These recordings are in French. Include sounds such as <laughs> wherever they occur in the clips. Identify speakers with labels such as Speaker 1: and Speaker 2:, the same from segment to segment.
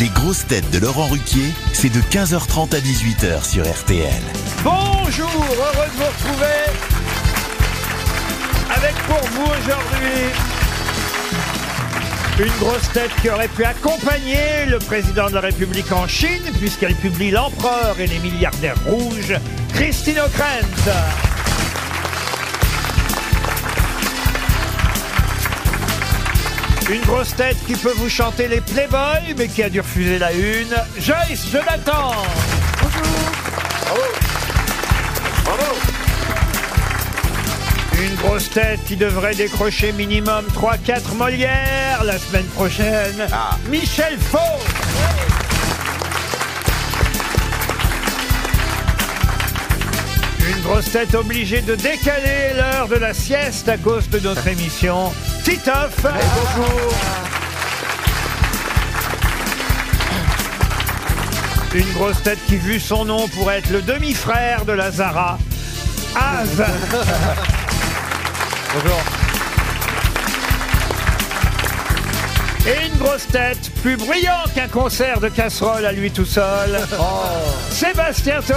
Speaker 1: Les grosses têtes de Laurent Ruquier, c'est de 15h30 à 18h sur RTL.
Speaker 2: Bonjour, heureux de vous retrouver avec pour vous aujourd'hui une grosse tête qui aurait pu accompagner le président de la République en Chine puisqu'elle publie L'Empereur et les milliardaires rouges, Christine O'Krent. Une grosse tête qui peut vous chanter les Playboys mais qui a dû refuser la une, Joyce Jonathan. Une grosse tête qui devrait décrocher minimum 3-4 Molières la semaine prochaine. Michel Faux. Une grosse tête obligée de décaler l'heure de la sieste à cause de notre émission. Titoff. bonjour. Une grosse tête qui, vu son nom, pourrait être le demi-frère de Lazara. Az. Bonjour. Et une grosse tête plus bruyant qu'un concert de casserole à lui tout seul. Sébastien Toer.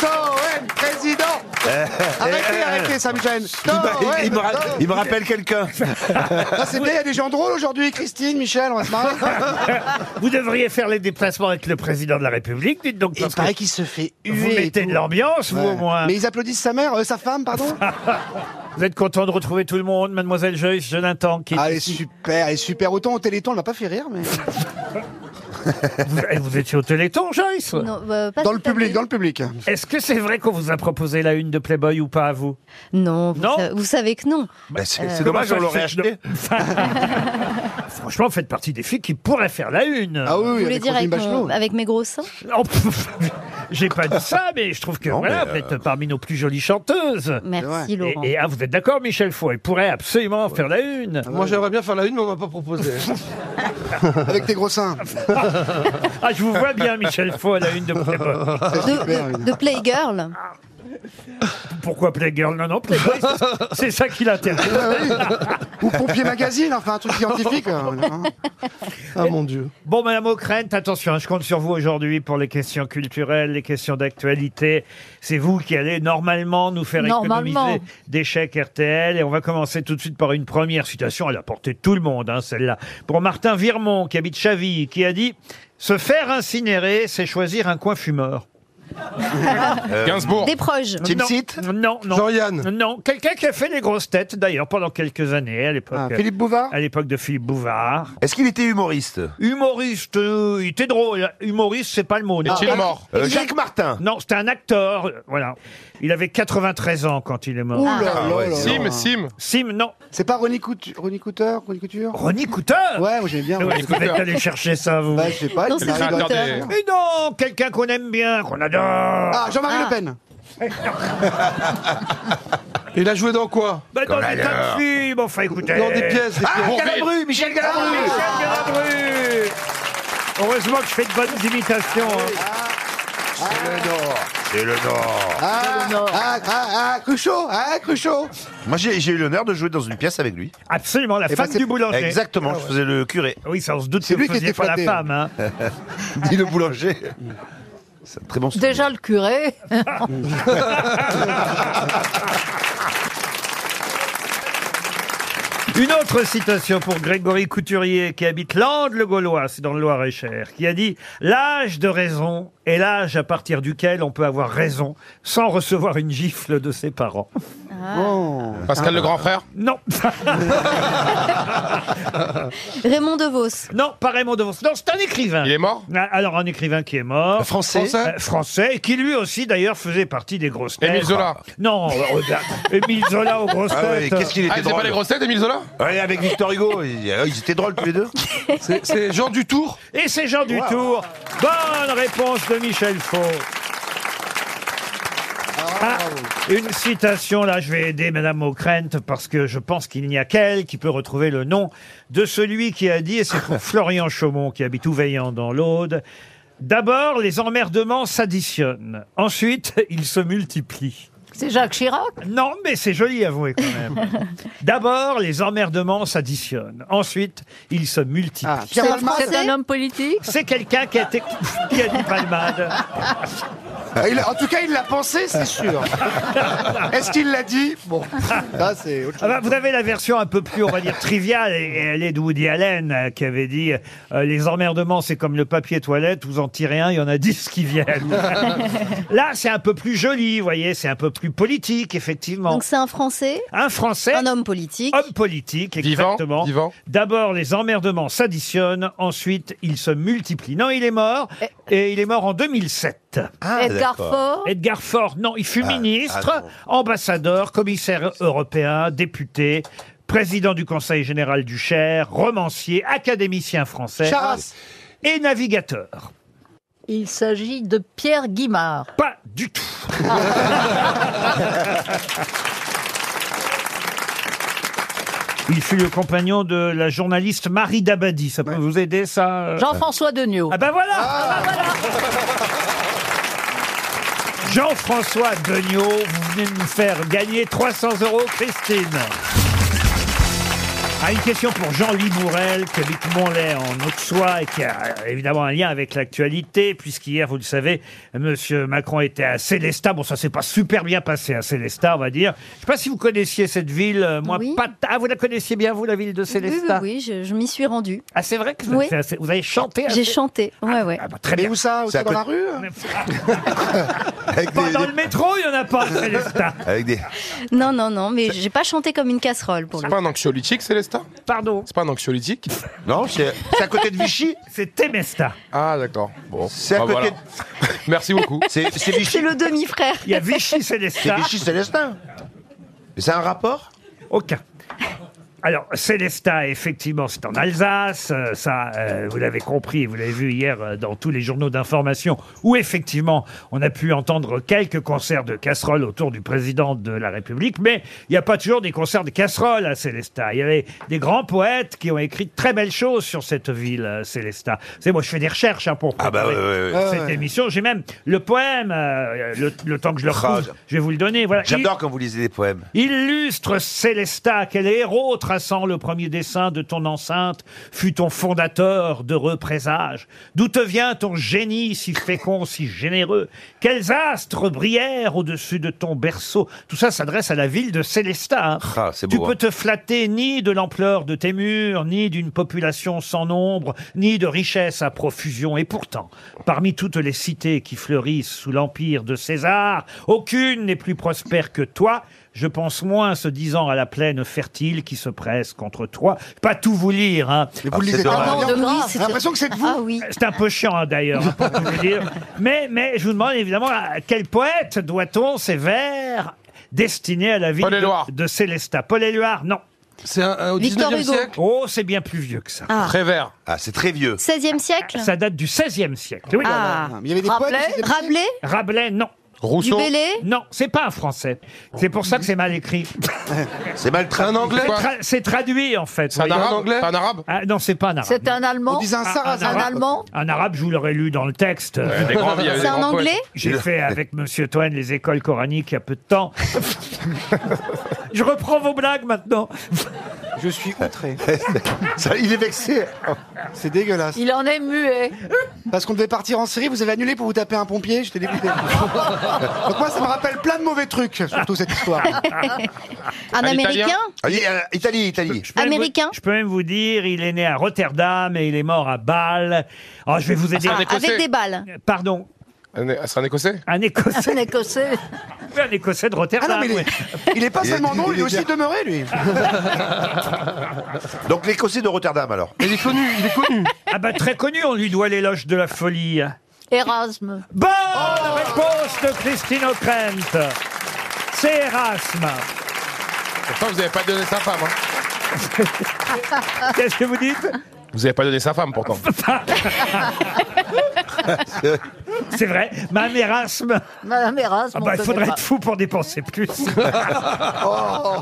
Speaker 3: Cohen, président. Arrêtez, arrêtez, ça me gêne. Cohen,
Speaker 4: Il, il me, ra-
Speaker 3: Cohen.
Speaker 4: il me rappelle quelqu'un.
Speaker 3: Ah, hein. c'est bien, il y a des gens drôles aujourd'hui, Christine, Michel, on va se marrer.
Speaker 2: Vous devriez faire les déplacements avec le président de la République, dites donc.
Speaker 3: Il
Speaker 2: parce
Speaker 3: paraît
Speaker 2: que
Speaker 3: qu'il se fait
Speaker 2: vous
Speaker 3: huer. et
Speaker 2: mettez
Speaker 3: tout.
Speaker 2: de l'ambiance, vous
Speaker 3: Ouais.
Speaker 2: au moins.
Speaker 3: Mais ils applaudissent sa mère, euh, sa femme, pardon.
Speaker 2: Vous êtes content de retrouver tout le monde, mademoiselle Joyce Jonathan, qui
Speaker 3: Ah, elle est super, elle est super. Autant au Téléthon, elle m'a pas fait rire, mais
Speaker 2: vous, Eh, vous étiez au Téléthon, Joyce
Speaker 5: Non, bah, pas
Speaker 3: dans le
Speaker 5: cette
Speaker 3: public,
Speaker 5: année.
Speaker 3: dans le public.
Speaker 2: Est-ce que c'est vrai qu'on vous a proposé la une de Playboy ou pas à vous
Speaker 5: Non, vous,
Speaker 2: Non.
Speaker 5: sa- vous savez que non.
Speaker 4: Bah, c'est
Speaker 5: Euh,
Speaker 4: c'est dommage, on
Speaker 2: Comment ça,
Speaker 4: l'aurait
Speaker 2: je sais-
Speaker 4: acheté.
Speaker 2: <laughs> Franchement, vous faites partie des filles qui pourraient faire la une.
Speaker 3: Ah oui,
Speaker 5: Vous
Speaker 3: oui,
Speaker 5: voulez
Speaker 3: avec
Speaker 5: dire
Speaker 3: Roselyne
Speaker 5: avec, mon-
Speaker 3: Bachelot.
Speaker 5: avec mes gros seins
Speaker 2: Oh, <laughs> pff, J'ai pas dit ça, mais je trouve que
Speaker 4: Non,
Speaker 2: voilà,
Speaker 4: mais,
Speaker 2: vous êtes parmi nos plus jolies chanteuses.
Speaker 5: Merci
Speaker 3: euh, Ouais.
Speaker 5: Laurent.
Speaker 2: Et, et, ah, vous êtes d'accord, Michel Faux Elle pourrait absolument en faire la une.
Speaker 3: Ah
Speaker 6: Moi j'aimerais bien faire la une, mais on m'a pas proposé.
Speaker 3: Avec tes gros seins.
Speaker 2: <laughs> Ah, je vous vois bien, Michel Faux, à la une de Playboy.
Speaker 3: C'est
Speaker 5: De,
Speaker 3: super,
Speaker 5: de-
Speaker 3: oui.
Speaker 5: de Playgirl.
Speaker 2: Ah, Pourquoi Playgirl Non, non, Playboy, c'est- c'est ça qui l'intéresse.
Speaker 3: Ah bah Ou
Speaker 2: <laughs>
Speaker 3: pompier magazine, Oh, enfin un truc scientifique. euh, hein.
Speaker 6: Ah mon dieu.
Speaker 2: Bon, Madame O'Krent, attention, hein, je compte sur vous aujourd'hui pour les questions culturelles, les questions d'actualité. C'est vous qui allez normalement nous faire
Speaker 5: Normalement.
Speaker 2: économiser des chèques RTL. Et on va commencer tout de suite par une première citation à la portée de tout le monde, hein, celle-là. Pour Martin Virmont, qui habite Chaville, qui a dit « Se faire incinérer, c'est choisir un coin fumeur
Speaker 3: Euh,
Speaker 4: Gainsbourg.
Speaker 5: Des proches. ».
Speaker 4: Tim
Speaker 2: Non,
Speaker 4: Sit
Speaker 2: Non, non.
Speaker 6: Jean-Yann.
Speaker 2: Non, quelqu'un qui a fait les grosses têtes, d'ailleurs, pendant quelques années, à l'époque... euh,
Speaker 3: Ah, Philippe Bouvard
Speaker 2: à l'époque de Philippe Bouvard.
Speaker 4: Est-ce qu'il était humoriste
Speaker 2: Humoriste, euh, il était drôle. Humoriste, c'est pas le mot. non.
Speaker 4: mort Euh, Jacques Martin.
Speaker 2: Non, c'était un acteur. euh, Voilà. Il avait 93 ans quand il est mort.
Speaker 3: Ouh là
Speaker 5: Ah,
Speaker 3: là
Speaker 4: ouais,
Speaker 3: Oh là
Speaker 4: Sim,
Speaker 3: là.
Speaker 6: Sim.
Speaker 2: Sim, non.
Speaker 3: C'est pas Ronnie Couture, Ronnie Couture, Ronnie Couture
Speaker 2: Ronnie Cooter
Speaker 3: Ouais, moi j'aime bien.
Speaker 2: Vous
Speaker 3: ouais.
Speaker 2: êtes allé chercher ça, vous.
Speaker 3: Bah, je sais pas.
Speaker 5: Non,
Speaker 3: il
Speaker 5: c'est
Speaker 3: m'a
Speaker 5: Ronnie
Speaker 3: rigolé.
Speaker 5: Couture.
Speaker 2: Mais non, quelqu'un qu'on aime bien, qu'on adore.
Speaker 3: Ah, Jean-Marie
Speaker 5: Ah.
Speaker 3: Le Pen.
Speaker 6: Il a joué dans quoi
Speaker 2: Bah, dans
Speaker 4: qu'on
Speaker 2: des tas
Speaker 4: adore.
Speaker 2: de films, enfin écoutez. Ah,
Speaker 6: Dans des pièces. des pièces.
Speaker 4: Galabru, Michel Galabru
Speaker 2: Michel
Speaker 3: Ah.
Speaker 2: Galabru. Heureusement que je fais de bonnes imitations. hein.
Speaker 4: C'est le Nord C'est le Nord
Speaker 3: Ah, ah, ah, ah, Cruchot, ah, Cruchot.
Speaker 4: Moi, j'ai j'ai eu l'honneur de jouer dans une pièce avec lui.
Speaker 2: Absolument, la
Speaker 3: ben,
Speaker 2: femme
Speaker 3: c'est-
Speaker 2: du boulanger.
Speaker 4: Exactement, je faisais le curé.
Speaker 2: Oui, ça, on se doute que
Speaker 3: C'est lui
Speaker 2: vous
Speaker 3: qui
Speaker 2: faisiez
Speaker 3: était
Speaker 2: pas la
Speaker 3: flatté.
Speaker 2: femme.
Speaker 3: <laughs>
Speaker 2: hein.
Speaker 4: Dit le boulanger. C'est un très bon souvenir.
Speaker 5: Déjà
Speaker 3: <laughs>
Speaker 5: le curé.
Speaker 2: Une autre citation pour Grégory Couturier, qui habite Landes-le-Gaulois, c'est dans le Loir-et-Cher, qui a dit « L'âge de raison est l'âge à partir duquel on peut avoir raison sans recevoir une gifle de ses parents.
Speaker 6: Oh.
Speaker 7: Pascal le grand frère »
Speaker 2: Ah. Non,
Speaker 5: <laughs> Raymond DeVos.
Speaker 2: non, pas Raymond Devos. Non, c'est un écrivain.
Speaker 7: Il est mort
Speaker 2: Ah, Alors, un écrivain qui est mort.
Speaker 4: Français
Speaker 2: Euh, français, et qui lui aussi, d'ailleurs, faisait partie des grosses têtes.
Speaker 7: Émile Zola
Speaker 2: Non, regarde, Émile Zola aux grosses
Speaker 4: Ah ouais,
Speaker 2: têtes.
Speaker 4: qu'est-ce qu'il était
Speaker 7: Ah, c'est pas
Speaker 4: drôle
Speaker 7: les grosses têtes, Émile Zola
Speaker 4: Ouais, avec Victor Hugo, ils euh, ils étaient drôles tous les deux.
Speaker 6: C'est- C'est Jean Dutour.
Speaker 2: Et c'est Jean Dutour. Bonne réponse de Michel Faux. Ah, une citation, là, je vais aider Madame O'Krent parce que je pense qu'il n'y a qu'elle qui peut retrouver le nom de celui qui a dit, et c'est pour Florian Chaumont qui habite Ouveillant dans l'Aude, D'abord, les emmerdements s'additionnent. Ensuite, ils se multiplient.
Speaker 8: C'est Jacques Chirac
Speaker 2: Non, mais c'est joli, avouez quand même.
Speaker 8: <laughs>
Speaker 2: D'abord, les emmerdements s'additionnent. Ensuite, ils se multiplient.
Speaker 3: Pierre
Speaker 8: C'est-
Speaker 3: Palmade.
Speaker 8: C'est un homme politique
Speaker 2: C'est quelqu'un qui a, été- qui a dit Palmade.
Speaker 3: Ah, Il- En tout cas, il l'a pensé,
Speaker 2: <laughs>
Speaker 3: c'est sûr. Est-ce qu'il l'a dit Bon, ça c'est autre
Speaker 2: Ah bah, vous avez la version un peu plus, on va dire, triviale, et et elle est de Woody Allen, euh, qui avait dit euh, Les emmerdements, c'est comme le papier toilette, vous en tirez un, il y en a dix qui viennent. » Là, c'est un peu plus joli, vous voyez, c'est un peu plus politique, effectivement.
Speaker 5: Donc c'est un Français,
Speaker 2: un Français,
Speaker 5: un homme politique.
Speaker 2: homme politique,
Speaker 7: Vivant,
Speaker 2: exactement.
Speaker 7: vivant.
Speaker 2: D'abord, les emmerdements s'additionnent, ensuite, ils se multiplient. Non, il est mort,
Speaker 5: Eh.
Speaker 2: et il est mort en 2007.
Speaker 8: Edgar
Speaker 4: Ah, d'accord.
Speaker 8: Faure
Speaker 2: Edgar Faure, non, il fut
Speaker 4: Ah,
Speaker 2: ministre,
Speaker 4: ah
Speaker 2: ambassadeur, commissaire européen, député, président du Conseil général du Cher, romancier, académicien français
Speaker 3: Charras.
Speaker 2: et navigateur.
Speaker 8: Il s'agit de Pierre Guimard.
Speaker 2: Pas du tout. Il fut le compagnon de la journaliste Marie Dabadi. Ça peut vous aider, ça euh
Speaker 8: Jean-François Degnaud.
Speaker 2: Ah ben voilà, Jean-François Degnaud, vous venez de nous faire gagner 300 euros, Christine. Ah, une question pour Jean Libourel, qui habite Montlay en Haute-Soie et qui a euh, évidemment un lien avec l'actualité, puisqu'hier, vous le savez, Monsieur Macron était à Célestat. Bon, ça s'est pas super bien passé à Célestat, on va dire. Je sais pas si vous connaissiez cette ville, euh, moi
Speaker 5: Oui.
Speaker 2: pas. t- Ah, vous la connaissiez bien, vous, la ville de
Speaker 5: Oui, oui,
Speaker 2: Célestat
Speaker 5: oui, je, je m'y suis rendue.
Speaker 2: Ah, c'est vrai que vous, avez
Speaker 5: Oui.
Speaker 2: fait assez- vous avez chanté à
Speaker 5: J'ai
Speaker 2: Cé-
Speaker 5: chanté. Ouais, ouais.
Speaker 2: Ah, bah, très
Speaker 3: Mais
Speaker 2: bien.
Speaker 3: où ça
Speaker 4: C'est à
Speaker 3: Autour dans la rue hein
Speaker 4: Avec
Speaker 2: Pas
Speaker 4: des,
Speaker 2: dans le métro, il n'y en a
Speaker 7: <laughs>
Speaker 2: pas, Célestin.
Speaker 4: avec des-
Speaker 5: <laughs> Non, non, non, mais j'ai pas chanté comme une casserole pour
Speaker 7: C'est
Speaker 5: le
Speaker 7: pas un anxiolytique, Célestin
Speaker 2: Pardon.
Speaker 7: C'est pas un anxiolytique
Speaker 4: Non, c'est c'est à côté de Vichy
Speaker 2: C'est Temesta.
Speaker 7: Ah, d'accord. Bon.
Speaker 4: C'est à
Speaker 7: Bah,
Speaker 4: côté
Speaker 7: voilà.
Speaker 4: de-
Speaker 7: Merci beaucoup.
Speaker 4: C'est c'est
Speaker 5: <laughs>
Speaker 4: Vichy
Speaker 5: C'est le demi-frère.
Speaker 2: Il y a
Speaker 4: C'est
Speaker 2: Vichy Célestin.
Speaker 4: Vichy Célestin. Mais C'est un rapport
Speaker 2: Aucun. Alors, Célestat, effectivement, c'est en Alsace. euh, Ça, euh, vous l'avez compris, vous l'avez vu hier euh, dans tous les journaux d'information, où effectivement, on a pu entendre quelques concerts de casseroles autour du président de la République. Mais il n'y a pas toujours des concerts de casseroles à Célestat. Il y avait des grands poètes qui ont écrit de très belles choses sur cette ville, euh, Célestat. C'est moi, je fais des recherches hein, pour
Speaker 4: Ah bah,
Speaker 2: préparer
Speaker 4: ouais, ouais, ouais.
Speaker 2: cette émission. J'ai même le poème, euh, le, le temps que je le
Speaker 4: Ah,
Speaker 2: retrouve,
Speaker 4: j'aime.
Speaker 2: je vais vous le donner. Voilà. Il-
Speaker 4: J'adore quand vous lisez des poèmes.
Speaker 2: Illustre Célestat, quel héros traçant le premier dessin de ton enceinte fut ton fondateur d'heureux présages. D'où te vient ton génie si fécond, si généreux Quels astres brillèrent au-dessus de ton berceau Tout ça s'adresse à la ville de Célestat. hein.
Speaker 4: Ah, c'est
Speaker 2: tu
Speaker 4: beau,
Speaker 2: peux
Speaker 4: hein.
Speaker 2: te flatter ni de l'ampleur de tes murs, ni d'une population sans nombre, ni de richesses à profusion. Et pourtant, parmi toutes les cités qui fleurissent sous l'empire de César, aucune n'est plus prospère que toi. Je pense moins, se disant à la plaine fertile qui se presse contre toi. Pas tout vous lire, hein.
Speaker 3: Mais
Speaker 4: Ah,
Speaker 3: vous le lisez
Speaker 4: c'est
Speaker 3: pas.
Speaker 4: dommage.
Speaker 3: bien.
Speaker 8: de grâce.
Speaker 5: c'était-
Speaker 3: J'ai l'impression que c'est de vous.
Speaker 5: Ah oui.
Speaker 2: C'est un peu chiant hein, d'ailleurs, hein, pour tout vous dire. Mais, mais je vous demande évidemment à quel poète doit-on ces vers destinés à la ville
Speaker 7: Paul Éluard.
Speaker 2: de, de Célestat Paul Éluard, non.
Speaker 6: C'est un- un- au
Speaker 5: Victor
Speaker 6: 19e
Speaker 5: Hugo.
Speaker 6: siècle
Speaker 2: Oh, c'est bien plus vieux que ça.
Speaker 5: Ah.
Speaker 7: Très vert.
Speaker 4: Ah, c'est très vieux.
Speaker 5: 16e siècle
Speaker 2: Ça date du XVIe siècle. Oui.
Speaker 5: Ah.
Speaker 3: Il y avait des poètes.
Speaker 8: Rabelais,
Speaker 3: qui faisaient des-
Speaker 5: Rabelais
Speaker 2: Rabelais, non.
Speaker 7: Rousseau.
Speaker 5: Dubélé
Speaker 2: Non, c'est pas un français. C'est pour ça que c'est mal écrit.
Speaker 4: C'est mal
Speaker 6: Un
Speaker 4: traduit.
Speaker 6: anglais
Speaker 7: Quoi
Speaker 2: Tra- c'est traduit en fait.
Speaker 7: C'est un
Speaker 2: voyez.
Speaker 7: arabe
Speaker 6: anglais
Speaker 7: C'est un arabe
Speaker 2: Ah, non, c'est pas un arabe.
Speaker 8: C'est un
Speaker 3: On
Speaker 8: Allemand.
Speaker 3: disait un sarrasin.
Speaker 8: Un Allemand.
Speaker 2: Ah, Un arabe, je vous l'aurais lu dans le texte.
Speaker 7: Il y avait des grands- il y avait
Speaker 5: C'est
Speaker 7: des
Speaker 5: un
Speaker 7: grands poètes.
Speaker 5: anglais
Speaker 2: J'ai fait avec Monsieur Toen les écoles coraniques il y a peu de temps. je reprends vos blagues maintenant.
Speaker 6: Je suis
Speaker 7: <laughs>
Speaker 6: outré.
Speaker 4: Ça, il est vexé.
Speaker 3: C'est dégueulasse.
Speaker 8: Il en est muet.
Speaker 3: Parce qu'on devait partir en Syrie, vous avez annulé pour vous taper un pompier, j'étais dégoûté. Donc moi, ça me rappelle plein de mauvais trucs, surtout cette histoire.
Speaker 5: <laughs> Un
Speaker 7: Un Italien
Speaker 5: Américain
Speaker 4: Ah, il- euh, Italie, Italie.
Speaker 2: Je peux même vous-
Speaker 5: Américain
Speaker 2: Je peux même vous dire, il est né à Rotterdam et il est mort à Bâle. Oh, je vais vous aider.
Speaker 7: Ah, Un Écossais.
Speaker 5: Avec des balles.
Speaker 2: Pardon,
Speaker 7: Un é- C'est un écossais
Speaker 2: un Écossais,
Speaker 8: Un Écossais.
Speaker 2: un Écossais de
Speaker 3: Ah
Speaker 2: Rotterdam.
Speaker 3: non, mais il
Speaker 2: oui.
Speaker 3: est, il est pas
Speaker 4: Il est-
Speaker 3: seulement non,
Speaker 4: il
Speaker 3: il est
Speaker 4: est
Speaker 3: aussi demeuré, lui.
Speaker 4: hein. Donc l'Écossais de Rotterdam, alors.
Speaker 6: Il est connu, il est connu.
Speaker 2: Ah bah très connu, on lui doit l'éloge de la folie.
Speaker 8: <laughs> Erasme.
Speaker 2: Bonne réponse de Christine O'Krent. C'est Erasme.
Speaker 7: Pourtant, vous n'avez pas donné sa femme. hein.
Speaker 2: Qu'est-ce que vous dites
Speaker 7: Vous n'avez pas donné sa femme, pourtant.
Speaker 2: <laughs> C'est vrai. Madame Erasme,
Speaker 8: Madame Erasme,
Speaker 2: ah
Speaker 8: on
Speaker 2: bah, il
Speaker 8: connaît
Speaker 2: faudrait
Speaker 8: pas.
Speaker 2: être fou pour dépenser
Speaker 8: <laughs>
Speaker 2: plus.
Speaker 3: Oh.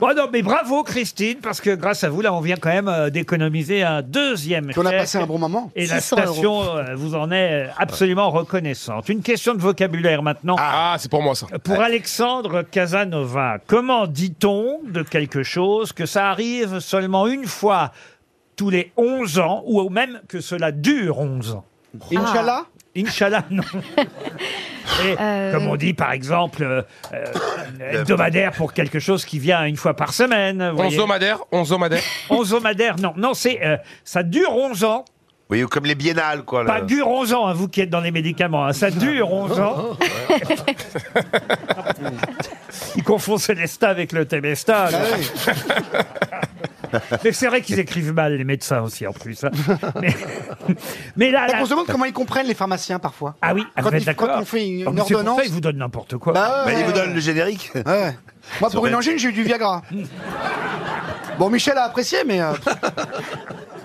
Speaker 2: Bon, non, mais bravo Christine, parce que grâce à vous, là, on vient quand même euh, d'économiser un deuxième.
Speaker 3: Puis on a
Speaker 2: chèque.
Speaker 3: passé un bon moment.
Speaker 2: Et la
Speaker 5: 600 euros.
Speaker 2: station euh, vous en est absolument reconnaissante. Une question de vocabulaire maintenant.
Speaker 7: Ah, c'est pour moi ça.
Speaker 2: Pour Alexandre Casanova, comment dit-on de quelque chose que ça arrive seulement une fois tous les 11 ans ou même que cela dure 11 ans Ah.
Speaker 3: Inch'Allah
Speaker 2: Inch'Allah, non. Et
Speaker 5: Euh.
Speaker 2: Eh, comme on dit, par exemple, euh, euh,
Speaker 4: <coughs>
Speaker 2: hebdomadaire pour quelque chose qui vient une fois par semaine. vous voyez.
Speaker 7: Onzomadaire, onzomadaire.
Speaker 2: Onzomadaire, non. Non, c'est euh, ça dure 11 ans.
Speaker 4: Oui, ou comme les biennales, quoi. là.
Speaker 2: Pas dure 11 ans, hein, vous qui êtes dans les médicaments. hein.
Speaker 4: Ah.
Speaker 2: Ça dure 11 ans. <laughs> Ils confondent Célesta avec le
Speaker 4: Ah
Speaker 2: Temesta. alors. <laughs> Mais c'est vrai qu'ils écrivent mal, les médecins aussi, en plus. hein. Mais, mais là, là-
Speaker 3: On se demande comment ils comprennent les pharmaciens parfois.
Speaker 2: Ah oui, ah, vous
Speaker 3: Quand
Speaker 2: êtes
Speaker 3: il-
Speaker 2: d'accord.
Speaker 3: quand on fait une
Speaker 2: Ah, mais c'est pour
Speaker 3: ordonnance-
Speaker 2: ça, ils vous donnent n'importe quoi.
Speaker 3: Bah
Speaker 4: Bah,
Speaker 3: ouais.
Speaker 4: il vous donne le générique.
Speaker 3: Ouais. Moi, pour
Speaker 4: aurait
Speaker 3: une
Speaker 4: été-
Speaker 3: angine, j'ai eu du Viagra. Bon, Michel a apprécié, mais euh,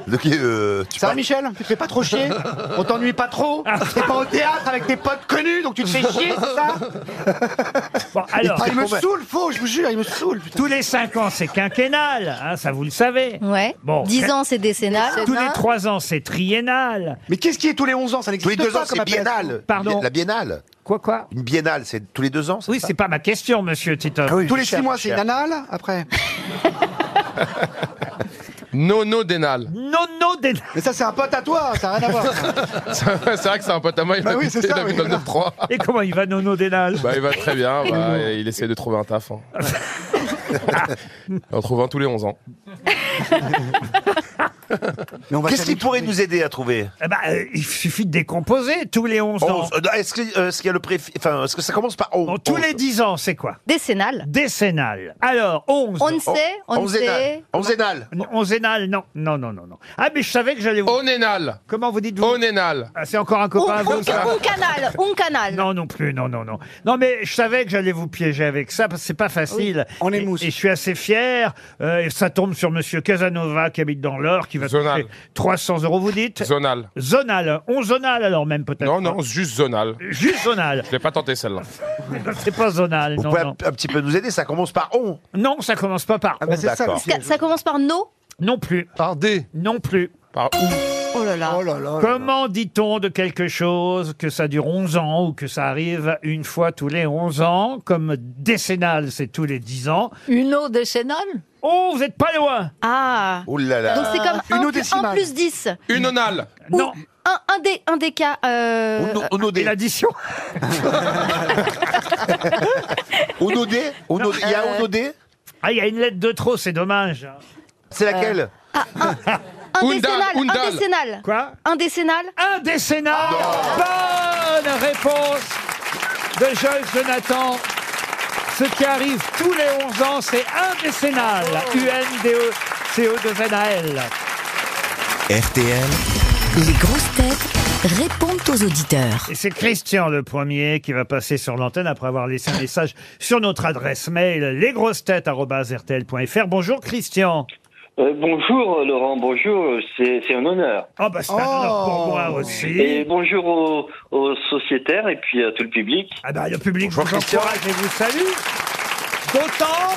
Speaker 4: Donc, euh, tu
Speaker 3: ça va,
Speaker 4: parles-
Speaker 3: Michel Tu te fais pas trop chier On t'ennuie pas trop T'es pas au théâtre avec tes potes connus, donc tu te fais chier, c'est ça
Speaker 2: Bon, alors,
Speaker 3: Ah, il me saoule, faux, je vous jure, il me saoule. putain.
Speaker 2: tous les 5 ans, c'est quinquennal. hein, ça, vous le savez.
Speaker 5: Ouais.
Speaker 2: Bon,
Speaker 5: 10 ans, c'est décennal.
Speaker 2: Tous les 3 ans, c'est triennal.
Speaker 3: Mais qu'est-ce qui est tous les 11 ans Ça
Speaker 4: Tous les
Speaker 3: n'existe
Speaker 4: deux
Speaker 3: pas
Speaker 4: ans,
Speaker 3: comme
Speaker 4: c'est
Speaker 3: appellation.
Speaker 4: biennale.
Speaker 2: Pardon
Speaker 4: La biennale.
Speaker 2: Quoi, quoi
Speaker 4: Une biennale, c'est Ah tous les deux ans.
Speaker 2: Oui, c'est pas ma question, monsieur Tito.
Speaker 3: Tous les 6 mois, c'est une anale, après.
Speaker 4: <laughs>
Speaker 7: Nonodénal.
Speaker 2: Non, non, des...
Speaker 3: Mais ça, c'est un pote à toi, ça n'a rien à voir.
Speaker 7: C'est vrai que c'est un pote à moi, il
Speaker 3: Bah
Speaker 7: m'a
Speaker 3: oui,
Speaker 7: buté,
Speaker 3: c'est ça,
Speaker 7: il habite
Speaker 3: oui.
Speaker 7: dans le 3.
Speaker 2: Et comment il va, Nono Dénal
Speaker 7: Bah, il va très bien, bah, il essaie de trouver un taf. hein.
Speaker 2: Ah.
Speaker 7: On trouve un tous les hein. 11 ans.
Speaker 3: Mais on va
Speaker 4: Qu'est-ce
Speaker 3: faire
Speaker 4: qui
Speaker 3: des-
Speaker 4: pourrait nous aider à trouver
Speaker 2: Eh ben, euh, Il suffit de décomposer tous les 11 ans.
Speaker 4: Onze. Euh, non, Est-ce que, euh, est-ce qu'il y a le préfi... Enfin, est-ce que ça commence par onze
Speaker 2: Bon, tous
Speaker 4: Onze.
Speaker 2: les 10 ans, c'est quoi
Speaker 5: Décennal.
Speaker 2: Décennal. Alors, 11.
Speaker 5: On ne sait, on ne
Speaker 4: Onzénal.
Speaker 5: sait.
Speaker 4: Onzénal.
Speaker 2: Onzénal, non. Non, non, non, non. Ah, mais je savais que j'allais vous...
Speaker 7: Onénal.
Speaker 2: Comment vous dites-vous
Speaker 7: Onénal.
Speaker 2: Ah, C'est encore un copain à vous, ça
Speaker 5: On canal, on canal.
Speaker 2: Non, non plus, non, non, non. Non, mais je savais que j'allais vous piéger avec ça parce que c'est pas facile.
Speaker 3: on
Speaker 2: est
Speaker 3: les mousse.
Speaker 2: Et, je suis assez fier. Euh, et ça tombe sur Monsieur Casanova qui habite dans l'Or, qui va
Speaker 7: Zonal.
Speaker 2: toucher 300 euros, vous dites.
Speaker 7: Zonal.
Speaker 2: zonal. On zonal alors même peut-être.
Speaker 7: Non, non, juste zonal.
Speaker 2: Juste zonal.
Speaker 7: Je l'ai pas tenté celle-là.
Speaker 2: c'est pas zonal.
Speaker 4: Vous
Speaker 2: Non,
Speaker 4: pouvez un,
Speaker 2: non.
Speaker 4: un petit peu nous aider, ça commence par on.
Speaker 2: non, ça commence pas par.
Speaker 3: Ah, bah, c'est ça,
Speaker 4: D'accord.
Speaker 3: aussi.
Speaker 5: Ca- Ça commence par no.
Speaker 2: Non plus.
Speaker 6: Par D.
Speaker 2: Non plus.
Speaker 7: Par où
Speaker 5: Oh là là.
Speaker 3: Oh là là.
Speaker 2: Comment dit-on de quelque chose que ça dure 11 ans ou que ça arrive une fois tous les 11 ans Comme décennal, c'est tous les 10 ans.
Speaker 8: Une eau décennale
Speaker 2: Oh, vous n'êtes pas loin
Speaker 5: Ah.
Speaker 4: Oh là là.
Speaker 5: Donc c'est comme
Speaker 3: Une
Speaker 5: 1 plus,
Speaker 3: décimale.
Speaker 5: un plus 10.
Speaker 7: Une onale.
Speaker 2: Non,
Speaker 5: Ou un, un des, un des cas. euh,
Speaker 4: Uno- Uno
Speaker 2: et
Speaker 4: dé.
Speaker 5: <laughs>
Speaker 2: l'addition
Speaker 4: Uno dé. Uno dé. Il y a Uno dé.
Speaker 2: Ah, il y a une lettre de trop, c'est dommage.
Speaker 4: C'est laquelle
Speaker 5: Euh, ah, un
Speaker 7: Undal,
Speaker 5: décennal. Un
Speaker 7: Undal.
Speaker 5: décennal.
Speaker 2: Quoi
Speaker 5: Un décennal.
Speaker 2: Un décennal Bonne réponse de Joyce Jonathan. Ce qui arrive tous les 11 ans, c'est un décennal.
Speaker 4: Oh.
Speaker 2: E U-N-D-E-C-O-2-N-A-L.
Speaker 1: RTL,
Speaker 9: Les grosses têtes répondent aux auditeurs.
Speaker 2: Et c'est Christian le premier qui va passer sur l'antenne après avoir laissé un message sur notre adresse mail lesgrossetêtes.rtl.fr. Bonjour Christian.
Speaker 10: Euh, bonjour Laurent, bonjour, c'est c'est un honneur.
Speaker 2: Oh bah c'est un honneur pour
Speaker 3: Oh.
Speaker 2: moi aussi.
Speaker 10: Et bonjour aux, aux sociétaires et puis à tout le public.
Speaker 2: Ah bah le public
Speaker 4: Bonjour,
Speaker 2: vous
Speaker 4: Christian.
Speaker 2: encourage et vous salue. D'autant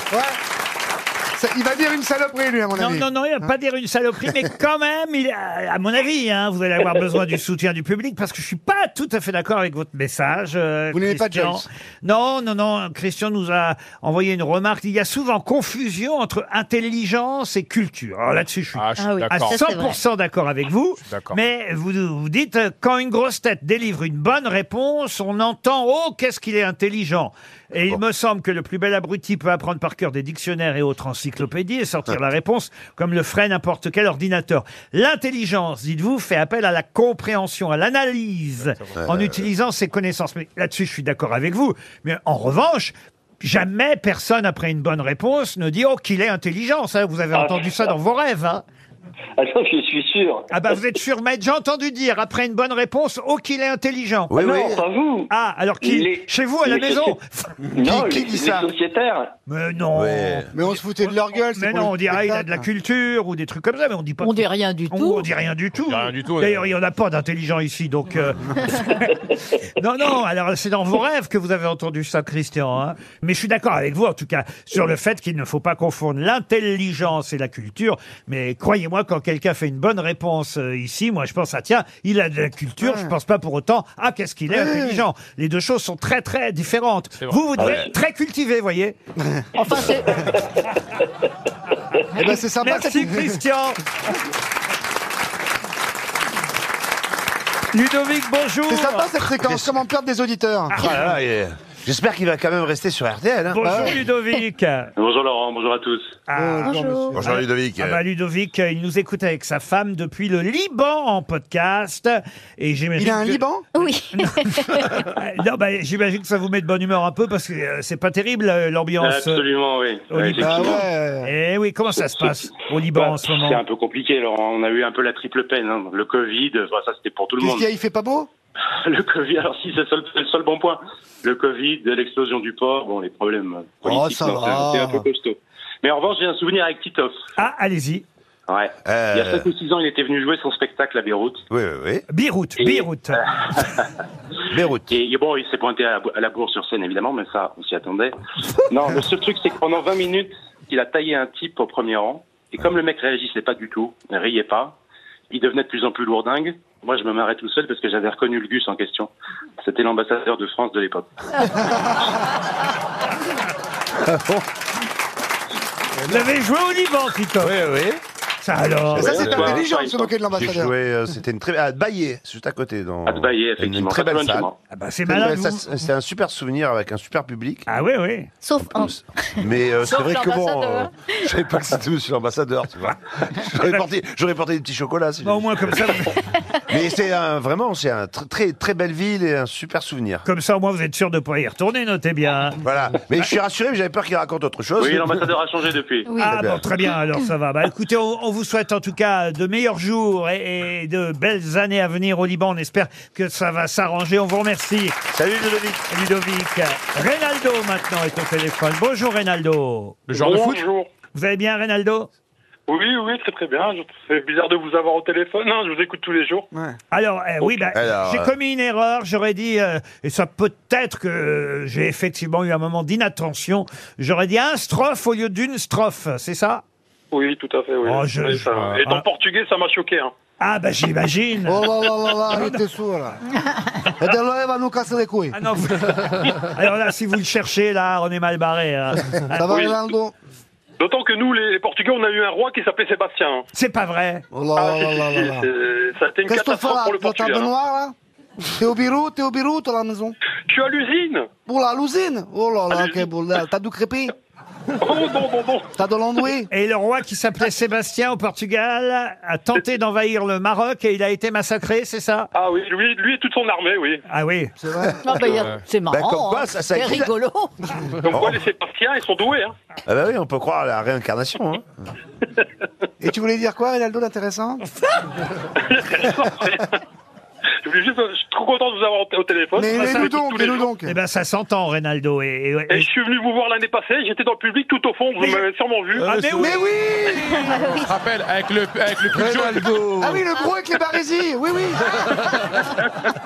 Speaker 3: Ça- il va dire une saloperie, lui, à mon
Speaker 2: Non,
Speaker 3: avis. Hein
Speaker 2: non, non, il va pas dire une saloperie, mais quand même, il, à à mon avis, hein, vous allez avoir besoin du soutien du public parce que je suis pas tout à fait d'accord avec votre message. euh,
Speaker 3: Vous n'aimez pas
Speaker 2: Christian.
Speaker 3: Joyce
Speaker 2: Non, non, non. Christian nous a envoyé une remarque. Il y a souvent confusion entre intelligence et culture. Alors là-dessus, je suis
Speaker 7: Ah, je
Speaker 5: Ah
Speaker 7: suis
Speaker 5: oui.
Speaker 2: à
Speaker 7: d'accord.
Speaker 5: Ça, c'est vrai.
Speaker 2: 100% d'accord avec vous.
Speaker 7: d'accord.
Speaker 2: Mais vous vous dites, euh, quand une grosse tête délivre une bonne réponse, on entend Oh, qu'est-ce qu'il est intelligent Et il me semble que le plus bel abruti peut apprendre par cœur des dictionnaires et autres encyclopédies et sortir la réponse comme le ferait n'importe quel ordinateur. L'intelligence, dites-vous, fait appel à la compréhension, à l'analyse, en utilisant ses connaissances. Mais là-dessus, je suis d'accord avec vous. Mais en revanche, Jamais personne, après une bonne réponse, ne dit Oh, qu'il est intelligent. Ça, vous avez
Speaker 10: Ah.
Speaker 2: entendu ça dans vos rêves. Hein
Speaker 10: Ah non, je suis sûr.
Speaker 2: Ah bah vous êtes sûr, maître, j'ai entendu dire, après une bonne réponse, oh qu'il est intelligent.
Speaker 4: Oui,
Speaker 10: non,
Speaker 4: oui.
Speaker 10: pas vous.
Speaker 2: Ah, alors qui
Speaker 10: Il est-
Speaker 2: Chez vous, à la
Speaker 10: il est-
Speaker 2: maison <laughs>
Speaker 10: non,
Speaker 3: qui
Speaker 10: les,
Speaker 3: dit
Speaker 10: les
Speaker 3: ça
Speaker 10: sociétaires.
Speaker 2: Mais non
Speaker 4: Ouais.
Speaker 3: Mais on se foutait de leur gueule. c'est
Speaker 2: Oh. Mais
Speaker 3: pour
Speaker 2: non,
Speaker 3: le
Speaker 2: on dirait il a de la
Speaker 3: spectacle.
Speaker 2: culture ou des trucs comme ça, mais on dit pas...
Speaker 8: On
Speaker 2: que-
Speaker 8: dit rien du
Speaker 2: on, on
Speaker 8: tout.
Speaker 2: dit rien du tout.
Speaker 7: dit rien du tout.
Speaker 2: D'ailleurs, il n'y en a pas d'intelligent ici, donc...
Speaker 3: <laughs>
Speaker 2: euh, <laughs> non, non, alors c'est dans vos rêves que vous avez entendu ça, Christian. hein. Mais je suis d'accord avec vous, en tout cas, sur le fait qu'il ne faut pas confondre l'intelligence et la culture. Mais croyez-moi, quand quelqu'un fait une bonne réponse euh, ici, moi je pense, ah tiens, il a de la culture, je pense pas pour autant, ah qu'est-ce qu'il est intelligent. Les deux choses sont très très différentes.
Speaker 7: vrai. Ah
Speaker 2: Vous, vous devez être très cultivé, voyez. <laughs>
Speaker 8: Enfin, c'est.
Speaker 3: Eh ben, c'est sympa.
Speaker 2: Merci
Speaker 3: cette-
Speaker 2: Christian. Ludovic, bonjour.
Speaker 3: C'est sympa cette fréquence. Comment perdre des auditeurs
Speaker 4: Ah là là, il est- J'espère qu'il va quand même rester sur RTL. hein.
Speaker 2: Bonjour
Speaker 4: Ah ouais. <laughs>
Speaker 2: Ludovic. Ah,
Speaker 10: Bonjour Laurent, bonjour à tous.
Speaker 2: Euh,
Speaker 3: Bonjour, monsieur.
Speaker 4: Bonjour Ludovic.
Speaker 2: ah bah Ludovic, il nous écoute avec sa femme depuis le Liban en podcast. Et j'imagine
Speaker 3: Il a un
Speaker 2: que-
Speaker 3: Liban
Speaker 5: Oui. <laughs>
Speaker 2: Ah, Non, bah, j'imagine que ça vous met de bonne humeur un peu parce que euh, c'est pas terrible euh, l'ambiance.
Speaker 10: Absolument, oui.
Speaker 2: Olivier.
Speaker 10: Ouais,
Speaker 3: Ah
Speaker 10: effectivement.
Speaker 3: ouais.
Speaker 2: Eh oui, comment ça se passe au Liban
Speaker 10: Bah,
Speaker 2: en ce moment
Speaker 10: C'est un peu compliqué, Laurent. On a eu un peu la triple peine. hein. Le Covid, euh, bah, ça c'était pour tout le
Speaker 3: Qu'est-ce
Speaker 10: monde.
Speaker 3: qu'il y a Il fait pas beau
Speaker 10: <laughs> Le Covid, alors si, c'est le seul- c'est le seul bon point. Le Covid, l'explosion du port, bon, les problèmes politiques,
Speaker 3: ça
Speaker 10: non, c'est-
Speaker 3: va.
Speaker 10: c'est un peu costaud. Mais en revanche, j'ai un souvenir avec Titoff.
Speaker 2: Ah, allez-y.
Speaker 10: Ouais.
Speaker 4: Euh,
Speaker 10: Il y a 5 ou 6 ans, il était venu jouer son spectacle à Beyrouth.
Speaker 4: Oui, oui,
Speaker 2: Beyrouth,
Speaker 10: Et- euh,
Speaker 2: Beyrouth. <laughs>
Speaker 4: oui. Beyrouth.
Speaker 10: Et bon, il s'est pointé à la, bou- à la bourre sur scène, évidemment, mais ça, on s'y attendait. Non, le seul truc, c'est que pendant 20 minutes, il a taillé un type au premier rang. Et comme le mec réagissait pas du tout, ne riait pas, il devenait de plus en plus lourdingue. Moi, je me marrais tout seul parce que j'avais reconnu le Gus en question. C'était l'ambassadeur de France de l'époque.
Speaker 2: Vous avez joué au Liban, Tito.
Speaker 4: Oui, oui.
Speaker 2: Ça alors.
Speaker 3: Et Ça,
Speaker 10: Ouais,
Speaker 3: c'est
Speaker 10: ouais,
Speaker 3: intelligent
Speaker 10: ouais,
Speaker 3: de se
Speaker 10: ouais.
Speaker 3: moquer de
Speaker 4: J'ai
Speaker 3: l'ambassadeur.
Speaker 4: joué, euh, c'était une très à Baillé, juste à côté dans
Speaker 10: À Dubaï,
Speaker 4: Une
Speaker 10: effectivement.
Speaker 4: très belle
Speaker 10: pas loin de chez
Speaker 4: salle.
Speaker 10: moi.
Speaker 2: Ah bah, c'est
Speaker 4: Très
Speaker 2: malade.
Speaker 4: belle
Speaker 2: vous.
Speaker 4: salle. C'était un super souvenir avec un super public.
Speaker 2: Ah oui, oui.
Speaker 5: Sauf un.
Speaker 4: Mais euh, c'est
Speaker 8: Sauf
Speaker 4: vrai que bon,
Speaker 8: l'ambassadeur.
Speaker 4: euh, je savais pas que c'était monsieur l'ambassadeur, tu
Speaker 2: <laughs>
Speaker 4: vois. J'aurais porté, j'aurais porté des petits chocolats. si
Speaker 2: Bah, au
Speaker 4: j'avais-
Speaker 2: moins comme ça, vous-
Speaker 4: Mais c'est un, vraiment, c'est un tr- très très belle ville et un super souvenir.
Speaker 2: comme ça au moins vous êtes sûr de pas y retourner, notez bien.
Speaker 4: Voilà. Mais je suis rassuré, mais j'avais peur qu'il raconte autre chose.
Speaker 10: Oui, l'ambassadeur a changé depuis.
Speaker 5: Oui.
Speaker 2: Ah
Speaker 4: Eh bien.
Speaker 2: bon, très bien, alors ça va. Bah écoutez, on, on vous souhaite en tout cas de meilleurs jours et, et de belles années à venir au Liban. On espère que ça va s'arranger. On vous remercie,
Speaker 4: Salut Ludovic.
Speaker 2: Ludovic. Reynaldo maintenant est au téléphone. Bonjour Reynaldo.
Speaker 7: Le genre de foot
Speaker 11: Bonjour.
Speaker 2: Vous allez bien Reynaldo
Speaker 11: Oui, oui, très très bien. Je- C'est bizarre de vous avoir au téléphone.
Speaker 10: hein.
Speaker 11: Non, je vous écoute tous les jours.
Speaker 2: Alors eh, oui, bah,
Speaker 4: Alors,
Speaker 2: j'ai
Speaker 4: euh,
Speaker 2: commis une erreur. J'aurais dit, euh, et ça peut être que euh, j'ai effectivement eu un moment d'inattention. J'aurais dit un strophe au lieu d'une strophe, c'est ça
Speaker 11: Oui, tout à fait. Oui.
Speaker 2: Oh, je-
Speaker 11: Oui, ça-
Speaker 2: je-
Speaker 11: Et dans
Speaker 2: ah.
Speaker 11: le portugais, ça m'a choqué. Hein.
Speaker 2: Ah bah j'imagine.
Speaker 3: Oh là là là
Speaker 2: <laughs>
Speaker 3: là, il était sourd là. Et de là, il va nous casser les couilles.
Speaker 2: Ah non, vous- <laughs> Alors là, si vous le cherchez, là, on est mal barré. hein.
Speaker 3: Ça va,
Speaker 11: Oui.
Speaker 3: Ronaldo
Speaker 11: D'autant que nous, les Portugais, on a eu un roi qui s'appelait Sébastien. hein. Ah,
Speaker 2: C'est pas vrai.
Speaker 3: Oh là là là
Speaker 11: Et,
Speaker 3: là là.
Speaker 11: euh, ça a été une
Speaker 3: Qu'est-ce que tu fais
Speaker 11: catastrophe
Speaker 3: là
Speaker 11: pour le
Speaker 3: Dans ta
Speaker 11: Portugal. hein.
Speaker 3: baignoire là T'es au bureau, t'es au bureau, t'es à la maison.
Speaker 11: Je suis à l'usine.
Speaker 3: Pour la l'usine Oh là là,
Speaker 11: Allez.
Speaker 3: quel bordel. T'as du crépi
Speaker 11: <laughs> Oh, bon, bon, bon.
Speaker 3: T'as de l'andouille
Speaker 2: Et le roi qui s'appelait Sébastien au Portugal a tenté d'envahir le Maroc et il a été massacré, c'est ça
Speaker 11: Ah oui, lui, lui et toute son armée, oui.
Speaker 2: Ah oui.
Speaker 8: Ah, bah, il y a-
Speaker 7: Ben,
Speaker 8: C'est marrant.
Speaker 4: comme quoi,
Speaker 8: hein.
Speaker 4: ça- ça
Speaker 8: C'est
Speaker 4: existe.
Speaker 7: <laughs>
Speaker 8: rigolo.
Speaker 11: Donc,
Speaker 7: Oh.
Speaker 11: quoi, les Sébastiens, ils sont doués. Hein.
Speaker 4: Ah bah oui, on peut croire à la réincarnation.
Speaker 10: <laughs>
Speaker 4: hein.
Speaker 3: Et tu voulais dire quoi, Ronaldo, d'intéressant
Speaker 11: Je, voulais juste, je suis trop content de vous avoir au, au téléphone.
Speaker 3: Mais
Speaker 11: Je vous
Speaker 3: mais nous
Speaker 11: écoute
Speaker 3: donc,
Speaker 11: tous
Speaker 3: mais
Speaker 11: les
Speaker 3: nous
Speaker 11: jours.
Speaker 3: donc.
Speaker 2: Eh ben, ça s'entend, Reynaldo. Et, et-
Speaker 11: Et
Speaker 2: et-
Speaker 11: je suis venu vous voir l'année passée. J'étais dans le public tout au fond. Vous
Speaker 2: Mais-
Speaker 11: m'avez sûrement vu.
Speaker 2: Ah, mais oui,
Speaker 3: Mais oui
Speaker 7: Je rappelle, avec le, avec le plus jaune.
Speaker 6: Ronaldo.
Speaker 3: Ah oui, le gros avec les barésies Oui, oui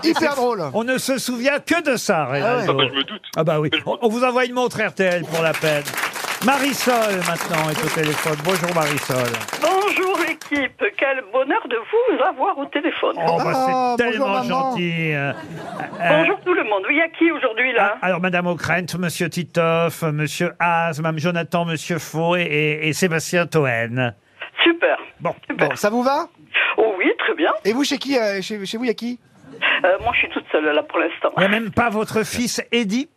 Speaker 3: Hyper drôle
Speaker 2: On ne se souvient que de ça,
Speaker 11: Ah
Speaker 2: Reynaldo.
Speaker 11: bah, je me doute.
Speaker 2: Ah bah oui. On on vous envoie une montre RTL pour la peine. Marisol, maintenant, est au téléphone. Bonjour, Marisol.
Speaker 11: Bonjour l'équipe, quel bonheur de vous avoir au téléphone.
Speaker 2: Oh, bah, c'est
Speaker 3: Ah, bonjour,
Speaker 2: tellement
Speaker 3: maman.
Speaker 2: gentil. euh. Ah,
Speaker 11: Bonjour tout le monde, il y a qui aujourd'hui là
Speaker 2: Alors, Madame O'Krent, Monsieur Titoff, Monsieur Haas, Mme Jonathan, Monsieur Faux et, et- et Sébastien Toen.
Speaker 11: Super.
Speaker 2: Bon,
Speaker 3: Bon, ça vous va
Speaker 11: Oh oui, très bien.
Speaker 3: Et vous, chez qui euh, chez, chez vous, il y a qui
Speaker 11: Euh, moi je suis toute seule là pour l'instant.
Speaker 2: il n'y a même pas votre fils Eddy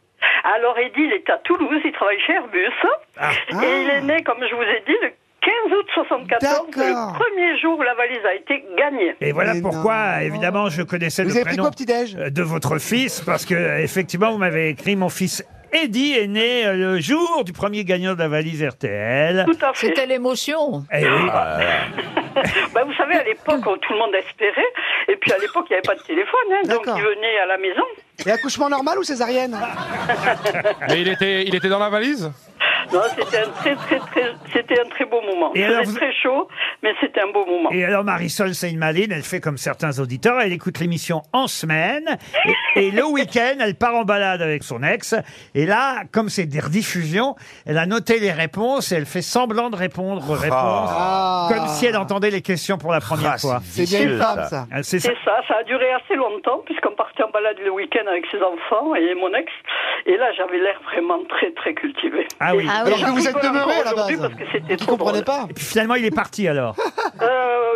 Speaker 11: Alors Eddy, il est à Toulouse, il travaille chez Airbus.
Speaker 2: Ah.
Speaker 11: Et il est né, comme je vous ai dit, le 15 août 74,
Speaker 3: D'accord.
Speaker 11: le premier jour où la valise a été gagnée.
Speaker 2: Et voilà
Speaker 3: Mais
Speaker 2: pourquoi,
Speaker 3: non.
Speaker 2: évidemment, je connaissais
Speaker 3: Vous
Speaker 2: le
Speaker 3: avez pris
Speaker 2: prénom
Speaker 3: quoi, petit-déj
Speaker 2: euh, de votre fils, parce que, euh, effectivement, vous m'avez écrit mon fils Eddy est né euh, le jour du premier gagnant de la valise RTL.
Speaker 11: Tout à fait.
Speaker 3: Ah.
Speaker 8: C'était l'émotion.
Speaker 2: Eh oui.
Speaker 11: <laughs> bah, vous savez, à l'époque, oh, tout le monde espérait. Et puis à l'époque, il n'y avait pas de téléphone, hein, donc
Speaker 3: D'accord.
Speaker 11: il venait à la
Speaker 3: <laughs>
Speaker 11: maison.
Speaker 3: Et accouchement normal ou césarienne
Speaker 7: Mais il était, il était dans la valise
Speaker 11: Non, c'était un très, très, très, c'était un très beau moment.
Speaker 2: Et alors,
Speaker 11: C'était
Speaker 2: vous-
Speaker 11: très chaud, mais c'était un beau moment.
Speaker 2: Et alors Marisol Seyne-Maline, elle fait comme certains auditeurs, elle écoute l'émission en semaine et, et
Speaker 11: <laughs>
Speaker 2: le week-end, elle part en balade avec son ex. Et là, comme c'est des rediffusions, elle a noté les réponses et elle fait semblant de répondre aux réponses,
Speaker 3: Ah.
Speaker 2: comme si elle entendait les questions pour la première
Speaker 4: Ah,
Speaker 2: fois.
Speaker 3: C'est bien une
Speaker 4: Vicieux,
Speaker 3: femme,
Speaker 4: ça.
Speaker 3: ça.
Speaker 2: Ah, C'est ça.
Speaker 11: C'est ça, ça a duré assez longtemps, puisqu'on partait en balade le week-end avec ses enfants et mon ex. Et là, j'avais l'air vraiment très, très cultivé.
Speaker 2: Ah oui.
Speaker 5: Ah oui.
Speaker 3: Alors que vous êtes demeuré à la base.
Speaker 11: Parce que c'était
Speaker 3: Vous
Speaker 11: trop
Speaker 3: comprenez
Speaker 11: drôle.
Speaker 3: pas
Speaker 2: Et puis finalement, il est parti alors.
Speaker 11: Euh,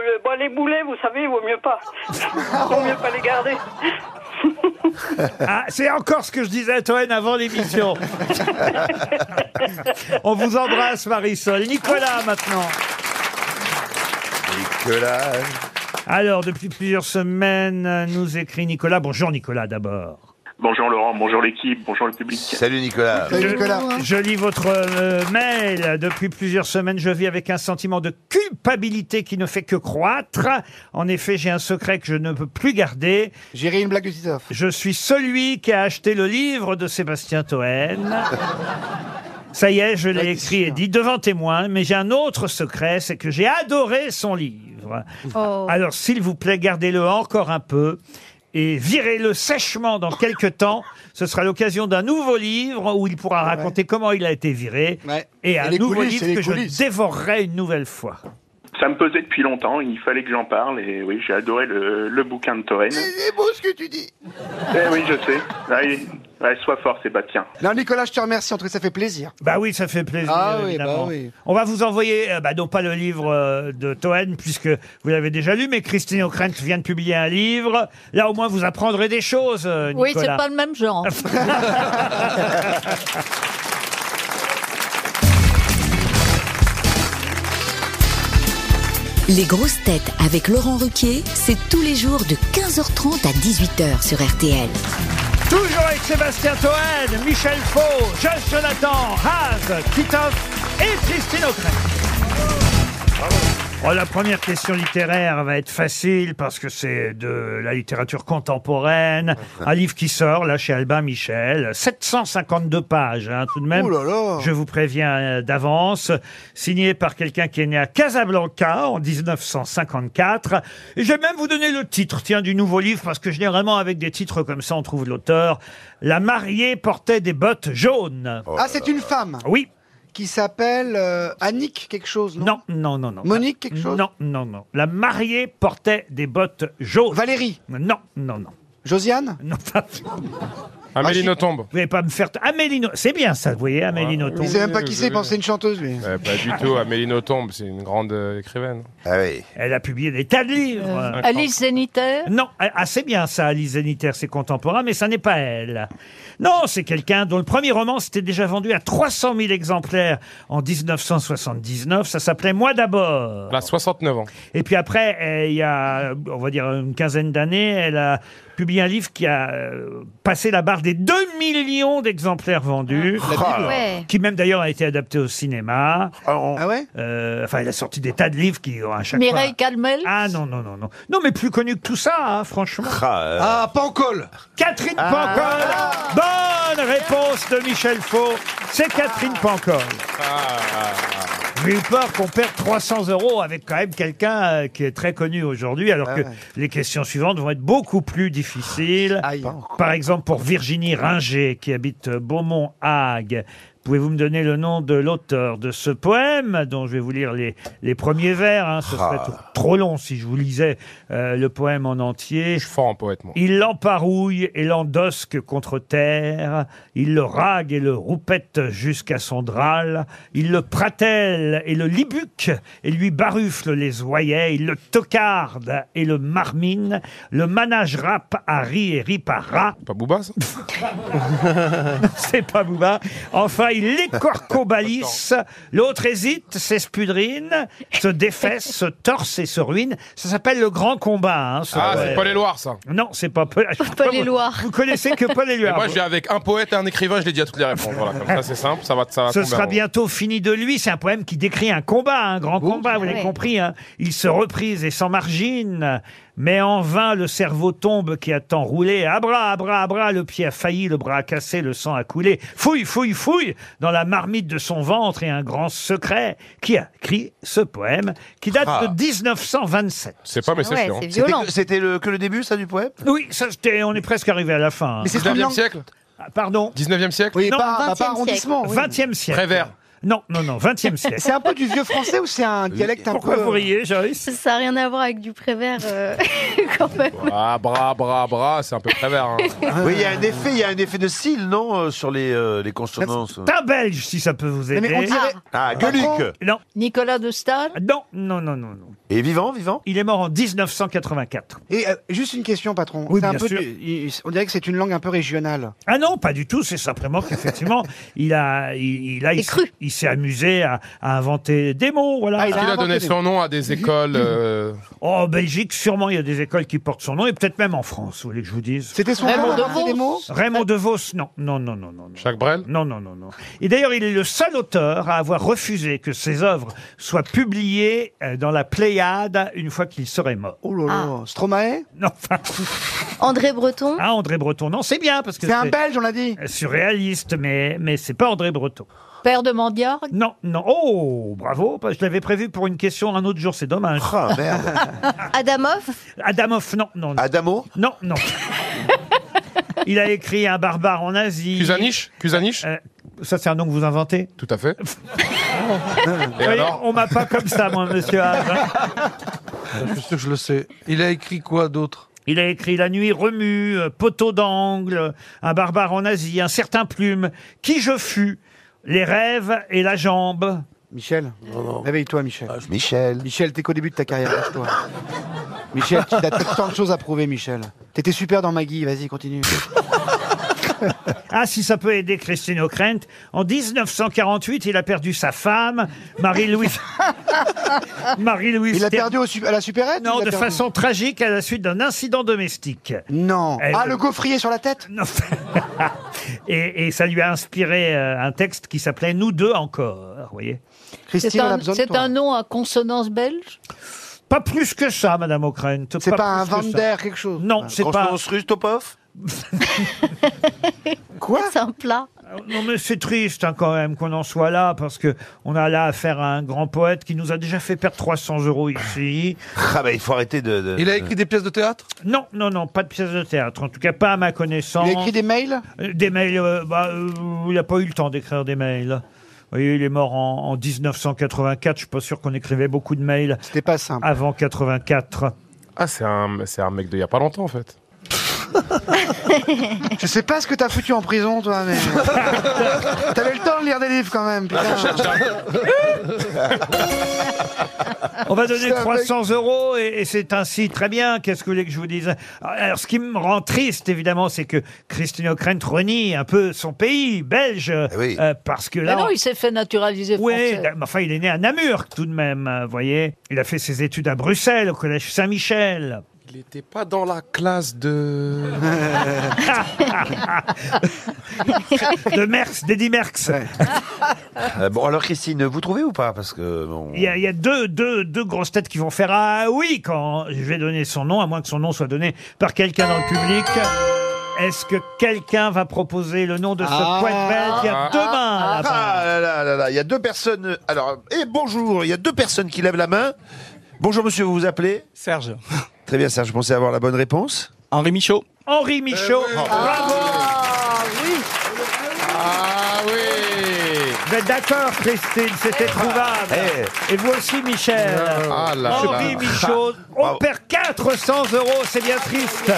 Speaker 11: le- bon, les boulets, vous savez, il vaut mieux
Speaker 3: <laughs>
Speaker 11: pas. Il vaut mieux pas les garder.
Speaker 2: Ah, c'est encore ce que je disais à Toen avant l'émission. On vous embrasse Marisol. Nicolas maintenant.
Speaker 4: Nicolas.
Speaker 2: Alors, depuis plusieurs semaines, nous écrit Nicolas. Bonjour Nicolas d'abord.
Speaker 10: Bonjour Laurent, bonjour l'équipe, bonjour le public.
Speaker 4: Salut Nicolas.
Speaker 3: Salut, Nicolas.
Speaker 2: Je lis votre euh, mail. Depuis plusieurs semaines, je vis avec un sentiment de culpabilité qui ne fait que croître. En effet, j'ai un secret que je ne peux plus garder.
Speaker 3: J'ai ri une blague de Titoff.
Speaker 2: Je suis celui qui a acheté le livre de Sébastien
Speaker 3: <laughs>
Speaker 2: Toen. Ça y est, je l'ai écrit et dit devant témoin, mais j'ai un autre secret, c'est que j'ai adoré son livre.
Speaker 5: Oh.
Speaker 2: Alors, s'il vous plaît, gardez-le encore un peu et virez-le sèchement dans quelques temps. Ce sera l'occasion d'un nouveau livre où il pourra raconter comment il a été viré
Speaker 3: Ouais.
Speaker 2: et
Speaker 3: Et
Speaker 2: un
Speaker 3: les
Speaker 2: nouveau
Speaker 3: coulisses, et
Speaker 2: livre
Speaker 3: les
Speaker 2: que
Speaker 3: coulisses.
Speaker 2: je dévorerai une nouvelle fois.
Speaker 10: Ça me pesait depuis longtemps, il fallait que j'en parle et oui, j'ai adoré le, le bouquin de Torren.
Speaker 3: C'est beau ce que tu dis.
Speaker 10: Eh oui, je sais. Allez, ouais, sois fort Sébastien.
Speaker 3: Non, Nicolas, je te remercie. En tout cas, ça fait plaisir.
Speaker 2: Bah oui, ça fait plaisir.
Speaker 3: Ah oui,
Speaker 2: évidemment.
Speaker 3: bah oui.
Speaker 2: On va vous envoyer, euh, bah, non pas le livre euh, de Toen, puisque vous l'avez déjà lu, mais Christine O'Krent vient de publier un livre. Là, au moins, vous apprendrez des choses, euh,
Speaker 8: Oui, c'est
Speaker 2: Nicolas.
Speaker 8: pas le
Speaker 2: <laughs>
Speaker 8: même genre.
Speaker 9: Les grosses têtes avec Laurent Ruquier, c'est tous les jours de 15h30 à 18h sur RTL.
Speaker 2: Toujours avec Sébastien Toen, Michel Faux, Josh Jonathan, Haas, Titoff et Christine
Speaker 4: <laughs>
Speaker 2: O'Krent. Oh, la première question littéraire va être facile parce que c'est de la littérature contemporaine. Un livre qui sort, là, chez Albin Michel. 752 pages, hein, tout de même.
Speaker 3: Oh là là.
Speaker 2: Je vous préviens euh, d'avance. Signé par quelqu'un qui est né à Casablanca en 1954. Et je vais même vous donner le titre, tiens, du nouveau livre, parce que généralement, avec des titres comme ça, on trouve l'auteur. La mariée portait des bottes jaunes.
Speaker 3: ah, c'est une femme
Speaker 2: Oui.
Speaker 3: qui s'appelle euh, Annick quelque chose, non
Speaker 2: Non, non, non, non.
Speaker 3: Monique, quelque chose
Speaker 2: Non, non, non. La mariée portait des bottes jaunes.
Speaker 3: Valérie
Speaker 2: Non, non, non.
Speaker 3: Josiane
Speaker 2: Non,
Speaker 7: Amélie Nothomb.
Speaker 2: Ah, vous n'allez pas me faire... Amélie... No- C'est bien ça, vous voyez, Amélie Nothomb.
Speaker 3: Hein Il sait même pas
Speaker 7: oui,
Speaker 3: qui
Speaker 7: je-
Speaker 3: c'est, il pense que c'est une chanteuse, lui.
Speaker 7: Eh, pas du tout, Amélie Nothomb, c'est une grande euh, écrivaine.
Speaker 4: Ah oui. Ah,
Speaker 2: Elle a publié des tas de livres.
Speaker 5: Euh,
Speaker 8: Alice Zénitaire.
Speaker 2: Non, ah, c'est bien ça, Alice Zénitaire, c'est contemporain, mais ça n'est pas elle. Non, c'est quelqu'un dont le premier roman s'était déjà vendu à 300 000 exemplaires en 1979. Ça s'appelait Moi d'abord.
Speaker 7: Elle a 69 ans.
Speaker 2: Et puis après, euh, il y a, on va dire, une quinzaine d'années, elle a publié un livre qui a euh, passé la barre des 2 millions d'exemplaires vendus,
Speaker 5: Ouais.
Speaker 2: qui même d'ailleurs a été adapté au cinéma.
Speaker 3: Ah ouais
Speaker 2: Euh, enfin, elle a sorti des tas de livres qui ont à chaque
Speaker 8: Mireille
Speaker 2: fois...
Speaker 8: Calmel.
Speaker 2: Ah non, non, non, non. Non, mais plus connu que tout ça, hein, franchement.
Speaker 6: Ah, Pancol
Speaker 2: Catherine Pancol. Bonne réponse de Michel Faux. C'est Catherine Pancol.
Speaker 7: Ah,
Speaker 2: J'ai eu peur qu'on perde 300 euros avec quand même quelqu'un euh, qui est très connu aujourd'hui, alors que
Speaker 3: ouais.
Speaker 2: les questions suivantes vont être beaucoup plus difficiles.
Speaker 3: Aïe.
Speaker 2: Par exemple, pour Virginie Ringer, qui habite Beaumont, Hague. Pouvez-vous me donner le nom de l'auteur de ce poème, dont je vais vous lire les, les premiers vers hein, Ce serait tout-
Speaker 7: Ah.
Speaker 2: trop long si je vous lisais euh, le poème en entier.
Speaker 7: Je suis fort en poète, moi.
Speaker 2: Il l'emparouille et l'endosque contre terre, il le rague et le roupette jusqu'à son drâle, il le pratelle et le libuque et lui baruffle les oignets, il le tocarde et le marmine, le manage rap à riz et rip à rat, <laughs>
Speaker 7: <laughs> Pas Booba, ça
Speaker 2: c'est pas Bouba. Enfin, Cobaye, les corcobalis. L'autre hésite, s'espudrine, se défesse, se torse et se ruine. Ça s'appelle le grand combat. hein, ce
Speaker 7: Ah, c'est
Speaker 2: poème.
Speaker 7: Paul Éluard, ça.
Speaker 2: Non, c'est pas Paul.
Speaker 5: Paul Éluard.
Speaker 2: Vous connaissez que Paul
Speaker 7: Et
Speaker 2: Éluard.
Speaker 7: moi, je viens avec un poète et un écrivain, je l'ai dit à toutes les réponses. Voilà, comme ça, c'est simple, ça va, ça va
Speaker 2: Ce
Speaker 7: tomber
Speaker 2: sera
Speaker 7: en-
Speaker 2: bientôt fini de lui. C'est un poème qui décrit un combat, un grand combat, vous l'avez
Speaker 5: Ouais.
Speaker 2: compris. hein. Il se reprise et sans margine, mais en vain le cerveau tombe qui a tant roulé. À bras, à bras, à bras, le pied a failli, le bras a cassé, le sang a coulé. Fouille, fouille, fouille dans la marmite de son ventre et un grand secret qui a écrit ce poème qui date
Speaker 4: Ah.
Speaker 2: de 1927.
Speaker 7: C'est pas, mais c'est
Speaker 5: Ah Ouais,
Speaker 7: chiant.
Speaker 5: c'est
Speaker 4: C'était
Speaker 5: violent.
Speaker 4: que- C'était le- que le début, ça, du poème
Speaker 2: Oui, ça, c'était- on est presque arrivé à la fin. hein.
Speaker 3: Mais c'est combien
Speaker 7: 19e
Speaker 2: <laughs>
Speaker 7: siècle
Speaker 2: Ah, Pardon.
Speaker 7: 19e siècle
Speaker 3: Oui,
Speaker 2: Non,
Speaker 3: pas, bah,
Speaker 5: 20e
Speaker 3: pas
Speaker 5: siècle.
Speaker 3: arrondissement. oui.
Speaker 2: 20e siècle.
Speaker 7: Prévert.
Speaker 2: Non, non, non, 20e siècle.
Speaker 3: <laughs> C'est un peu du vieux français ou c'est un dialecte un
Speaker 2: Pourquoi
Speaker 3: peu. euh,
Speaker 2: vous riez, Joyce
Speaker 5: Ça n'a rien à voir avec du prévert, euh, quand même.
Speaker 7: Ah, bras, bras, bras, c'est un peu prévert. Hein.
Speaker 4: Ah. Oui, il y a un effet, il y a un effet de cils, non, euh, sur les, euh, les consonances.
Speaker 2: T'as belge, si ça peut vous
Speaker 3: Non,
Speaker 2: aider.
Speaker 3: mais on dirait.
Speaker 4: Ah, Gueluc
Speaker 2: Non, Ah,
Speaker 8: Nicolas de Stahl
Speaker 2: non, non, non, non, non.
Speaker 4: Et vivant, vivant
Speaker 2: Il est mort en 1984.
Speaker 3: Et euh, juste une question, patron.
Speaker 2: Oui,
Speaker 3: C'est un
Speaker 2: bien
Speaker 3: peu
Speaker 2: sûr.
Speaker 3: du- il- on dirait que c'est une langue un peu régionale.
Speaker 2: Ah non, pas du tout. C'est simplement
Speaker 3: <laughs>
Speaker 2: qu'effectivement, il a, il, il a,
Speaker 5: Il
Speaker 2: il,
Speaker 5: est
Speaker 2: s'est-
Speaker 5: cru.
Speaker 2: il s'est amusé à, à inventer des mots, voilà.
Speaker 3: Ah, il
Speaker 7: Il a donné
Speaker 3: inventé des-
Speaker 7: son nom à des écoles. euh,
Speaker 2: En Belgique, sûrement, il y a des écoles qui portent son nom, et peut-être même en France. Vous voulez que je vous dise
Speaker 3: C'était son
Speaker 8: Raymond
Speaker 3: père
Speaker 8: de
Speaker 3: d'inventer des
Speaker 8: Vos.
Speaker 3: mots
Speaker 2: Raymond DeVos, non, non, non, non, non. non.
Speaker 7: Jacques Brel
Speaker 2: Non, non, non, non. Et d'ailleurs, il est le seul auteur à avoir refusé que ses œuvres soient publiées euh, dans la Pléiade une fois qu'il serait mort. Ah.
Speaker 3: Oh là là, Stromae
Speaker 2: Non, enfin, <laughs>
Speaker 5: André Breton,
Speaker 2: ah, André Breton, non, c'est bien parce que
Speaker 3: C'est un belge, on l'a dit.
Speaker 2: Euh, surréaliste, mais, mais c'est pas André Breton.
Speaker 8: Père de Mandiargue
Speaker 2: Non, non. Oh, bravo, parce que je l'avais prévu pour une question un autre jour, c'est dommage.
Speaker 4: Ah,
Speaker 2: <laughs>
Speaker 4: merde
Speaker 5: Adamov,
Speaker 2: Adamoff, non, non, non.
Speaker 4: Adamo
Speaker 2: non, non. Il a écrit Un barbare en Asie.
Speaker 7: Cusanich Cusanich
Speaker 2: Euh, ça, c'est un nom que vous inventez
Speaker 7: Tout à
Speaker 2: <laughs>
Speaker 7: fait. Et
Speaker 2: Voyez,
Speaker 7: alors
Speaker 2: On m'a pas comme ça, moi, monsieur Havre. hein.
Speaker 6: Je suis sûr que je le sais. Il a écrit quoi d'autre
Speaker 2: Il a écrit La nuit remue, euh, Poteau d'angle, euh, Un barbare en Asie, Un certain plume, Qui je fus, Les rêves et la jambe.
Speaker 3: Michel, réveille-toi, Michel.
Speaker 4: Ah, Michel.
Speaker 3: Michel, t'es qu'au début de ta carrière,
Speaker 4: <laughs>
Speaker 3: lâche-toi. Michel, tu as tant de choses à prouver, Michel. T'étais super dans Maggie, vas-y, continue.
Speaker 2: Ah, si ça peut aider Christine O'Krent. En 1948, il a perdu sa femme,
Speaker 3: <laughs>
Speaker 2: Marie-Louise. Marie-Louise.
Speaker 3: Il a
Speaker 2: Ter-
Speaker 3: perdu au su- à la supérette ou
Speaker 2: Non,
Speaker 3: il a
Speaker 2: de
Speaker 3: perdu
Speaker 2: façon tragique à la suite d'un incident domestique.
Speaker 3: Non.
Speaker 2: Elle-
Speaker 3: Ah, le gaufrier sur la tête
Speaker 2: Non. <laughs> et, et ça lui a inspiré euh, un texte qui s'appelait Nous deux encore, vous voyez.
Speaker 8: C'est
Speaker 3: Christine, on a
Speaker 8: un,
Speaker 3: besoin de
Speaker 8: c'est
Speaker 3: toi.
Speaker 8: un nom à consonance belge
Speaker 2: Pas plus que ça, Madame O'Krent.
Speaker 3: C'est pas un
Speaker 2: plus que ça.
Speaker 3: Vander, quelque chose
Speaker 2: Non,
Speaker 4: Ah.
Speaker 2: c'est pas.
Speaker 4: Consonance russe, Topov
Speaker 3: Quoi
Speaker 5: c'est un plat.
Speaker 2: Euh, Non, mais c'est triste hein, quand même qu'on en soit là, parce que on a là affaire à un grand poète qui nous a déjà fait perdre 300 euros ici.
Speaker 4: Ah, bah, il faut arrêter de. de-
Speaker 6: Il a écrit des pièces de théâtre
Speaker 2: Non, non, non, pas de pièce de théâtre. En tout cas, pas à ma connaissance.
Speaker 3: Il a écrit des mails
Speaker 2: Euh, Des mails, euh, bah, euh, il n'a pas eu le temps d'écrire des mails. Vous voyez, il est mort en, en 1984. Je suis pas sûr qu'on écrivait beaucoup de mails
Speaker 3: C'était pas simple.
Speaker 2: avant 84.
Speaker 7: Ah, c'est un, c'est un mec de il y a pas longtemps, en fait.
Speaker 3: <laughs> Je sais pas ce que t'as foutu en prison, toi,
Speaker 2: <laughs>
Speaker 3: mais. T'avais le temps de lire des livres quand même, putain.
Speaker 2: On va donner
Speaker 3: <laughs> C'est un mec-
Speaker 2: 300 euros et, et c'est ainsi très bien. Qu'est-ce que vous voulez que je vous dise Alors, ce qui me rend triste, évidemment, c'est que Christine O'Krent renie un peu son pays belge.
Speaker 6: Eh
Speaker 4: oui.
Speaker 2: euh, parce que là,
Speaker 8: Mais non,
Speaker 2: on-
Speaker 8: il s'est fait naturaliser
Speaker 2: Oui,
Speaker 8: français.
Speaker 2: mais enfin, il est né à Namur tout de même, euh, vous voyez. Il a fait ses études à Bruxelles, au collège Saint-Michel.
Speaker 7: Il était pas dans la classe de.
Speaker 2: <laughs> De Merx, d'Eddie Merx.
Speaker 4: Euh, bon, alors, Christine, vous trouvez ou pas Parce que. bon,
Speaker 2: Il y a, il y a deux, deux, deux grosses têtes qui vont faire Ah oui quand je vais donner son nom, à moins que son nom soit donné par quelqu'un dans le public. Est-ce que quelqu'un va proposer le nom de ce
Speaker 3: Ah.
Speaker 2: poète belge Il y a deux mains
Speaker 4: Ah,
Speaker 2: là-bas.
Speaker 4: là là là là, il y a deux personnes. Alors, et bonjour, il y a deux personnes qui lèvent la main. Bonjour monsieur, vous vous appelez
Speaker 12: Serge.
Speaker 4: Très bien Serge, je pensais avoir la bonne réponse.
Speaker 12: Henri Michaud.
Speaker 2: Henri Michaud, bravo
Speaker 7: Ah oui Eh ben.
Speaker 2: Vous êtes d'accord, Christine C'était trouvable. Et vous aussi, Michel.
Speaker 7: Ah là Ah.
Speaker 2: Henri
Speaker 7: là
Speaker 2: Michaud, on
Speaker 4: Bravo.
Speaker 2: perd 400 euros, c'est bien triste.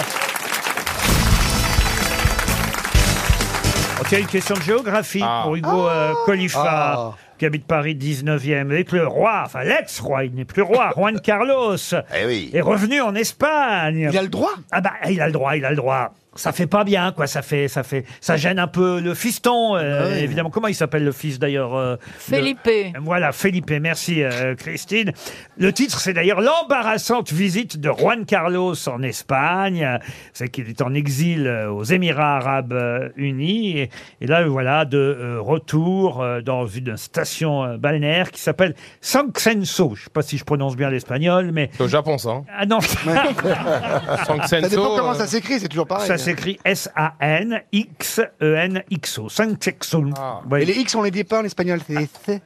Speaker 2: On tient Oh, une question de géographie
Speaker 7: Ah.
Speaker 2: pour Hugo euh, Colifa, qui habite Paris 19e, et que le roi, enfin l'ex-roi, il n'est plus roi,
Speaker 3: <laughs>
Speaker 2: Juan Carlos,
Speaker 4: Eh oui.
Speaker 2: est revenu en Espagne.
Speaker 3: Il a le droit
Speaker 2: Ah bah, il a le droit, il a le droit. Ça fait pas bien, quoi. Ça fait, ça fait, ça gêne un peu le fiston,
Speaker 3: Ah
Speaker 2: euh, évidemment. Comment il s'appelle le fils d'ailleurs euh, de-
Speaker 8: Felipe.
Speaker 2: Voilà, Felipe. Merci, euh, Christine. Le titre, c'est d'ailleurs l'embarrassante visite de Juan Carlos en Espagne. C'est qu'il est en exil euh, aux Émirats Arabes euh, Unis. Et, et là, le voilà, de euh, retour euh, dans une station euh, balnéaire qui s'appelle Sanxenso. Je sais pas si je prononce bien l'espagnol, mais.
Speaker 7: C'est au Japon, ça. hein.
Speaker 2: Ah non. <laughs>
Speaker 3: Ça dépend comment ça s'écrit, c'est toujours pareil.
Speaker 2: Ça s'écrit S-A-N-X-E-N-X-O. Sanxenso.
Speaker 3: Et
Speaker 2: Ouais.
Speaker 3: les X, on les dit pas en espagnol, c'est C.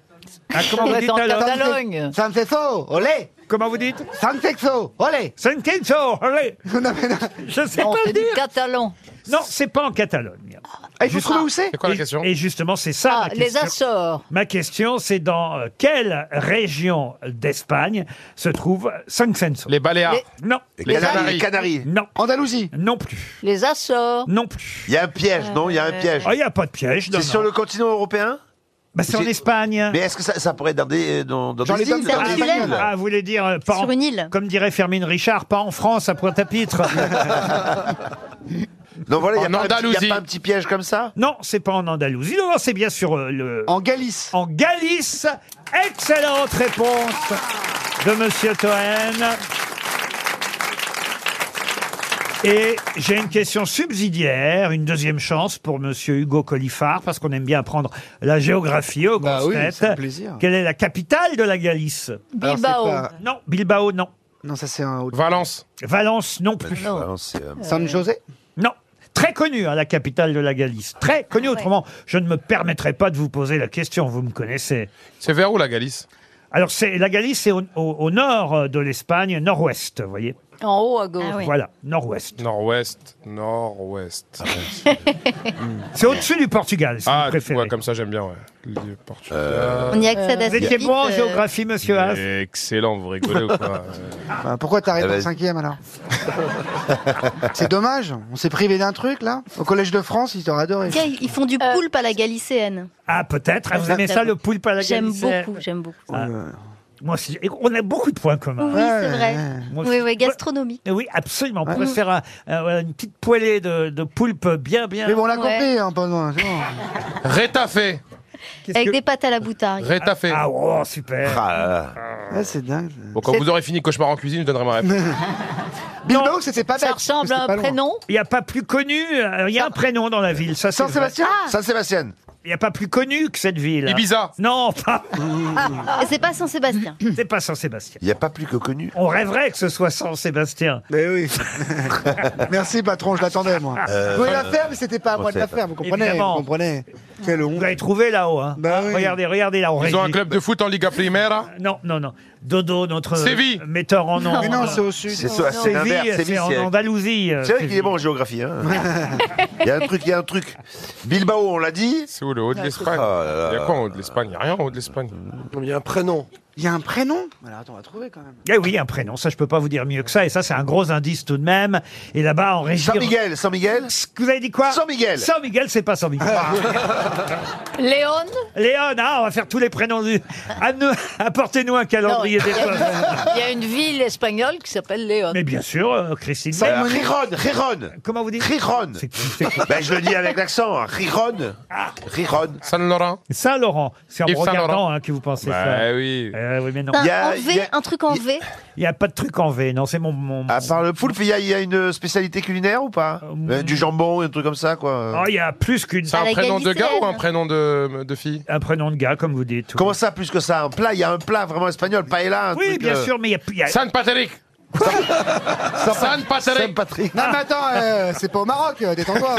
Speaker 2: Ah, comment <laughs> vous dites alors
Speaker 8: Catalogne.
Speaker 3: Sanfexo, olé
Speaker 2: Comment vous dites
Speaker 3: Sanfexo, olé
Speaker 2: Sanxenso, allez
Speaker 3: Non, mais non.
Speaker 2: Je sais
Speaker 8: Non,
Speaker 2: pas
Speaker 8: c'est
Speaker 2: le
Speaker 8: du
Speaker 2: dire.
Speaker 8: catalan.
Speaker 2: Non, c'est pas en Catalogne.
Speaker 3: Ah, il faut trouver où c'est
Speaker 7: C'est quoi la
Speaker 2: Et-
Speaker 7: question
Speaker 2: Et justement, c'est ça.
Speaker 8: Ah,
Speaker 2: ma
Speaker 8: les
Speaker 2: question.
Speaker 8: Açores.
Speaker 2: Ma question, c'est dans euh, quelle région d'Espagne se trouve Sanxenso
Speaker 7: Les Baléares.
Speaker 8: Les-
Speaker 2: Non,
Speaker 4: Les Canaries.
Speaker 7: Canaries.
Speaker 4: les Canaries.
Speaker 2: non,
Speaker 3: Andalousie.
Speaker 2: non plus,
Speaker 8: Les Açores.
Speaker 2: non plus.
Speaker 4: Il y a un piège, non Il y a
Speaker 5: Euh,
Speaker 4: un piège.
Speaker 2: Ah, il n'y a pas de piège. non,
Speaker 4: C'est sur
Speaker 2: non.
Speaker 4: le continent européen
Speaker 2: Bah, c'est en
Speaker 4: c'est-
Speaker 2: Espagne.
Speaker 4: Mais est-ce que ça, ça pourrait être dans des, euh, dans, dans
Speaker 3: Dans
Speaker 4: des
Speaker 3: les
Speaker 4: îles, dans des
Speaker 8: îles.
Speaker 4: îles
Speaker 2: Ah, vous voulez dire euh, pas
Speaker 5: Sur
Speaker 2: en-
Speaker 5: une île.
Speaker 2: Comme dirait Fermine Richard, pas en France
Speaker 4: <laughs>
Speaker 2: à Pointe-à-Pitre.
Speaker 3: <laughs>
Speaker 4: Non, voilà, il
Speaker 7: En
Speaker 4: n'y a, pas un petit- il y
Speaker 7: Andalousie.
Speaker 4: a pas un petit piège comme ça
Speaker 2: non, c'est pas en Andalousie. Non, non, c'est bien sur euh, le.
Speaker 3: En Galice.
Speaker 2: en Galice. Excellente réponse de Monsieur Toen. Et j'ai une question subsidiaire, une deuxième chance pour Monsieur Hugo Collifard, parce qu'on aime bien apprendre la géographie au
Speaker 3: Bah
Speaker 2: grosses
Speaker 3: oui,
Speaker 2: têtes.
Speaker 3: ça fait plaisir.
Speaker 2: Quelle est la capitale de la Galice
Speaker 3: Alors, c'est
Speaker 8: Bilbao.
Speaker 3: pas-
Speaker 2: Non, Bilbao, non.
Speaker 3: Non, ça c'est un autre.
Speaker 7: Valence.
Speaker 2: Valence, non plus.
Speaker 8: Non.
Speaker 4: Non, c'est, euh,
Speaker 3: San José.
Speaker 2: Non. Très connue, hein, la capitale de la Galice. Très connue,
Speaker 5: Ouais.
Speaker 2: autrement, je ne me permettrai pas de vous poser la question, vous me connaissez.
Speaker 7: C'est vers où la Galice
Speaker 2: Alors, c'est la Galice, c'est au, au- au nord euh, de l'Espagne, nord-ouest, vous voyez.
Speaker 8: En haut à gauche.
Speaker 5: Ah oui.
Speaker 2: Voilà, nord-ouest.
Speaker 7: Nord-ouest, nord-ouest.
Speaker 4: Ah,
Speaker 2: <laughs> C'est au-dessus du Portugal, si
Speaker 7: Ah,
Speaker 2: vous préférez.
Speaker 7: ouais, comme ça j'aime bien, ouais. Le Portugal.
Speaker 4: Euh,
Speaker 5: On y accède
Speaker 2: Vous
Speaker 5: assez
Speaker 2: étiez
Speaker 5: vite.
Speaker 2: bon en
Speaker 5: euh,
Speaker 2: géographie, monsieur Haas
Speaker 7: Excellent, vous rigolez ou quoi <laughs> Euh,
Speaker 3: Bah, pourquoi t'arrêtes
Speaker 4: Ah,
Speaker 3: en
Speaker 4: vas-y.
Speaker 3: cinquième <laughs> alors C'est dommage, on s'est privé d'un truc là. Au Collège de France, ils t'auraient adoré.
Speaker 5: tiens, ils font du poulpe à la galicéenne.
Speaker 2: Ah, peut-être. Ah, vous aimez
Speaker 5: J'aime
Speaker 2: ça, le poulpe à la
Speaker 5: J'aime
Speaker 2: Galice
Speaker 5: beaucoup, j'aime beaucoup.
Speaker 2: Ah. Moi aussi. Et On a beaucoup de points communs.
Speaker 5: Oui, c'est vrai.
Speaker 2: Moi aussi.
Speaker 5: Oui, oui, gastronomique.
Speaker 2: Eh Oui, absolument. On pourrait se faire un- un- voilà, une petite poêlée de, de poulpe bien, bien.
Speaker 3: Mais bon, on l'a
Speaker 5: Ouais.
Speaker 3: compris, hein, pas loin, c'est bon.
Speaker 7: Rétafé
Speaker 2: Qu'est-ce
Speaker 5: Avec
Speaker 2: que-
Speaker 5: des pâtes à la boutargue.
Speaker 7: Rétafé
Speaker 2: Ah, oh, super.
Speaker 4: Ah, là, là.
Speaker 3: Ouais, c'est dingue.
Speaker 7: Bon, quand vous aurez fini Cauchemar en cuisine, je donnerai ma réponse.
Speaker 3: Bilbao, c'était pas bête.
Speaker 8: Ça ressemble
Speaker 3: mais
Speaker 8: à
Speaker 3: c'était pas
Speaker 8: un
Speaker 3: loin. Ah.
Speaker 8: prénom.
Speaker 2: Il n'y a pas plus connu. euh, Il y a un prénom dans la ville. Ça, c'est vrai.
Speaker 3: Saint-Sébastien
Speaker 8: Ah.
Speaker 4: Saint-Sébastien.
Speaker 2: Il n'y a pas plus connu que cette ville.
Speaker 7: Ibiza
Speaker 2: Non,
Speaker 3: <laughs>
Speaker 2: pas.
Speaker 5: Et C'est pas Saint-Sébastien.
Speaker 2: C'est pas Saint-Sébastien.
Speaker 4: Il n'y a pas plus que connu.
Speaker 2: On rêverait que ce soit Saint-Sébastien.
Speaker 3: Mais oui. <laughs> Merci patron, je l'attendais moi.
Speaker 2: Euh,
Speaker 3: Vous pouvez la faire, mais c'était pas à moi de la faire, vous comprenez
Speaker 2: Évidemment.
Speaker 3: Vous comprenez Quelle honte.
Speaker 2: Vous l'avez trouvé là-haut. Hein.
Speaker 3: Bah oui.
Speaker 2: Regardez, regardez là. On
Speaker 7: Ils ont un
Speaker 2: régit.
Speaker 7: club de foot en Liga Primera
Speaker 2: Non, non, non. Dodo, notre
Speaker 7: Séville.
Speaker 2: euh, metteur en nom.
Speaker 3: Mais non, c'est au sud.
Speaker 4: C'est
Speaker 3: C'est
Speaker 4: ça, c'est l'inverse.
Speaker 2: Séville,
Speaker 4: Séville,
Speaker 2: c'est en
Speaker 4: c'est-
Speaker 2: Andalousie. euh,
Speaker 4: C'est vrai qu'il
Speaker 2: Séville.
Speaker 4: est bon en géographie. Hein. <laughs> <laughs> Il y a un truc, il y a un truc. Bilbao, on l'a dit.
Speaker 7: C'est où le haut de l'Espagne
Speaker 4: Ah là là.
Speaker 7: Il y a quoi en haut de l'Espagne Il n'y a rien en haut de l'Espagne.
Speaker 6: Il y a un prénom.
Speaker 3: Il y a un prénom Alors attends, on va trouver quand même.
Speaker 2: Eh oui, un prénom. Ça, je peux pas vous dire mieux que ça. Et ça, c'est un gros indice tout de même. Et là-bas, en région.
Speaker 4: San Miguel, San Miguel.
Speaker 2: Vous avez dit quoi
Speaker 4: San Miguel. Ah.
Speaker 2: San Miguel, c'est pas San Miguel. <laughs>
Speaker 8: Léon.
Speaker 2: Léon, ah, on va faire tous les prénoms. du- Amenez- <laughs> Apportez-nous un calendrier
Speaker 8: il, y <laughs>
Speaker 2: d'époque.
Speaker 8: a, il y a une ville espagnole qui s'appelle Léon.
Speaker 2: Mais bien sûr, euh, Christine.
Speaker 4: Euh,
Speaker 2: Mais-
Speaker 4: Riron, Riron.
Speaker 2: Comment vous dites
Speaker 4: Riron.
Speaker 2: C'est- c'est- Ah.
Speaker 4: Ben, je le dis avec l'accent. hein. Riron. Riron.
Speaker 7: San Laurent
Speaker 2: Saint-Laurent. C'est en
Speaker 7: Yves Saint-Laurent.
Speaker 2: regardant hein, que vous pensez ça.
Speaker 7: Bah oui.
Speaker 2: Euh, oui, mais non.
Speaker 5: Un,
Speaker 4: y a-
Speaker 5: en
Speaker 4: il y
Speaker 5: v,
Speaker 4: a-
Speaker 5: un truc en V.
Speaker 2: Il n'y a pas de truc en V. Non, c'est mon. mon-
Speaker 4: À part le poulpe, il y, a- il y a une spécialité culinaire ou pas
Speaker 2: Euh,
Speaker 4: Euh, Du jambon, un truc comme ça,
Speaker 2: Oh,
Speaker 4: quoi.
Speaker 2: il y a plus qu'une.
Speaker 7: C'est
Speaker 5: À
Speaker 7: un
Speaker 5: la
Speaker 7: prénom de gars ou un
Speaker 5: Galicienne.
Speaker 7: prénom de, de fille
Speaker 2: Un prénom de gars, comme vous dites. oui.
Speaker 4: Comment ça, plus que ça Un plat, il y a un plat vraiment espagnol, paella. Un
Speaker 2: Oui,
Speaker 4: truc,
Speaker 2: bien
Speaker 4: euh,
Speaker 2: sûr,
Speaker 4: <laughs>
Speaker 2: mais il y a. il y a-
Speaker 7: San Patrick
Speaker 3: <laughs>
Speaker 7: San
Speaker 2: <laughs>
Speaker 7: Patrick
Speaker 4: Saint-Patrick.
Speaker 3: Non mais attends, euh, c'est pas au Maroc, euh, détends-toi.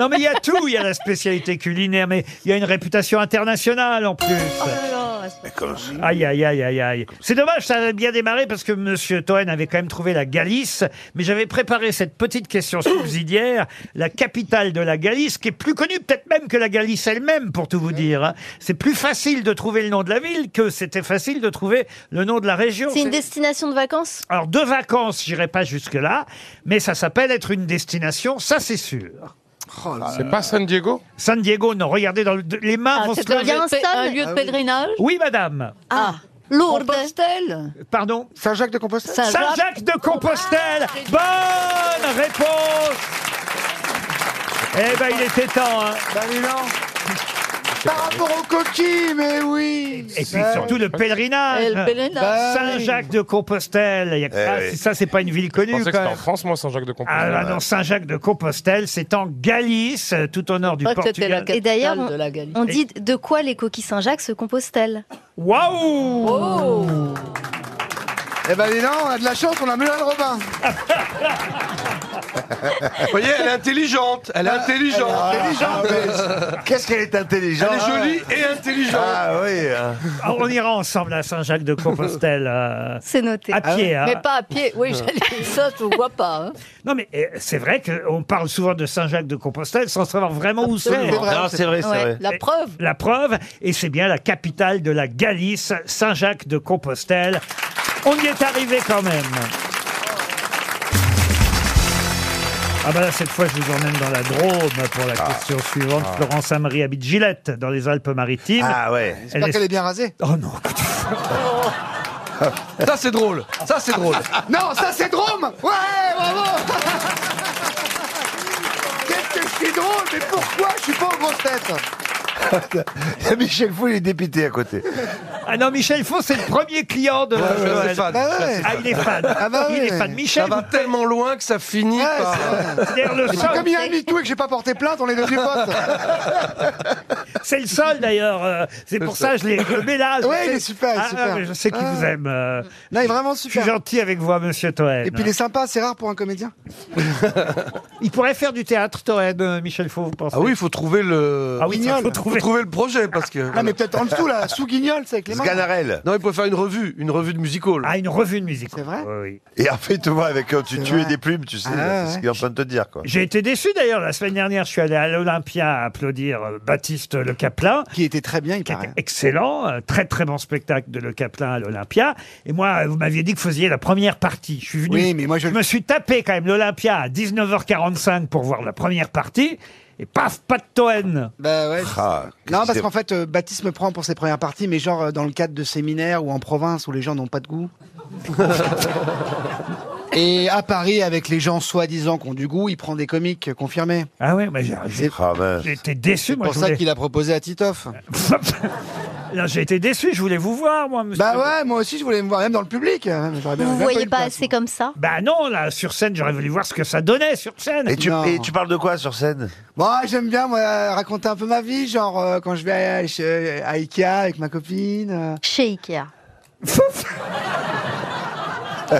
Speaker 2: Non, mais il y a tout. Il y a la spécialité culinaire, mais il y a une réputation internationale en plus.
Speaker 5: Oh là là, c'est-
Speaker 2: Aïe, aïe, aïe, aïe, aïe. C'est dommage, ça a bien démarré parce que Monsieur Toen avait quand même trouvé la Galice, mais j'avais préparé cette petite question subsidiaire, la capitale de la Galice, qui est plus connue peut-être même que la Galice elle-même, pour tout vous dire. hein. C'est plus facile de trouver le nom de la ville que c'était facile de trouver le nom de la région.
Speaker 5: C'est une destination de vacances
Speaker 2: Alors, de vacances, j'irai pas jusque-là, mais ça s'appelle être une destination, ça c'est sûr.
Speaker 5: Oh
Speaker 7: C'est pas San Diego
Speaker 2: San Diego, non, regardez, dans le- les mains
Speaker 8: Ah,
Speaker 2: vont se
Speaker 8: c'est un,
Speaker 2: lever.
Speaker 5: Ah
Speaker 8: lieu de pé-
Speaker 5: Livingston
Speaker 8: un lieu de pèlerinage
Speaker 2: Oui, madame.
Speaker 5: Ah,
Speaker 8: Lourdes. Compostelle.
Speaker 2: Pardon
Speaker 3: Saint-Jacques de Compostelle
Speaker 8: Saint-Jacques-
Speaker 2: Saint-Jacques de Compostelle Bonne réponse Eh ben, il était temps, hein.
Speaker 3: Bah oui, non Par rapport aux coquilles, mais oui
Speaker 2: Et puis surtout le pèlerinage.
Speaker 8: Et Eh, le pèlerinage.
Speaker 2: Saint-Jacques de Compostelle. Il y a que ça.
Speaker 7: Eh oui.
Speaker 2: ça, c'est pas une ville
Speaker 7: Je
Speaker 2: connue.
Speaker 7: pensais que
Speaker 2: quand
Speaker 7: c'était en
Speaker 2: même.
Speaker 7: France, moi, Saint-Jacques de
Speaker 2: Ah
Speaker 7: Compostelle.
Speaker 2: là, non, Saint-Jacques de Compostelle, c'est en Galice, euh, tout au nord du
Speaker 8: Je crois que c'était la
Speaker 2: Portugal.
Speaker 8: capitale
Speaker 5: Et d'ailleurs,
Speaker 8: de la Galice.
Speaker 5: On dit de quoi les coquilles Saint-Jacques se composent-elles
Speaker 2: Waouh
Speaker 8: Oh
Speaker 3: Eh ben dis donc, on a de la chance, on a Muriel Robin
Speaker 6: Vous voyez, elle est intelligente. Ah, Elle est intelligente. Ah,
Speaker 3: Intelligente
Speaker 4: Qu'est-ce qu'elle est
Speaker 3: <laughs>
Speaker 4: intelligente <laughs>
Speaker 6: Elle est jolie et intelligente.
Speaker 4: Ah oui. hein.
Speaker 2: Ah, On ira ensemble à Saint-Jacques de Compostelle. euh,
Speaker 5: C'est noté.
Speaker 2: À pied, hein.
Speaker 8: Ah Mais pas à pied. Oui, j'allais- ça, je ne vois pas. hein.
Speaker 2: Non, mais euh, c'est vrai qu'on parle souvent de Saint-Jacques de Compostelle sans savoir vraiment où c'est.
Speaker 3: C'est vrai.
Speaker 4: Non, c'est vrai, c'est
Speaker 5: Ouais.
Speaker 4: vrai.
Speaker 8: La
Speaker 2: Et-
Speaker 8: preuve.
Speaker 2: La preuve, et c'est bien la capitale de la Galice, Saint-Jacques de Compostelle. On y est arrivé quand même. Ah bah là, cette fois, je vous emmène dans la Drôme pour
Speaker 4: Ah.
Speaker 2: la question suivante. Florence Amery habite Gillette, dans les Alpes-Maritimes.
Speaker 4: Ah ouais.
Speaker 2: Elle
Speaker 3: J'espère
Speaker 2: est-
Speaker 3: qu'elle est bien rasée.
Speaker 2: Oh non,
Speaker 3: <laughs>
Speaker 6: Ça, c'est drôle. Ça, c'est drôle.
Speaker 3: Non, ça c'est drôme Ouais, bravo Qu'est-ce que je suis drôle Mais pourquoi je suis pas aux grosses têtes
Speaker 4: Il y a Michel Fou, il est dépité à côté.
Speaker 2: ah non Michel Faux, c'est le premier client de...
Speaker 6: Je suis assez fan.
Speaker 3: Bah
Speaker 6: Je
Speaker 3: ouais.
Speaker 6: suis assez
Speaker 2: Ah,
Speaker 6: fan.
Speaker 2: il est fan.
Speaker 3: Ah bah
Speaker 2: Il est
Speaker 3: ouais.
Speaker 2: fan. Michel,
Speaker 6: Ça va tellement loin que ça finit
Speaker 3: Ouais,
Speaker 6: par.
Speaker 3: c'est vrai.
Speaker 2: vous- d'ailleurs, le
Speaker 3: C'est
Speaker 2: seul-
Speaker 3: comme il y a un MeToo et que j'ai pas porté plainte, on est devenus potes.
Speaker 2: c'est le seul d'ailleurs. euh, C'est pour ça que
Speaker 6: <laughs>
Speaker 2: je l'ai... Je le mets là. je
Speaker 3: Ouais, il
Speaker 2: sais-
Speaker 3: est super, il est
Speaker 2: Ah,
Speaker 3: super.
Speaker 2: mais je sais qu'il
Speaker 3: Ah.
Speaker 2: vous aime. euh,
Speaker 3: Non, il est vraiment
Speaker 2: Je suis
Speaker 3: super.
Speaker 2: gentil avec vous, hein, monsieur Toen.
Speaker 3: Et puis il est sympa, c'est rare pour un comédien.
Speaker 2: Il pourrait faire du théâtre, Toen, euh, Michel Faux, vous pensez
Speaker 6: Ah oui, il faut trouver le.
Speaker 2: Ah oui, ça,
Speaker 3: Guignol.
Speaker 2: faut
Speaker 6: faut
Speaker 2: trouver. Ah,
Speaker 6: trouver le projet parce que.
Speaker 3: Non,
Speaker 6: voilà.
Speaker 3: mais peut-être en dessous, là, sous Guignol, c'est avec les mains.
Speaker 4: Sganarelle.
Speaker 6: Non, il pourrait faire une revue, une revue de musical.
Speaker 2: Ah, une revue de musique.
Speaker 3: C'est vrai
Speaker 2: Oui, oui.
Speaker 4: Et après, tu vois, avec quand tu
Speaker 3: C'est
Speaker 4: tues
Speaker 3: vrai.
Speaker 4: des plumes, tu sais,
Speaker 3: Ah,
Speaker 4: c'est
Speaker 3: ouais.
Speaker 4: ce qu'il est en train de te dire, quoi.
Speaker 2: J'ai été déçu d'ailleurs. La semaine dernière, je suis allé à l'Olympia applaudir euh, Baptiste Le Caplin.
Speaker 3: Qui était très bien, il
Speaker 2: qui était
Speaker 3: paraît.
Speaker 2: excellent, euh, très très bon spectacle de Le Caplin à l'Olympia. Et moi, euh, vous m'aviez dit que vous faisiez la première partie. Je suis venu,
Speaker 3: Oui, mais moi, je-
Speaker 2: me suis tapé quand même l'Olympia à 19h45 pour voir la première partie. Et paf, pas de Toen.
Speaker 3: Bah ouais.
Speaker 4: Ah,
Speaker 3: Non, parce
Speaker 4: qu'est-ce
Speaker 3: qu'en fait, euh, Baptiste me prend pour ses premières parties, mais genre euh, dans le cadre de séminaires ou en province où les gens n'ont pas de goût. Et à Paris, avec les gens soi-disant qui ont du goût, il prend des comiques euh, confirmés.
Speaker 2: Ah ouais, mais j'ai- j'ai
Speaker 4: qu'il- Ah, mince.
Speaker 2: j'ai été déçu.
Speaker 3: C'est
Speaker 2: Moi,
Speaker 3: pour
Speaker 2: je
Speaker 3: ça
Speaker 2: voulais-
Speaker 3: qu'il a proposé à Titoff.
Speaker 2: Non, j'ai été déçu. Je voulais vous voir, moi, monsieur.
Speaker 3: Bah ouais, moi aussi, je voulais me voir même dans le public. euh, j'aurais bien-
Speaker 5: Vous
Speaker 3: j'aurais bien eu
Speaker 5: voyez
Speaker 3: le
Speaker 5: pas
Speaker 3: place,
Speaker 5: assez
Speaker 3: moi.
Speaker 5: comme ça
Speaker 2: Bah non, là, sur scène, j'aurais voulu voir ce que ça donnait sur scène.
Speaker 4: Et tu,
Speaker 3: Non.
Speaker 4: et tu parles de quoi sur scène
Speaker 3: Bon, j'aime bien moi, raconter un peu ma vie, genre euh, quand je vais à, chez- à Ikea avec ma copine. euh.
Speaker 5: Chez Ikea.
Speaker 3: <laughs>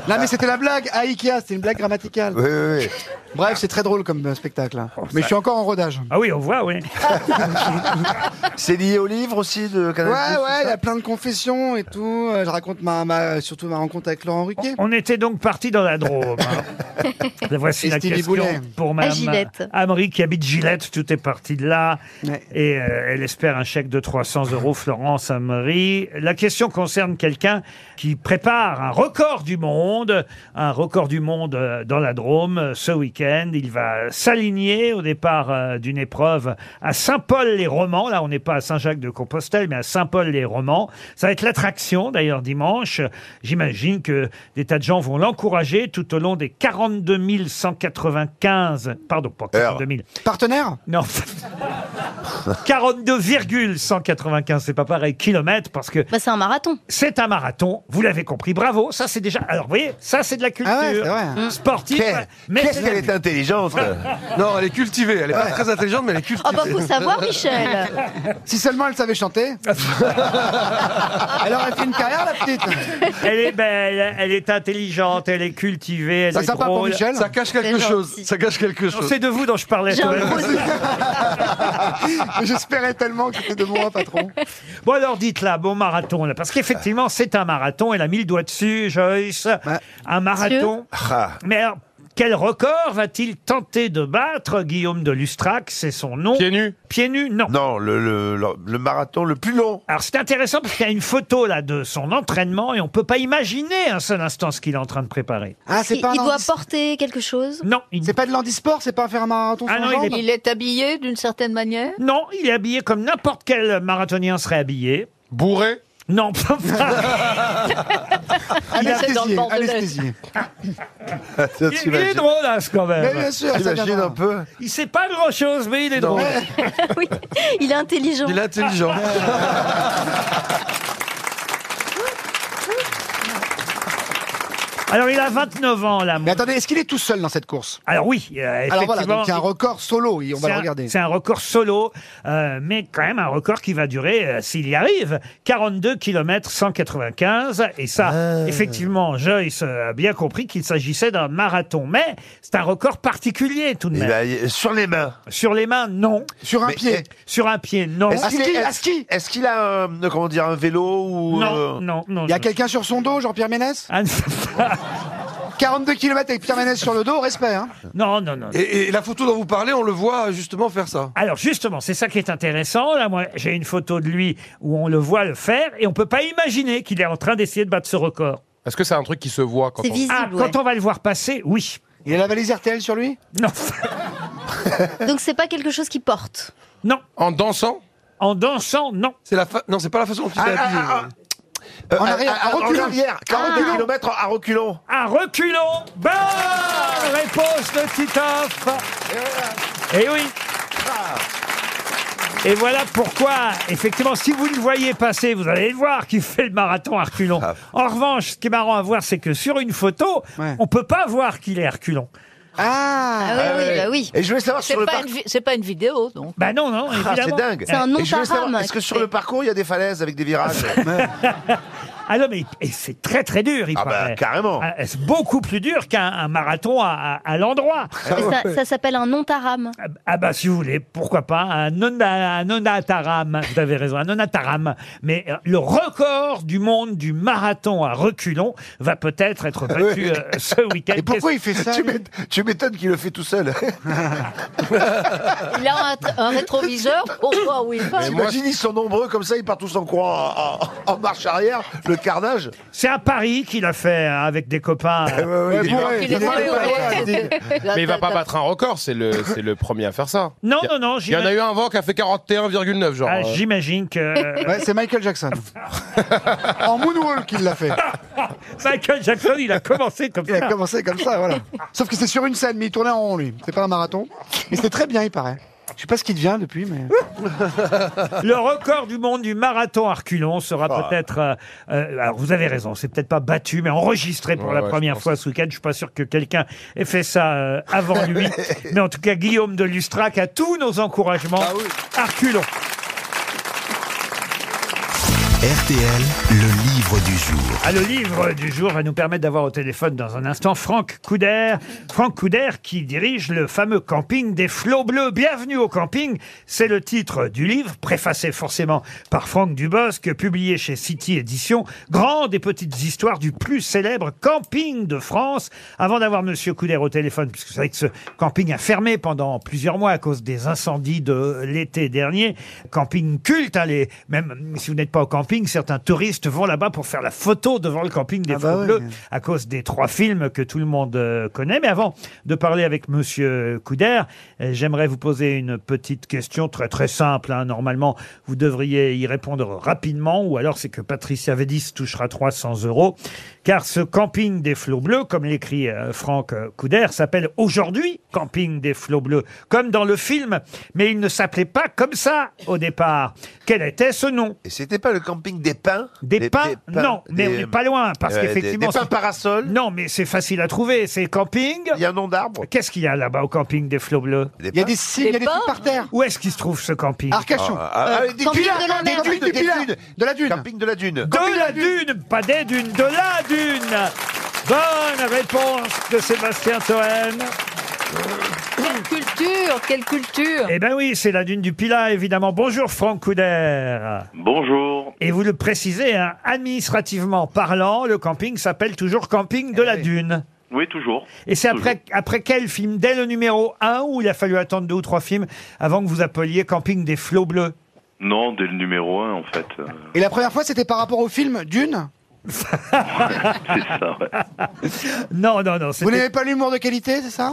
Speaker 3: Non, mais c'était la blague à Ikea, c'était une blague grammaticale.
Speaker 4: Oui, oui, Oh, oui.
Speaker 3: Bref, c'est très drôle comme euh, spectacle. hein. mais je suis encore en rodage.
Speaker 2: Ah oui, on voit, oui.
Speaker 4: <laughs> C'est lié au livre aussi de
Speaker 3: Ouais,
Speaker 4: Canal Plus, tout
Speaker 3: ouais, il y
Speaker 4: ça
Speaker 3: a plein de confessions et tout. Euh, Je raconte ma, ma- surtout ma rencontre avec Laurent Ruquier.
Speaker 2: On était donc parti dans la Drôme.
Speaker 3: <laughs>
Speaker 2: hein. La voici
Speaker 3: Et
Speaker 2: la
Speaker 3: Stevie
Speaker 2: question
Speaker 3: Boulet.
Speaker 2: pour Madame
Speaker 5: À Gillette.
Speaker 2: Amri qui habite Gillette. Tout est parti de là.
Speaker 3: Ouais.
Speaker 2: Et euh, elle espère un chèque de 300 euros, Florence Amri. La question concerne quelqu'un qui prépare un record du monde, un record du monde euh, dans la Drôme euh, ce week-end. Il va s'aligner au départ euh, d'une épreuve à Saint-Paul-les-Romans. Là, on n'est pas à Saint-Jacques-de-Compostelle, mais à Saint-Paul-les-Romans. Ça va être l'attraction, d'ailleurs, dimanche. J'imagine que des tas de gens vont l'encourager tout au long des 42 195, pardon, pas 42 000,
Speaker 3: Partenaire
Speaker 2: non. <laughs> 42,195, c'est pas pareil, kilomètres, parce que
Speaker 5: Bah, c'est un marathon.
Speaker 2: c'est un marathon, vous l'avez compris, bravo, ça c'est déjà... Alors vous voyez, ça c'est de la culture Mmh.
Speaker 3: Ah ouais, c'est vrai.
Speaker 2: sportive,
Speaker 4: Qu'est-
Speaker 2: mais
Speaker 4: Qu'est-ce
Speaker 2: c'est-
Speaker 4: qu'elle est intelligente
Speaker 6: <laughs> Non, elle est cultivée. Elle est pas très intelligente, mais elle est cultivée.
Speaker 5: Oh bah faut savoir Michel
Speaker 3: <laughs> Si seulement elle savait
Speaker 4: <laughs>
Speaker 3: chanter. elle aurait fait une carrière, la petite.
Speaker 2: elle est belle, elle est intelligente, elle est cultivée, elle
Speaker 3: Ça
Speaker 2: est
Speaker 3: sympa pour
Speaker 2: drôle.
Speaker 3: Michel.
Speaker 6: Ça cache quelque
Speaker 5: C'est
Speaker 6: chose.
Speaker 5: gentil.
Speaker 6: Ça cache quelque
Speaker 2: Non,
Speaker 6: chose.
Speaker 2: C'est de vous dont je parlais.
Speaker 5: J'ai un
Speaker 2: Toen.
Speaker 5: gros
Speaker 3: <laughs> J'espérais tellement que c'était de moi, patron.
Speaker 2: Bon alors dites là, bon marathon, là, parce qu'effectivement c'est un marathon, elle a mis le doigt dessus, Joyce, un marathon.
Speaker 4: Ah,
Speaker 2: Mais alors, quel record va-t-il tenter de battre Guillaume de Lustrac C'est son nom.
Speaker 7: Pieds nus.
Speaker 2: Pieds nus, non.
Speaker 4: Non, le, le, le, le marathon le plus long.
Speaker 2: Alors c'est intéressant parce qu'il y a une photo là de son entraînement et on peut pas imaginer un seul instant ce qu'il est en train de préparer.
Speaker 3: Ah, c'est
Speaker 5: Il,
Speaker 3: pas, un
Speaker 5: il doit
Speaker 3: handi-
Speaker 5: porter quelque chose
Speaker 2: Non, il...
Speaker 3: c'est pas de l'handisport, c'est pas faire un marathon
Speaker 2: Ah
Speaker 3: sans
Speaker 2: non, il est
Speaker 3: jambes
Speaker 8: Il est habillé d'une certaine manière
Speaker 2: non, il est habillé comme n'importe quel marathonien serait habillé.
Speaker 7: Bourré.
Speaker 2: Non.
Speaker 4: <laughs> Ah,
Speaker 3: Anesthésié,
Speaker 2: <laughs>
Speaker 3: anesthésié.
Speaker 2: Il, il est drôle, As, quand même.
Speaker 3: Mais bien sûr, ça T'imagines viendra. un peu
Speaker 2: Il sait pas grand-chose, mais il est drôle.
Speaker 5: <laughs> oui, il est intelligent.
Speaker 6: Il est intelligent.
Speaker 2: Alors, il a 29 ans, là.
Speaker 3: Mais attendez, est-ce qu'il est tout seul dans cette course
Speaker 2: Alors oui, euh,
Speaker 3: Alors voilà,
Speaker 2: effectivement,
Speaker 3: donc il y a un
Speaker 2: il-
Speaker 3: record solo, et on va
Speaker 2: C'est
Speaker 3: le
Speaker 2: un-
Speaker 3: regarder.
Speaker 2: C'est un record solo, euh, mais quand même un record qui va durer, euh, s'il y arrive, 42 km 195. Et ça,
Speaker 3: Ah.
Speaker 2: effectivement, Joyce euh, a bien compris qu'il s'agissait d'un marathon. Mais c'est un record particulier tout de même.
Speaker 4: Eh ben, sur les mains
Speaker 2: Sur les mains, non.
Speaker 3: Sur un
Speaker 4: Mais-
Speaker 3: pied
Speaker 2: Sur un pied, non. Ah,
Speaker 4: Est-ce qu'il est-
Speaker 3: à ski
Speaker 4: Est-ce qu'il a un, euh, comment dire, un vélo ou
Speaker 2: Non,
Speaker 4: euh,
Speaker 2: non, non.
Speaker 3: Il y a
Speaker 2: non.
Speaker 3: quelqu'un sur son dos, Jean-Pierre Ménès
Speaker 2: <laughs> Ah,
Speaker 3: 42 km avec Pierre Ménès sur le dos, respect. Hein.
Speaker 2: non, non, non.
Speaker 6: Et, et la photo dont vous parlez, on le voit justement faire ça.
Speaker 2: Alors justement, c'est ça qui est intéressant. Là, moi, j'ai une photo de lui où on le voit le faire et on peut pas imaginer qu'il est en train d'essayer de battre ce record.
Speaker 7: Est-ce que c'est un truc qui se voit quand
Speaker 5: C'est
Speaker 7: on...
Speaker 5: visible.
Speaker 2: Ah, quand on va le voir passer, oui.
Speaker 3: Il a la valise RTL sur lui
Speaker 2: Non, <laughs>
Speaker 5: ouais. <laughs> Donc c'est pas quelque chose qui porte.
Speaker 2: non.
Speaker 7: En dansant
Speaker 2: En dansant, non.
Speaker 6: C'est la fa- Non, c'est pas la façon dont il est
Speaker 4: ah,
Speaker 6: habillé.
Speaker 4: ah,
Speaker 3: En arrière, Euh, à
Speaker 4: en
Speaker 3: reculons.
Speaker 4: arrière, 42
Speaker 7: Ah.
Speaker 4: km euh, à reculons.
Speaker 2: À reculons. Bonne réponse de Titoff. Et Eh oui. Et voilà pourquoi, effectivement, si vous le voyez passer, vous allez le voir qu'il fait le marathon à reculons.
Speaker 4: Ah.
Speaker 2: En revanche, ce qui est marrant à voir, c'est que sur une photo,
Speaker 3: Ouais.
Speaker 2: on peut pas voir qu'il est à reculons.
Speaker 5: Ah,
Speaker 3: Ah
Speaker 5: oui, oui, bah oui.
Speaker 4: Et je voulais savoir sur
Speaker 8: C'est
Speaker 4: le
Speaker 8: pas,
Speaker 4: parcours.
Speaker 8: une vi- c'est pas une vidéo, donc.
Speaker 2: Bah non, non,
Speaker 4: Ah,
Speaker 2: évidemment.
Speaker 4: c'est dingue.
Speaker 5: C'est un
Speaker 4: Et je voulais savoir,
Speaker 5: non-taram.
Speaker 4: Est-ce que sur le parcours, il y a des falaises avec des
Speaker 3: <laughs>
Speaker 4: virages <laughs>
Speaker 2: Ah non, mais il- et c'est très très dur, il
Speaker 4: Ah bah,
Speaker 2: paraît.
Speaker 4: carrément.
Speaker 2: Ah, C'est beaucoup plus dur qu'un un marathon à, à- à l'endroit.
Speaker 5: Et ça ça s'appelle un non-taram.
Speaker 2: Ah, Ah bah si vous voulez, pourquoi pas un nona- un nonataram, vous avez raison, un nonataram. Mais euh, le record du monde du marathon à reculons va peut-être
Speaker 3: <laughs>
Speaker 2: être battu euh, ce week-end.
Speaker 3: Et pourquoi il fait ça
Speaker 4: Tu
Speaker 3: lui
Speaker 4: m'ét- Tu m'étonnes qu'il le fait tout
Speaker 2: <laughs>
Speaker 4: seul.
Speaker 8: Il a un, un rétroviseur pour voir où il passe.
Speaker 4: Imagine, ils sont nombreux comme ça, ils partent tous en courant en, en- en marche arrière, le carnage.
Speaker 2: C'est à Paris qu'il a fait euh, avec des copains. euh,
Speaker 3: Ouais,
Speaker 7: Il est
Speaker 3: bourré, Ah
Speaker 8: Il
Speaker 3: il
Speaker 8: était
Speaker 3: est bourré,
Speaker 8: bourré.
Speaker 7: Ah,
Speaker 3: ouais,
Speaker 5: <laughs>
Speaker 7: bah,
Speaker 3: il dit.
Speaker 7: Mais il va pas battre un record, c'est le, c'est le premier à faire ça.
Speaker 2: Non,
Speaker 7: Il y a-
Speaker 2: non, non,
Speaker 7: Il y en a
Speaker 2: j'imagine,
Speaker 7: eu un vent qui a fait 41,9 genre.
Speaker 2: ah,
Speaker 7: euh,
Speaker 2: j'imagine que euh,
Speaker 3: Ouais, c'est Michael
Speaker 2: <laughs>
Speaker 3: Jackson. en moonwalk, il l'a fait.
Speaker 2: Michael Jackson, il a commencé comme
Speaker 3: Il a
Speaker 2: ça.
Speaker 3: commencé comme ça, voilà. Sauf que c'est sur une scène, mais il tournait en rond, lui. C'est pas un marathon. Mais c'était très bien, il paraît. Je sais pas ce qu'il devient
Speaker 2: <laughs>
Speaker 3: depuis, mais.
Speaker 2: Le record du monde du marathon à reculons sera
Speaker 7: Ah.
Speaker 2: peut-être. euh, euh, alors vous avez raison, c'est peut-être pas battu, mais enregistré pour
Speaker 7: Ouais,
Speaker 2: la
Speaker 7: ouais, je
Speaker 2: première
Speaker 7: pense.
Speaker 2: fois ce week-end. Je suis pas sûr que quelqu'un ait fait ça euh, avant
Speaker 7: <laughs>
Speaker 2: lui. mais en tout cas, Guillaume de Lustrac a tous nos encouragements.
Speaker 7: Ah
Speaker 2: À reculons.
Speaker 1: RTL, le livre du jour.
Speaker 2: Ah, le livre du jour va nous permettre d'avoir au téléphone dans un instant Franck Couder. Franck Couder qui dirige le fameux camping des Flots Bleus. Bienvenue au camping. C'est le titre du livre, préfacé forcément par Franck Dubosc, publié chez City Édition. Grande et petites histoires du plus célèbre camping de France. Avant d'avoir Monsieur Couder au téléphone, puisque c'est vrai que ce camping a fermé pendant plusieurs mois à cause des incendies de l'été dernier. Camping culte, hein, les, même si vous n'êtes pas au camping, certains touristes vont là-bas pour faire la photo devant le camping des
Speaker 3: Ah bah
Speaker 2: Feux
Speaker 3: ouais.
Speaker 2: Bleus à cause des trois films que tout le monde euh, connaît. Mais avant de parler avec Monsieur Couder, euh, j'aimerais vous poser une petite question très très simple. hein. Normalement, vous devriez y répondre rapidement, ou alors c'est que Patricia Védis touchera 300 euros, car ce camping des flots bleus, comme l'écrit euh, Franck euh, Couder, s'appelle aujourd'hui camping des flots bleus, comme dans le film, mais il ne s'appelait pas comme ça au départ. Quel était ce nom
Speaker 4: Et c'était pas le camping des pins
Speaker 2: des, pins Non, mais on
Speaker 4: des-
Speaker 2: n'est pas loin, Ah, parce
Speaker 4: euh, des-
Speaker 2: qu'effectivement...
Speaker 4: Des, pins
Speaker 2: c'est-
Speaker 4: parasols
Speaker 2: non, mais c'est facile à trouver. C'est camping.
Speaker 4: Il y a un nom d'arbre
Speaker 2: Qu'est-ce qu'il y a là-bas au camping des Flots Bleus
Speaker 3: Il y a des signes, il y a des
Speaker 8: pas-
Speaker 3: trucs par terre.
Speaker 2: Où est-ce qu'il se trouve ce camping
Speaker 3: Arcachon.
Speaker 4: Ah, ah, des
Speaker 5: Camping
Speaker 4: pylônes,
Speaker 5: de la
Speaker 4: des
Speaker 5: mer.
Speaker 4: dunes,
Speaker 3: Camping des
Speaker 4: des
Speaker 3: pylônes.
Speaker 4: dunes.
Speaker 3: De la dune.
Speaker 4: Camping de la dune.
Speaker 2: De la dune, pas des dunes, de la dune. Bonne réponse de Sébastien Toen.
Speaker 8: Quelle culture, quelle culture.
Speaker 2: Eh ben oui, c'est la dune du Pilat, évidemment. Bonjour Franck Couder.
Speaker 10: Bonjour.
Speaker 2: Et vous le précisez, hein, administrativement parlant, le camping s'appelle toujours camping
Speaker 3: Eh
Speaker 2: de la dune.
Speaker 10: Oui, toujours.
Speaker 2: Et c'est après, après quel film Dès le numéro 1 ou il a fallu attendre deux ou trois films avant que vous appeliez camping des Flots Bleus
Speaker 10: Non, dès le numéro 1, en fait.
Speaker 12: Euh, <laughs>
Speaker 2: <laughs>
Speaker 3: Et la première fois, c'était par rapport au film Dune
Speaker 2: Non, non, non.
Speaker 3: Vous
Speaker 2: c'était-
Speaker 3: n'aimez pas l'humour de qualité,
Speaker 2: <laughs>
Speaker 3: c'est ça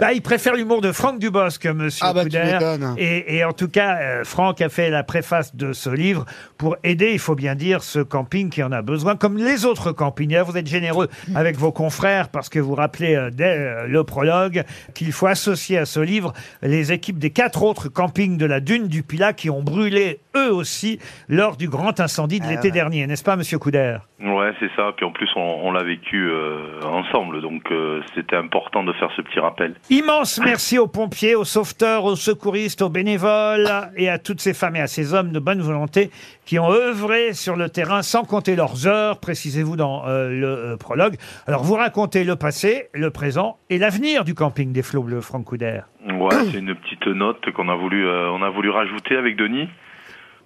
Speaker 2: Bah, il préfère l'humour de Franck Dubosc, monsieur
Speaker 3: Ah bah, tu
Speaker 2: Couder.
Speaker 3: m'étonnes.
Speaker 2: Et, et en tout cas, euh, Franck a fait la préface de ce livre pour aider, il faut bien dire, ce camping qui en a besoin, comme les autres campings. D'ailleurs, vous êtes généreux avec vos confrères parce que vous rappelez euh, dès euh, le prologue qu'il faut associer à ce livre les équipes des quatre autres campings de la dune du Pilat qui ont brûlé eux aussi lors du grand incendie de
Speaker 12: Ah
Speaker 2: l'été
Speaker 12: ouais.
Speaker 2: dernier, n'est-ce pas, monsieur Couder
Speaker 12: Ouais, c'est ça. Puis en plus, on, on l'a vécu euh, ensemble, donc euh, c'était important de faire ce petit rappel.
Speaker 2: Immense merci aux pompiers, aux sauveteurs, aux secouristes, aux bénévoles et à toutes ces femmes et à ces hommes de bonne volonté qui ont œuvré sur le terrain sans compter leurs heures, précisez-vous dans euh, le euh, prologue. Alors vous racontez le passé, le présent et l'avenir du camping des Flots Bleus, Franck Couder.
Speaker 12: Ouais, c'est une petite note qu'on a voulu, euh, on a voulu rajouter avec Denis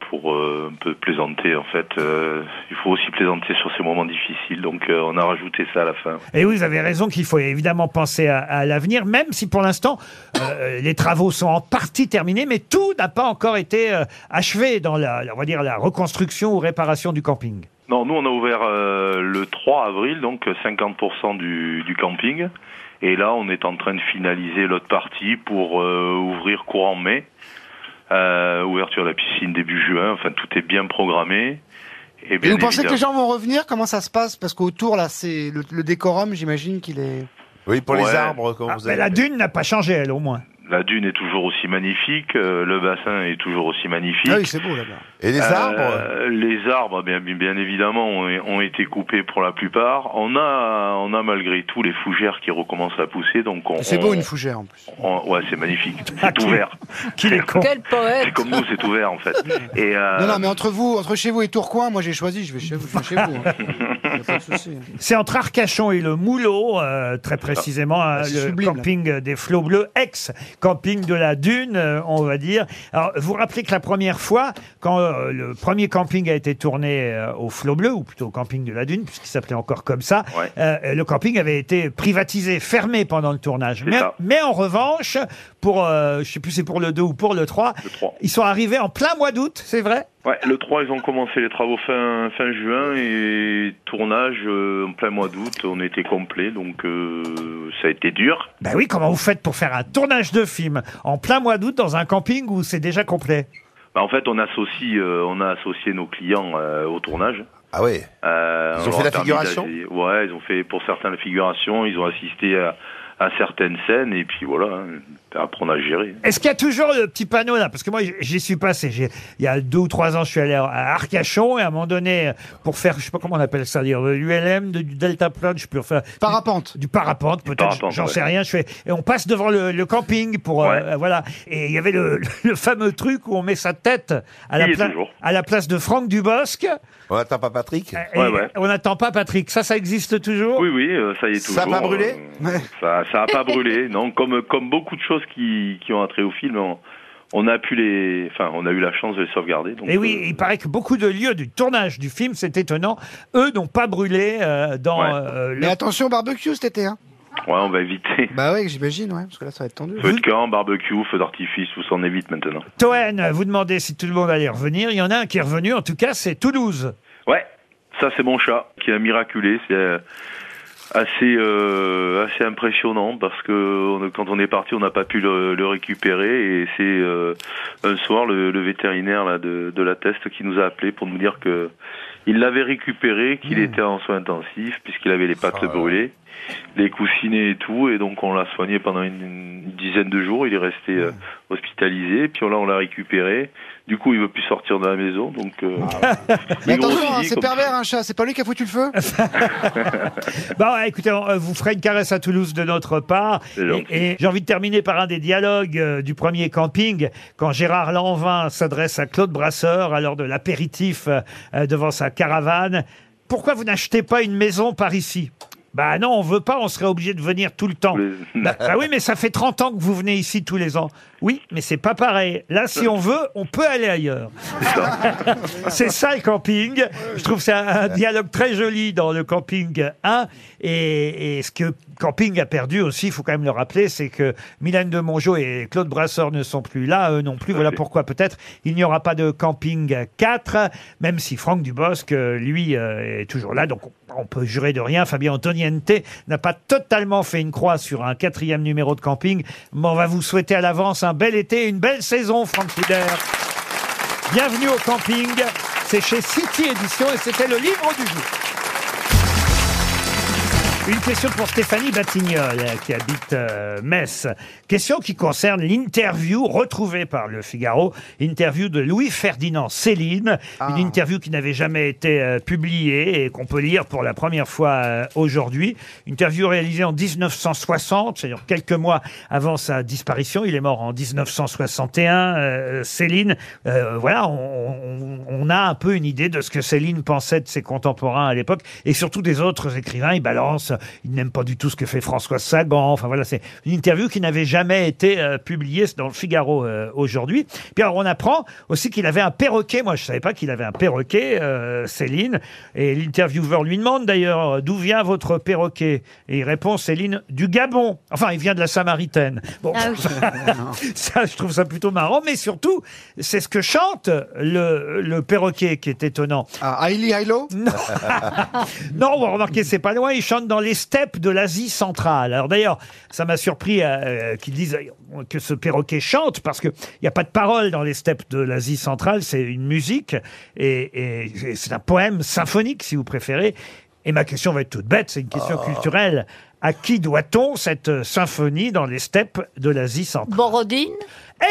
Speaker 12: pour euh, un peu plaisanter en fait. Euh, il faut aussi plaisanter sur ces moments difficiles, donc euh, on a rajouté ça à la fin.
Speaker 2: Et oui, vous avez raison qu'il faut évidemment penser à, à l'avenir, même si pour l'instant euh, les travaux sont en partie terminés, mais tout n'a pas encore été euh, achevé dans la, la- on va dire, la reconstruction ou réparation du camping.
Speaker 12: Non, nous on a ouvert euh, le 3 avril, donc euh, 50% du, du camping. Et là, on est en train de finaliser l'autre partie pour euh, ouvrir courant mai. Euh, ouverture de la piscine début juin, enfin tout est bien programmé. Et,
Speaker 3: Et
Speaker 12: bien
Speaker 3: vous pensez que
Speaker 12: évidemment-
Speaker 3: les gens vont revenir Comment ça se passe Parce qu'autour, là, c'est le, le décorum, j'imagine qu'il est...
Speaker 12: Oui,
Speaker 2: pour les
Speaker 12: arbres,
Speaker 2: Ah, mais la dune n'a pas changé, elle, au moins.
Speaker 12: La dune est toujours aussi magnifique, euh, le bassin est toujours aussi magnifique.
Speaker 3: Ah oui, c'est beau là-bas.
Speaker 12: Euh, Les arbres, bien, bien évidemment, ont, ont été coupés pour la plupart. On a, on a malgré tout les fougères qui recommencent à pousser, donc on.
Speaker 3: C'est beau
Speaker 12: on-
Speaker 3: une fougère en plus.
Speaker 12: on- ouais,
Speaker 3: <laughs>
Speaker 12: c'est magnifique.
Speaker 3: Ah,
Speaker 12: C'est
Speaker 3: qui-
Speaker 12: ouvert.
Speaker 2: Qu'il est con.
Speaker 8: Quel poète
Speaker 12: C'est comme nous, c'est ouvert
Speaker 3: <laughs>
Speaker 12: en fait. Et euh,
Speaker 3: Non, non, mais entre vous, entre chez vous et Tourcoing, moi j'ai choisi, je vais chez vous. Je vais chez vous hein. Y
Speaker 12: <laughs>
Speaker 3: a pas de souci.
Speaker 2: C'est entre Arcachon et le Moulot, euh, très précisément, hein,
Speaker 3: c'est
Speaker 2: le
Speaker 3: sublime, là.
Speaker 2: camping des Flots Bleus, ex-camping de la Dune, euh, on va dire. Alors, vous rappelez que la première fois, quand euh, le premier camping a été tourné euh, au Flots Bleus, ou plutôt au camping de la Dune, puisqu'il s'appelait encore comme ça, euh, le camping avait été privatisé, fermé pendant le tournage. Mais,
Speaker 12: ça.
Speaker 2: mais en revanche, pour, euh, je sais plus si c'est pour le 2 ou pour le 3, ils sont arrivés en plein mois d'août, c'est vrai
Speaker 12: ouais, le 3, ils ont commencé les travaux fin, fin juin et tournage euh, en plein mois d'août, on était complet, donc euh, ça a été dur.
Speaker 2: Ben oui, comment vous faites pour faire un tournage de film en plein mois d'août dans un camping où c'est déjà complet
Speaker 12: Bah, en fait, on associe, euh, on a associé nos clients euh, au tournage.
Speaker 4: Ah oui.
Speaker 12: Euh,
Speaker 4: Ils
Speaker 12: on
Speaker 4: ont fait
Speaker 12: leur
Speaker 4: la
Speaker 12: a permis
Speaker 4: figuration
Speaker 12: d'aller- Ouais, ils ont fait pour certains la figuration. Ils ont assisté à, à certaines scènes et puis voilà. hein, après, on a géré.
Speaker 2: Est-ce qu'il y a toujours le petit panneau là Parce que moi, j- j'y suis passé. J'ai- Il y a deux ou trois ans, je suis allé à Arcachon et à un moment donné, pour faire, je sais pas comment on appelle ça, dire l'ULM, du delta plane, je peux faire
Speaker 3: parapente,
Speaker 2: du parapente peut-être,
Speaker 12: parapente,
Speaker 2: j'en
Speaker 12: ouais.
Speaker 2: sais rien. Je fais et on passe devant le, le camping pour euh, voilà. Et il y avait le, le fameux truc où on met sa tête à la,
Speaker 12: Il y est
Speaker 2: pla-
Speaker 12: toujours.
Speaker 2: à la place de Franck Dubosc.
Speaker 4: On n'attend pas Patrick
Speaker 2: Et On n'attend pas Patrick. Ça, ça existe toujours.
Speaker 12: Oui, oui, euh, ça y est
Speaker 4: Ça a
Speaker 12: toujours.
Speaker 4: pas brûlé
Speaker 12: euh, Ça, ça a pas
Speaker 4: <laughs>
Speaker 12: brûlé. Non, comme comme beaucoup de choses qui qui ont attrait au film, on, on a pu les, enfin, on a eu la chance de les sauvegarder. Donc, euh,
Speaker 2: Et Eh oui, il paraît que beaucoup de lieux du tournage du film, c'est étonnant, eux n'ont pas brûlé euh, dans
Speaker 12: Ouais.
Speaker 2: euh, le...
Speaker 3: Mais attention au barbecue cet été. Hein.
Speaker 12: euh, ouais, on va éviter.
Speaker 3: Bah ouais, j'imagine, ouais, parce que là ça va être tendu.
Speaker 12: Feu de camp, barbecue, feu d'artifice, tout s'en évite maintenant.
Speaker 2: Toen, vous demandez si tout le monde allait revenir. Il y en a un qui est revenu, en tout cas, c'est Toulouse.
Speaker 12: Ouais, ça c'est mon chat qui a miraculé. C'est euh, assez euh, assez impressionnant parce que on- quand on est parti, on n'a pas pu le, le récupérer et c'est euh, un soir le, le vétérinaire là de, de la test qui nous a appelé pour nous dire que il l'avait récupéré, qu'il était en soins intensifs puisqu'il avait les pattes brûlées, les coussinets et tout et donc on l'a soigné pendant une, une dizaine de jours. Il est resté euh, hospitalisé puis là on l'a récupéré. Du coup, il veut plus sortir de la maison donc. euh,
Speaker 3: Mais
Speaker 12: ils l'ont
Speaker 3: attention, hein,
Speaker 12: aussi,
Speaker 3: c'est
Speaker 12: comme-
Speaker 3: pervers un chat, c'est pas lui qui a foutu le feu
Speaker 2: <laughs> Bah ouais, écoutez, on, euh, vous ferez une caresse à Toulouse de notre part.
Speaker 12: C'est gentil.
Speaker 2: Et, et j'ai envie de terminer par un des dialogues euh, du premier camping, quand Gérard Lanvin s'adresse à Claude Brasseur à l'heure de l'apéritif euh, euh, devant sa caravane. Pourquoi vous n'achetez pas une maison par ici Bah non, on veut pas, on serait obligé de venir tout le temps. Bah, bah oui, mais ça fait 30 ans que vous venez ici tous les ans. Oui, mais c'est pas pareil. Là, si on veut, on peut aller
Speaker 12: <laughs>
Speaker 2: ailleurs. c'est ça le camping. Je trouve que c'est un dialogue très joli dans le camping 1. Et, et ce que camping a perdu aussi, il faut quand même le rappeler, c'est que Mylène de Mongeau et Claude Brasseur ne sont plus là, eux non plus. Voilà pourquoi peut-être il n'y aura pas de camping 4, même si Franck Dubosc, euh, lui, euh, est toujours là. Donc on peut jurer de rien. Fabien Antoniente n'a pas totalement fait une croix sur un quatrième numéro de camping. Mais on va vous souhaiter à l'avance un bel été, et une belle saison, Franck Fider. Bienvenue au camping. C'est chez City Édition et c'était le livre du jour. Une question pour Stéphanie Batignol, euh, qui habite euh, Metz. Question qui concerne l'interview retrouvée par le Figaro, interview de Louis-Ferdinand Céline, une interview qui n'avait jamais été euh, publiée et qu'on peut lire pour la première fois euh, aujourd'hui. Une Interview réalisée en 1960, c'est-à-dire quelques mois avant sa disparition. Il est mort en 1961, euh, Céline. Euh, voilà, on, on- on a un peu une idée de ce que Céline pensait de ses contemporains à l'époque et surtout des autres écrivains. Il balance, il n'aime pas du tout ce que fait François Sagan. Enfin voilà, c'est une interview qui n'avait jamais été euh, publiée c'est dans le Figaro euh, aujourd'hui. Puis alors on apprend aussi qu'il avait un perroquet. Moi je savais pas qu'il avait un perroquet, euh, Céline. Et l'intervieweur lui demande d'ailleurs euh, d'où vient votre perroquet. Et il répond Céline du Gabon. Enfin il vient de la Samaritaine. Bon,
Speaker 13: Ah oui.
Speaker 2: <laughs> ça je trouve ça plutôt marrant. Mais surtout c'est ce que chante le, le perroquet qui est étonnant. Ah, Hailey Hailo Non. <laughs>
Speaker 3: hein.
Speaker 2: Non, vous remarquez, c'est pas loin. Ils chantent dans les steppes de l'Asie centrale. Alors d'ailleurs, ça m'a surpris euh, qu'ils disent euh, que ce perroquet chante parce que il n'y a pas de parole dans les steppes de l'Asie centrale. C'est une musique et, et- et c'est un poème symphonique, si vous préférez. Et ma question va être toute bête. C'est une question culturelle. À qui doit-on cette euh, symphonie dans les steppes de l'Asie centrale
Speaker 8: Borodine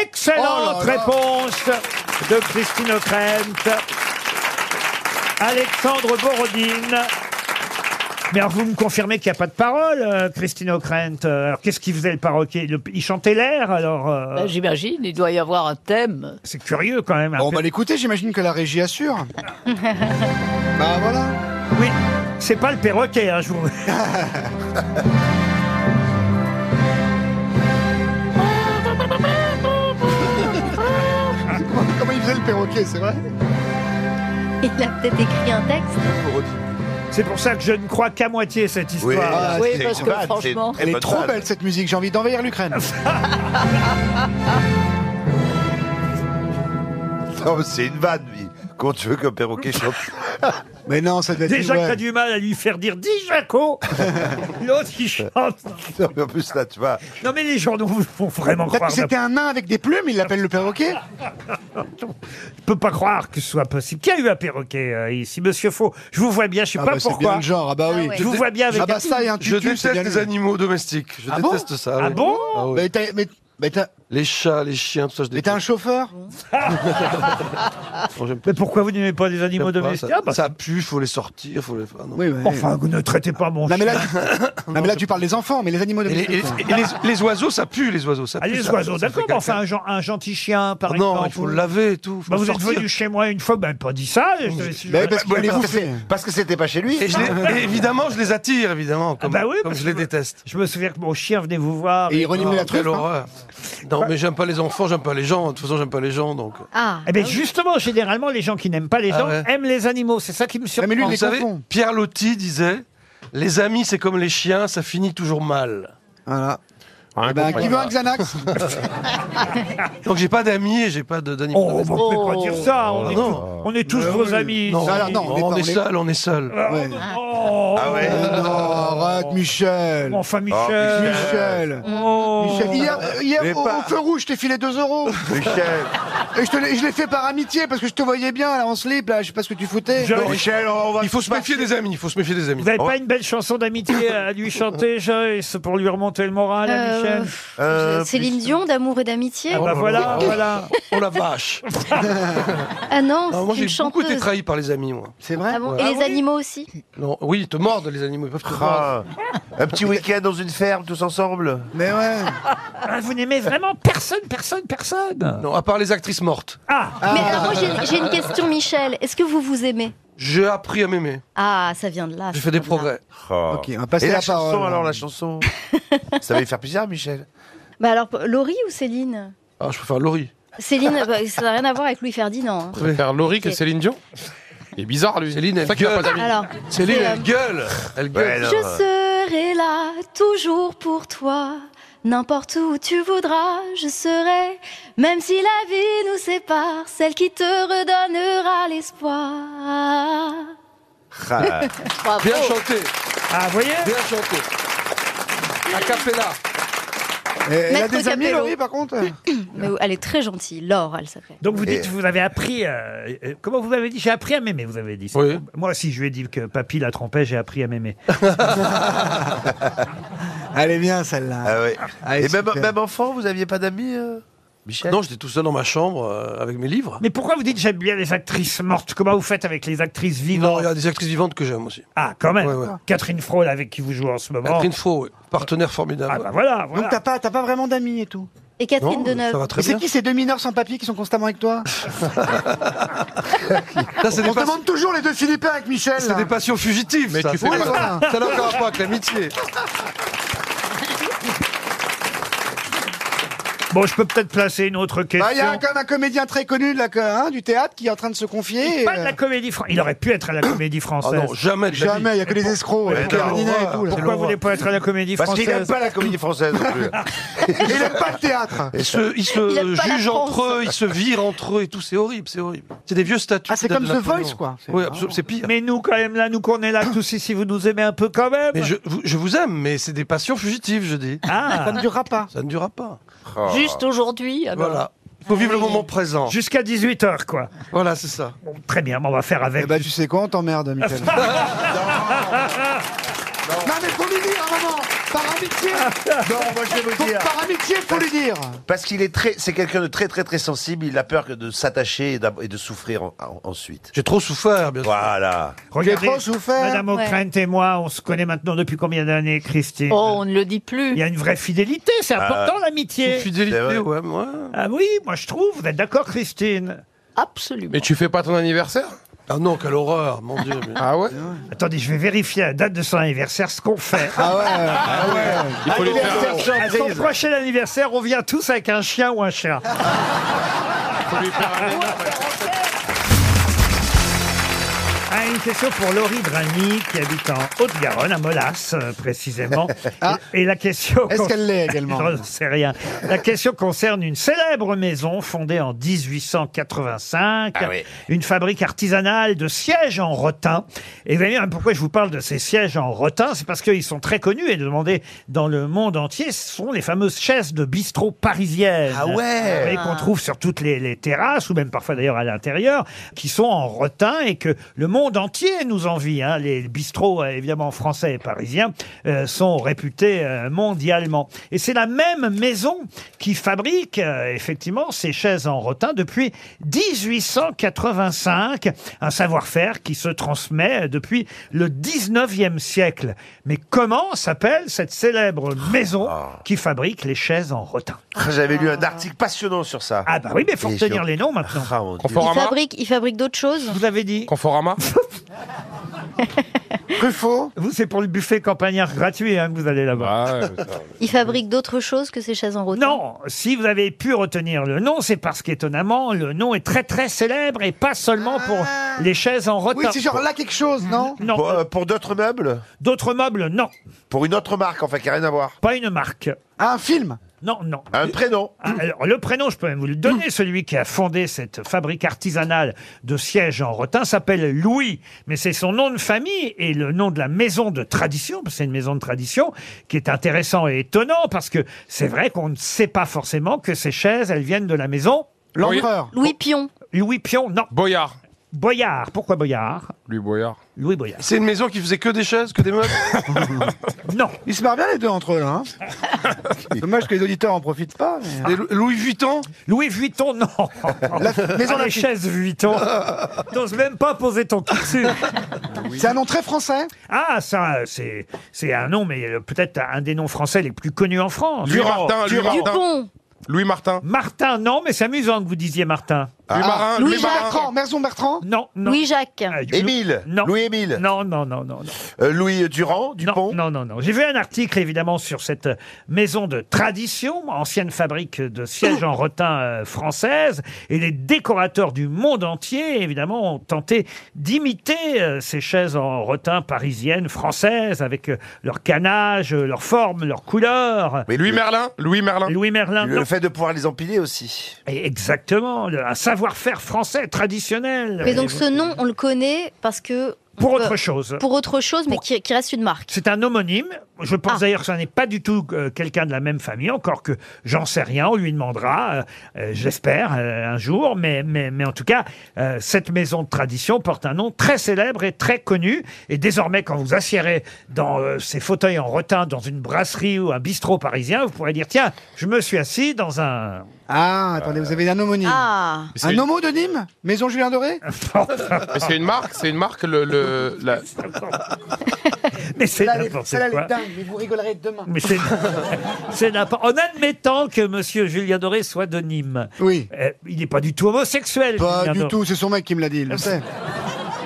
Speaker 2: Excellente
Speaker 8: Oh là là.
Speaker 2: réponse de Christine O'Krent. Alexandre Borodine. Mais alors, vous me confirmez qu'il n'y a pas de parole, euh, Christine O'Krent. Euh, Alors, qu'est-ce qu'il faisait le paroquet Le- Il chantait l'air, alors.
Speaker 4: Ah.
Speaker 2: euh,
Speaker 8: Bah, J'imagine, il doit y avoir un thème.
Speaker 2: <laughs> c'est curieux quand même.
Speaker 3: on va l'écouter, bah, j'imagine que la régie
Speaker 8: <laughs>
Speaker 3: assure.
Speaker 2: Bah voilà. Oui, c'est pas le perroquet, hein, je vous.
Speaker 3: <laughs> Comment il faisait le perroquet,
Speaker 2: <laughs>
Speaker 3: c'est vrai
Speaker 5: Il a peut-être écrit un texte.
Speaker 2: <laughs> C'est pour ça que je ne crois qu'à moitié cette histoire.
Speaker 3: Ah, c'est une vanne, c'est une très Elle est
Speaker 2: bonne
Speaker 3: trop
Speaker 2: vanne.
Speaker 3: belle cette musique, j'ai envie d'envahir
Speaker 2: <laughs>
Speaker 3: l'Ukraine.
Speaker 4: Non, mais c'est une vanne, lui. Comment tu veux qu'un
Speaker 2: <laughs>
Speaker 4: perroquet chante
Speaker 3: Mais non, ça doit être
Speaker 2: Déjà
Speaker 3: une
Speaker 2: que t'as
Speaker 3: vanne.
Speaker 2: du mal à lui faire dire dis Jaco <laughs> L'autre qui chante.
Speaker 4: Non, mais en plus, là, tu vois.
Speaker 2: Non, mais les journaux vous font vraiment
Speaker 3: Peut-être
Speaker 2: croire.
Speaker 3: que Bah, c'était un nain avec des plumes, il l'appelle le perroquet.
Speaker 2: Je peux pas croire que ce soit possible. Qui a eu un perroquet euh, ici Monsieur Faux, je vous vois bien, je sais
Speaker 3: Ah
Speaker 2: pas
Speaker 3: bah, c'est
Speaker 2: pourquoi.
Speaker 3: bien le genre, ah bah oui. Ah ouais.
Speaker 2: Je vous vois bien avec
Speaker 3: Ah bah ça et un tutu,
Speaker 6: Je
Speaker 3: c'est
Speaker 6: déteste
Speaker 3: bien
Speaker 6: les
Speaker 3: lui.
Speaker 6: animaux domestiques. Je
Speaker 3: Ah bon
Speaker 6: déteste ça.
Speaker 3: Ah
Speaker 6: oui.
Speaker 3: bon
Speaker 6: Ah oui.
Speaker 3: Mais t'as- mais- mais t'as-
Speaker 6: Les chats, les chiens, tout ça, je déteste.
Speaker 3: t'es un chauffeur
Speaker 2: Mais pourquoi vous n'aimez pas les animaux
Speaker 6: J'aime pas,
Speaker 2: domestiques
Speaker 6: ça,
Speaker 2: Ah bah,
Speaker 6: ça pue, faut les sortir, faut les. Ah, non.
Speaker 2: Enfin, vous ne traitez pas mon
Speaker 3: Non mais là,
Speaker 2: chien.
Speaker 3: tu- non, mais là, tu parles des enfants, mais les animaux
Speaker 6: Et les,
Speaker 3: domestiques.
Speaker 6: et les- et les- les oiseaux, ça pue, les oiseaux. Ça
Speaker 2: Ah,
Speaker 6: pue,
Speaker 2: les
Speaker 6: ça-
Speaker 2: oiseaux,
Speaker 6: ça
Speaker 2: d'accord,
Speaker 6: fait
Speaker 2: mais
Speaker 6: caca.
Speaker 2: enfin, un, gen- un gentil chien, par
Speaker 6: Non,
Speaker 2: exemple.
Speaker 6: il faut le laver et tout. faut
Speaker 2: Bah,
Speaker 6: le
Speaker 2: vous
Speaker 6: sortir.
Speaker 2: êtes venu chez moi une fois, vous m'avez pas dit ça. je- je-
Speaker 3: Bah oui, parce qu'il
Speaker 2: Ouais,
Speaker 3: allait
Speaker 2: parce que
Speaker 3: bouffer.
Speaker 4: Parce que c'était pas chez lui.
Speaker 6: Et je les- et évidemment, je les attire, évidemment, comme,
Speaker 2: bah oui,
Speaker 6: comme
Speaker 2: parce
Speaker 6: je les déteste.
Speaker 2: Je me souviens que mon chien venait vous voir.
Speaker 3: Et il reniflait la
Speaker 6: Oh, quelle
Speaker 3: truffe. hein.
Speaker 6: horreur. Non, mais j'aime pas les enfants, j'aime pas les gens. De toute façon, j'aime pas les gens, donc.
Speaker 5: Ah.
Speaker 2: Eh bien, justement, généralement, les gens qui n'aiment pas les
Speaker 6: Ah
Speaker 2: gens
Speaker 6: ouais.
Speaker 2: aiment les animaux. C'est ça qui me surprend.
Speaker 3: mais lui, il
Speaker 6: Vous
Speaker 3: les
Speaker 6: savez,
Speaker 3: confond.
Speaker 6: Pierre Lotti disait Les amis, c'est comme les chiens, ça finit toujours mal.
Speaker 3: Voilà.
Speaker 7: Rien
Speaker 3: Eh ben,
Speaker 7: compris.
Speaker 3: qui veut un Xanax
Speaker 6: Donc j'ai pas d'amis et j'ai pas de- d'animaux.
Speaker 2: Oh, bah, on peut pas dire ça. On, est,
Speaker 6: non. Ben
Speaker 2: tous- on est tous vos amis.
Speaker 6: non,
Speaker 2: ici.
Speaker 3: alors, Oh, bah non,
Speaker 6: on,
Speaker 3: on est pas-
Speaker 6: est
Speaker 3: on est-
Speaker 6: seul, on est seul.
Speaker 3: Ouais.
Speaker 2: Oh,
Speaker 3: Mais non, arrête, Michel.
Speaker 2: enfin, Michel.
Speaker 3: Michel.
Speaker 2: Oh.
Speaker 3: Michel, Hier, hier,
Speaker 4: Mais
Speaker 3: au,
Speaker 4: Ah, pas-
Speaker 3: au feu rouge, je t'ai filé 2 euros.
Speaker 4: Michel,
Speaker 3: Et je, te l'ai- je l'ai fait par amitié parce que je te voyais bien là en slip, là, je sais pas ce que tu foutais.
Speaker 2: Je-
Speaker 4: Michel, on va.
Speaker 6: Il faut se méfier des amis, il faut se méfier des amis.
Speaker 2: Vous n'avez
Speaker 4: Oh.
Speaker 2: pas une belle chanson d'amitié à lui chanter,
Speaker 6: <laughs>
Speaker 2: Joyce, pour lui remonter le moral à
Speaker 5: Euh,
Speaker 2: Michel
Speaker 4: Euh,
Speaker 5: Céline Dion, d'amour et d'amitié.
Speaker 2: Ah bah voilà, voilà.
Speaker 6: Oh la vache
Speaker 5: Ah non,
Speaker 6: Non, Moi
Speaker 5: c'est une
Speaker 6: j'ai beaucoup été
Speaker 5: chanteuse.
Speaker 6: trahi par les amis, moi.
Speaker 3: C'est vrai
Speaker 5: Ah bon,
Speaker 6: Ah
Speaker 5: et les
Speaker 6: oui
Speaker 5: animaux aussi.
Speaker 6: Non, oui, ils te mordent les animaux, ils peuvent te mordre.
Speaker 4: Ah, un petit week-end dans une ferme, tous ensemble.
Speaker 3: Mais ouais.
Speaker 2: Ah, vous n'aimez vraiment personne, personne, personne
Speaker 6: Non, à part les actrices mortes.
Speaker 2: Ah
Speaker 5: Mais alors moi j'ai- j'ai une question, Michel. Est-ce que vous vous aimez
Speaker 6: J'ai appris à m'aimer.
Speaker 5: Ah, ça vient de là.
Speaker 6: J'ai
Speaker 5: ça
Speaker 6: fait des
Speaker 5: vient de là.
Speaker 6: progrès.
Speaker 4: Ok,
Speaker 3: on va passer
Speaker 4: Et la,
Speaker 3: la
Speaker 4: chanson,
Speaker 3: parole.
Speaker 4: alors, la
Speaker 3: <laughs>
Speaker 4: chanson Ça va lui faire plaisir, Michel
Speaker 5: Bah alors, Laurie ou Céline
Speaker 6: Ah, je préfère Laurie.
Speaker 5: Céline, bah, ça n'a rien à voir avec Louis Ferdinand. hein.
Speaker 7: Je préfère Laurie que
Speaker 5: Ok.
Speaker 7: Céline Dion Il est bizarre, lui.
Speaker 6: Céline,
Speaker 7: C'est
Speaker 6: elle
Speaker 7: ça qu'il a
Speaker 6: gueule.
Speaker 7: pas d'amis. euh,
Speaker 5: Alors,
Speaker 6: Céline,
Speaker 5: c'est,
Speaker 6: elle
Speaker 5: euh,
Speaker 6: gueule. Elle gueule.
Speaker 4: Ouais, non.
Speaker 5: Je serai là toujours pour toi, n'importe où tu voudras, je serai, même si la vie nous sépare, celle qui te redonnera l'espoir.
Speaker 4: Ah,
Speaker 8: Bravo.
Speaker 6: Bien chanté.
Speaker 2: Ah, vous voyez
Speaker 6: Bien chanté. A cappella.
Speaker 3: Et Elle a
Speaker 5: Maître
Speaker 3: des amis,
Speaker 5: Capello.
Speaker 3: Laurie, par contre
Speaker 5: <coughs> Mais elle est très gentille, Laure, elle s'appelle.
Speaker 2: Donc vous dites,
Speaker 4: Et-
Speaker 2: vous avez appris. euh, euh, comment vous m'avez dit J'ai appris à m'aimer, vous avez dit. ça.
Speaker 6: Oui. Ah,
Speaker 2: Moi, si je lui ai dit que papy la trompait, j'ai appris à m'aimer.
Speaker 3: Elle est bien, celle-là.
Speaker 4: ah ouais.
Speaker 3: Ah,
Speaker 4: Et même,
Speaker 3: super.
Speaker 4: même enfant, vous aviez pas d'amis, euh, Michel
Speaker 6: Non, j'étais tout seul dans ma chambre euh, avec mes livres.
Speaker 2: Mais pourquoi vous dites j'aime bien les actrices mortes Comment vous faites avec les actrices
Speaker 6: Non,
Speaker 2: vivantes
Speaker 6: il y a des actrices vivantes que j'aime aussi.
Speaker 2: Ah, quand même.
Speaker 6: Ouais, ouais.
Speaker 2: Catherine Fraud, là, avec qui vous jouez en ce moment.
Speaker 6: Catherine Faux, oui. partenaire formidable.
Speaker 2: Ah bah voilà, voilà.
Speaker 3: Donc t'as pas, t'as pas vraiment d'amis et tout.
Speaker 5: Et Catherine
Speaker 6: Non,
Speaker 5: Deneuve.
Speaker 6: ça va
Speaker 3: Et
Speaker 6: très
Speaker 3: c'est
Speaker 6: bien.
Speaker 3: qui ces deux mineurs sans papier qui sont constamment
Speaker 2: <laughs>
Speaker 3: avec toi
Speaker 6: <laughs> Là,
Speaker 3: On
Speaker 6: c'est des,
Speaker 3: se
Speaker 6: passions-
Speaker 3: demande toujours les deux Philippins avec Michel.
Speaker 6: c'est
Speaker 3: là.
Speaker 6: des passions fugitives.
Speaker 7: Mais
Speaker 6: ça.
Speaker 7: tu fais
Speaker 6: Oui,
Speaker 7: pas-
Speaker 6: voilà. Ça n'a encore à voir avec l'amitié.
Speaker 2: Bon, je peux peut-être placer une autre question.
Speaker 3: Bah, il y a quand même un comédien très connu de la, co- hein, du théâtre qui est en train de se confier.
Speaker 2: Pas de
Speaker 3: euh,
Speaker 2: la comédie française. Il aurait pu être à la comédie
Speaker 6: Ah
Speaker 2: française.
Speaker 6: non, jamais. de la vie.
Speaker 3: Jamais, il n'y a que les escrocs,
Speaker 2: Mais
Speaker 3: les
Speaker 2: quelle
Speaker 3: Cardinets et
Speaker 6: horreur.
Speaker 3: tout. là.
Speaker 2: Pourquoi vous voulez pas être à la comédie
Speaker 4: Parce qu'il aime
Speaker 2: française
Speaker 4: pas la
Speaker 2: <laughs>
Speaker 4: comédie française non plus.
Speaker 3: <laughs> Il n'aime pas le théâtre.
Speaker 6: Ils se, ils se
Speaker 5: Il aime pas la
Speaker 6: jugent
Speaker 5: France.
Speaker 6: entre eux, ils se virent entre eux et tout, c'est horrible, c'est horrible. C'est des vieux statuts.
Speaker 3: Ah, c'est
Speaker 6: qui datent
Speaker 3: comme
Speaker 6: de
Speaker 3: The
Speaker 6: Napoléon.
Speaker 3: Voice, quoi. C'est
Speaker 6: Oui,
Speaker 3: marrant.
Speaker 6: absolument, c'est pire.
Speaker 2: Mais
Speaker 6: Mais,
Speaker 2: nous, quand même, là, nous qu'on est là tous ici, vous nous aimez un peu quand même.
Speaker 6: je, vous, je vous aime, mais c'est des passions fugitives, je dis.
Speaker 3: Ça
Speaker 2: Ah
Speaker 3: ne durera pas.
Speaker 6: Ça ne durera pas.
Speaker 4: Oh.
Speaker 8: Juste aujourd'hui. alors.
Speaker 6: Voilà. Il faut vivre le
Speaker 5: oui.
Speaker 6: moment présent.
Speaker 2: Jusqu'à 18h, quoi.
Speaker 6: Voilà, c'est ça.
Speaker 2: Bon, très bien, mais on va faire
Speaker 3: Eh
Speaker 2: avec.
Speaker 3: bah, tu sais quoi, on t'emmerde,
Speaker 2: <laughs>
Speaker 3: Michel. non, mais faut lui dire, maman Par amitié
Speaker 4: Non, moi je vais vous
Speaker 3: faut-
Speaker 4: dire.
Speaker 3: Par amitié, faut lui dire
Speaker 4: Parce qu'il est très, c'est quelqu'un de très très très sensible. Il a peur que de s'attacher et, d'ab- et de souffrir en- en- ensuite.
Speaker 6: J'ai trop souffert, bien sûr.
Speaker 4: Voilà.
Speaker 2: Regardez,
Speaker 3: J'ai trop souffert.
Speaker 2: Madame
Speaker 5: Ouais.
Speaker 2: O'Krent et moi, on se connaît maintenant depuis combien d'années, Christine
Speaker 8: Oh, on ne le dit
Speaker 2: Il
Speaker 8: plus.
Speaker 2: y a une vraie fidélité, c'est
Speaker 7: Ah.
Speaker 2: important l'amitié.
Speaker 6: Une Fidélité,
Speaker 4: C'est vrai.
Speaker 6: ouais, moi.
Speaker 2: Ah oui, moi je trouve, vous êtes d'accord, Christine
Speaker 8: Absolument.
Speaker 7: Mais tu fais pas ton anniversaire
Speaker 6: Ah non, quelle horreur, mon Dieu. mais-
Speaker 7: Ah ouais
Speaker 2: Attendez, je vais vérifier à la date de son anniversaire ce qu'on fait.
Speaker 3: Ah ouais, ah ouais.
Speaker 7: Il faut lui faire un-
Speaker 2: À son prochain anniversaire, on vient tous avec un chien ou un chat.
Speaker 7: faut lui faire un-
Speaker 2: Ah, une question pour Laurie Dragny, qui habite en Haute-Garonne, à Molas, euh,
Speaker 3: <laughs>
Speaker 2: précisément. Et, et la question.
Speaker 3: Ah. Est-ce
Speaker 2: con-
Speaker 3: qu'elle l'est également
Speaker 2: <laughs> Je ne sais rien. La question concerne une célèbre maison fondée en 1885.
Speaker 4: Ah oui.
Speaker 2: Une fabrique artisanale de sièges en rotin. Et vous allez me dire, pourquoi je vous parle de ces sièges en rotin C'est parce qu'ils sont très connus et demandés dans le monde entier. Ce sont les fameuses chaises de bistrot parisiennes.
Speaker 4: Ah ouais
Speaker 2: Vous voyez, qu'on trouve sur toutes les, les terrasses, ou même parfois d'ailleurs à l'intérieur, qui sont en rotin et que le monde entier nous envie. hein. Les bistrots, euh, évidemment français et parisiens, euh, sont réputés euh, mondialement. Et c'est la même maison qui fabrique euh, effectivement ces chaises en rotin depuis 1885, un savoir-faire qui se transmet euh, depuis le 19e siècle. Mais comment s'appelle cette célèbre maison qui fabrique les chaises en rotin
Speaker 4: Ah, J'avais lu un article passionnant sur ça.
Speaker 2: ah bah oui, mais faut
Speaker 4: Et
Speaker 2: retenir
Speaker 4: sur-
Speaker 2: les noms maintenant.
Speaker 4: Ah, mon Dieu.
Speaker 5: Il
Speaker 7: Conforama
Speaker 5: fabrique, il fabrique d'autres choses.
Speaker 2: Vous avez dit <laughs>
Speaker 7: Conforama
Speaker 3: Truffaut
Speaker 2: Vous, c'est pour le buffet campagnard gratuit hein, que vous allez là-bas.
Speaker 7: Ah
Speaker 2: <laughs>
Speaker 7: ouais, putain.
Speaker 5: Il fabrique d'autres choses que ces chaises en rotin.
Speaker 2: Non, si vous avez pu retenir le nom, c'est parce qu'étonnamment, le nom est très très célèbre et pas seulement pour
Speaker 4: Ah.
Speaker 2: les chaises en
Speaker 3: Oui,
Speaker 2: rotin.
Speaker 3: c'est genre là quelque chose, non
Speaker 2: Non,
Speaker 4: Pour, euh, pour d'autres meubles
Speaker 2: d'autres meubles, non.
Speaker 4: Pour une autre marque, enfin, qui n'a rien à voir.
Speaker 2: Pas une marque.
Speaker 3: Un film
Speaker 2: Non, non.
Speaker 4: Un prénom.
Speaker 2: Ah, Alors, le prénom, je peux même vous le donner, celui qui a fondé cette fabrique artisanale de sièges en rotin s'appelle Louis, mais c'est son nom de famille et le nom de la maison de tradition, parce que c'est une maison de tradition, qui est intéressant et étonnant, parce que c'est vrai qu'on ne sait pas forcément que ces chaises, elles viennent de la maison
Speaker 3: L'empereur
Speaker 5: Louis Pion.
Speaker 2: Louis Pion, non,
Speaker 7: Boyard.
Speaker 2: Boyard. Pourquoi Boyard
Speaker 7: Lui, Boyard.
Speaker 2: Louis Boyard.
Speaker 6: C'est une maison qui faisait que des chaises, que des meubles.
Speaker 2: Non,
Speaker 3: Ils se marrent bien les deux entre eux,
Speaker 2: <laughs>
Speaker 3: là. hein. Dommage que les auditeurs en profitent pas. mais-
Speaker 6: Des Lou- Louis Vuitton.
Speaker 2: Ah. Louis Vuitton, non.
Speaker 3: maison
Speaker 2: Ah, les
Speaker 3: Lafitte.
Speaker 2: chaises
Speaker 3: <laughs>
Speaker 2: Vuitton. T'oses même pas poser ton cul dessus.
Speaker 3: C'est un nom très français.
Speaker 2: Ah, ça, euh, c'est c'est un nom, mais euh, peut-être un des noms français les plus connus en France.
Speaker 7: Louis Martin, Louis Martin.
Speaker 5: Dupont.
Speaker 7: Louis Martin.
Speaker 2: Martin, non, mais c'est amusant que vous disiez Martin.
Speaker 4: Ah.
Speaker 2: marin,
Speaker 3: Louis
Speaker 2: les marins.
Speaker 3: Bertrand, Merzon Bertrand
Speaker 2: Non, non. Ah,
Speaker 3: Jacques.
Speaker 4: Eh
Speaker 2: Émile Louis-Émile Non, non, non, non.
Speaker 4: Euh, Louis Durand
Speaker 2: Dupont Non, non, non. J'ai vu un article, évidemment, sur cette maison de tradition, ancienne fabrique de sièges en rotin euh, française. Et les décorateurs du monde entier, évidemment, ont tenté d'imiter euh, ces chaises en rotin parisiennes, françaises, avec euh, leur canage, euh, leur forme, leur couleur. Mais
Speaker 7: Louis Merlin
Speaker 2: Louis Merlin Louis Merlin,
Speaker 4: Le
Speaker 2: non.
Speaker 4: fait de pouvoir les empiler aussi.
Speaker 2: Et Exactement, le- un savoir-faire français traditionnel.
Speaker 5: Mais donc ce nom, on le connaît parce que.
Speaker 2: Pour
Speaker 5: on
Speaker 2: autre
Speaker 5: peut-
Speaker 2: chose.
Speaker 5: Pour autre chose, mais qui, qui reste une marque.
Speaker 2: C'est un homonyme. Je pense d'ailleurs que ça n'est pas du tout euh, quelqu'un de la même famille, encore que j'en sais rien, on lui demandera, euh, euh, j'espère, euh, un jour. Mais, mais, mais en tout cas, euh, cette maison de tradition porte un nom très célèbre et très connu. Et désormais, quand vous assierez dans euh, ces fauteuils en rotin dans une brasserie ou un bistrot parisien, vous pourrez dire, tiens, je me suis assis dans un...
Speaker 3: Ah, attendez, vous avez un homonyme.
Speaker 8: Ah.
Speaker 7: Mais c'est
Speaker 3: Un
Speaker 7: une-
Speaker 3: homonyme Maison Julien Doré
Speaker 7: Mais c'est une marque, c'est une marque, le. le- la-
Speaker 2: <laughs> Mais c'est
Speaker 3: Celle-là, elle est-
Speaker 2: n'importe
Speaker 3: celle-là, elle est
Speaker 2: quoi.
Speaker 3: dingue, mais vous rigolerez demain.
Speaker 2: Mais c'est, <laughs> c'est n'importe- En admettant que Monsieur Julien Doré soit de Nîmes. Eh,
Speaker 3: Oui.
Speaker 2: il n'est pas du tout homosexuel.
Speaker 3: Pas
Speaker 2: Julien
Speaker 3: du
Speaker 2: Doré. Euh,
Speaker 3: tout, c'est son mec qui me l'a dit, il le sait.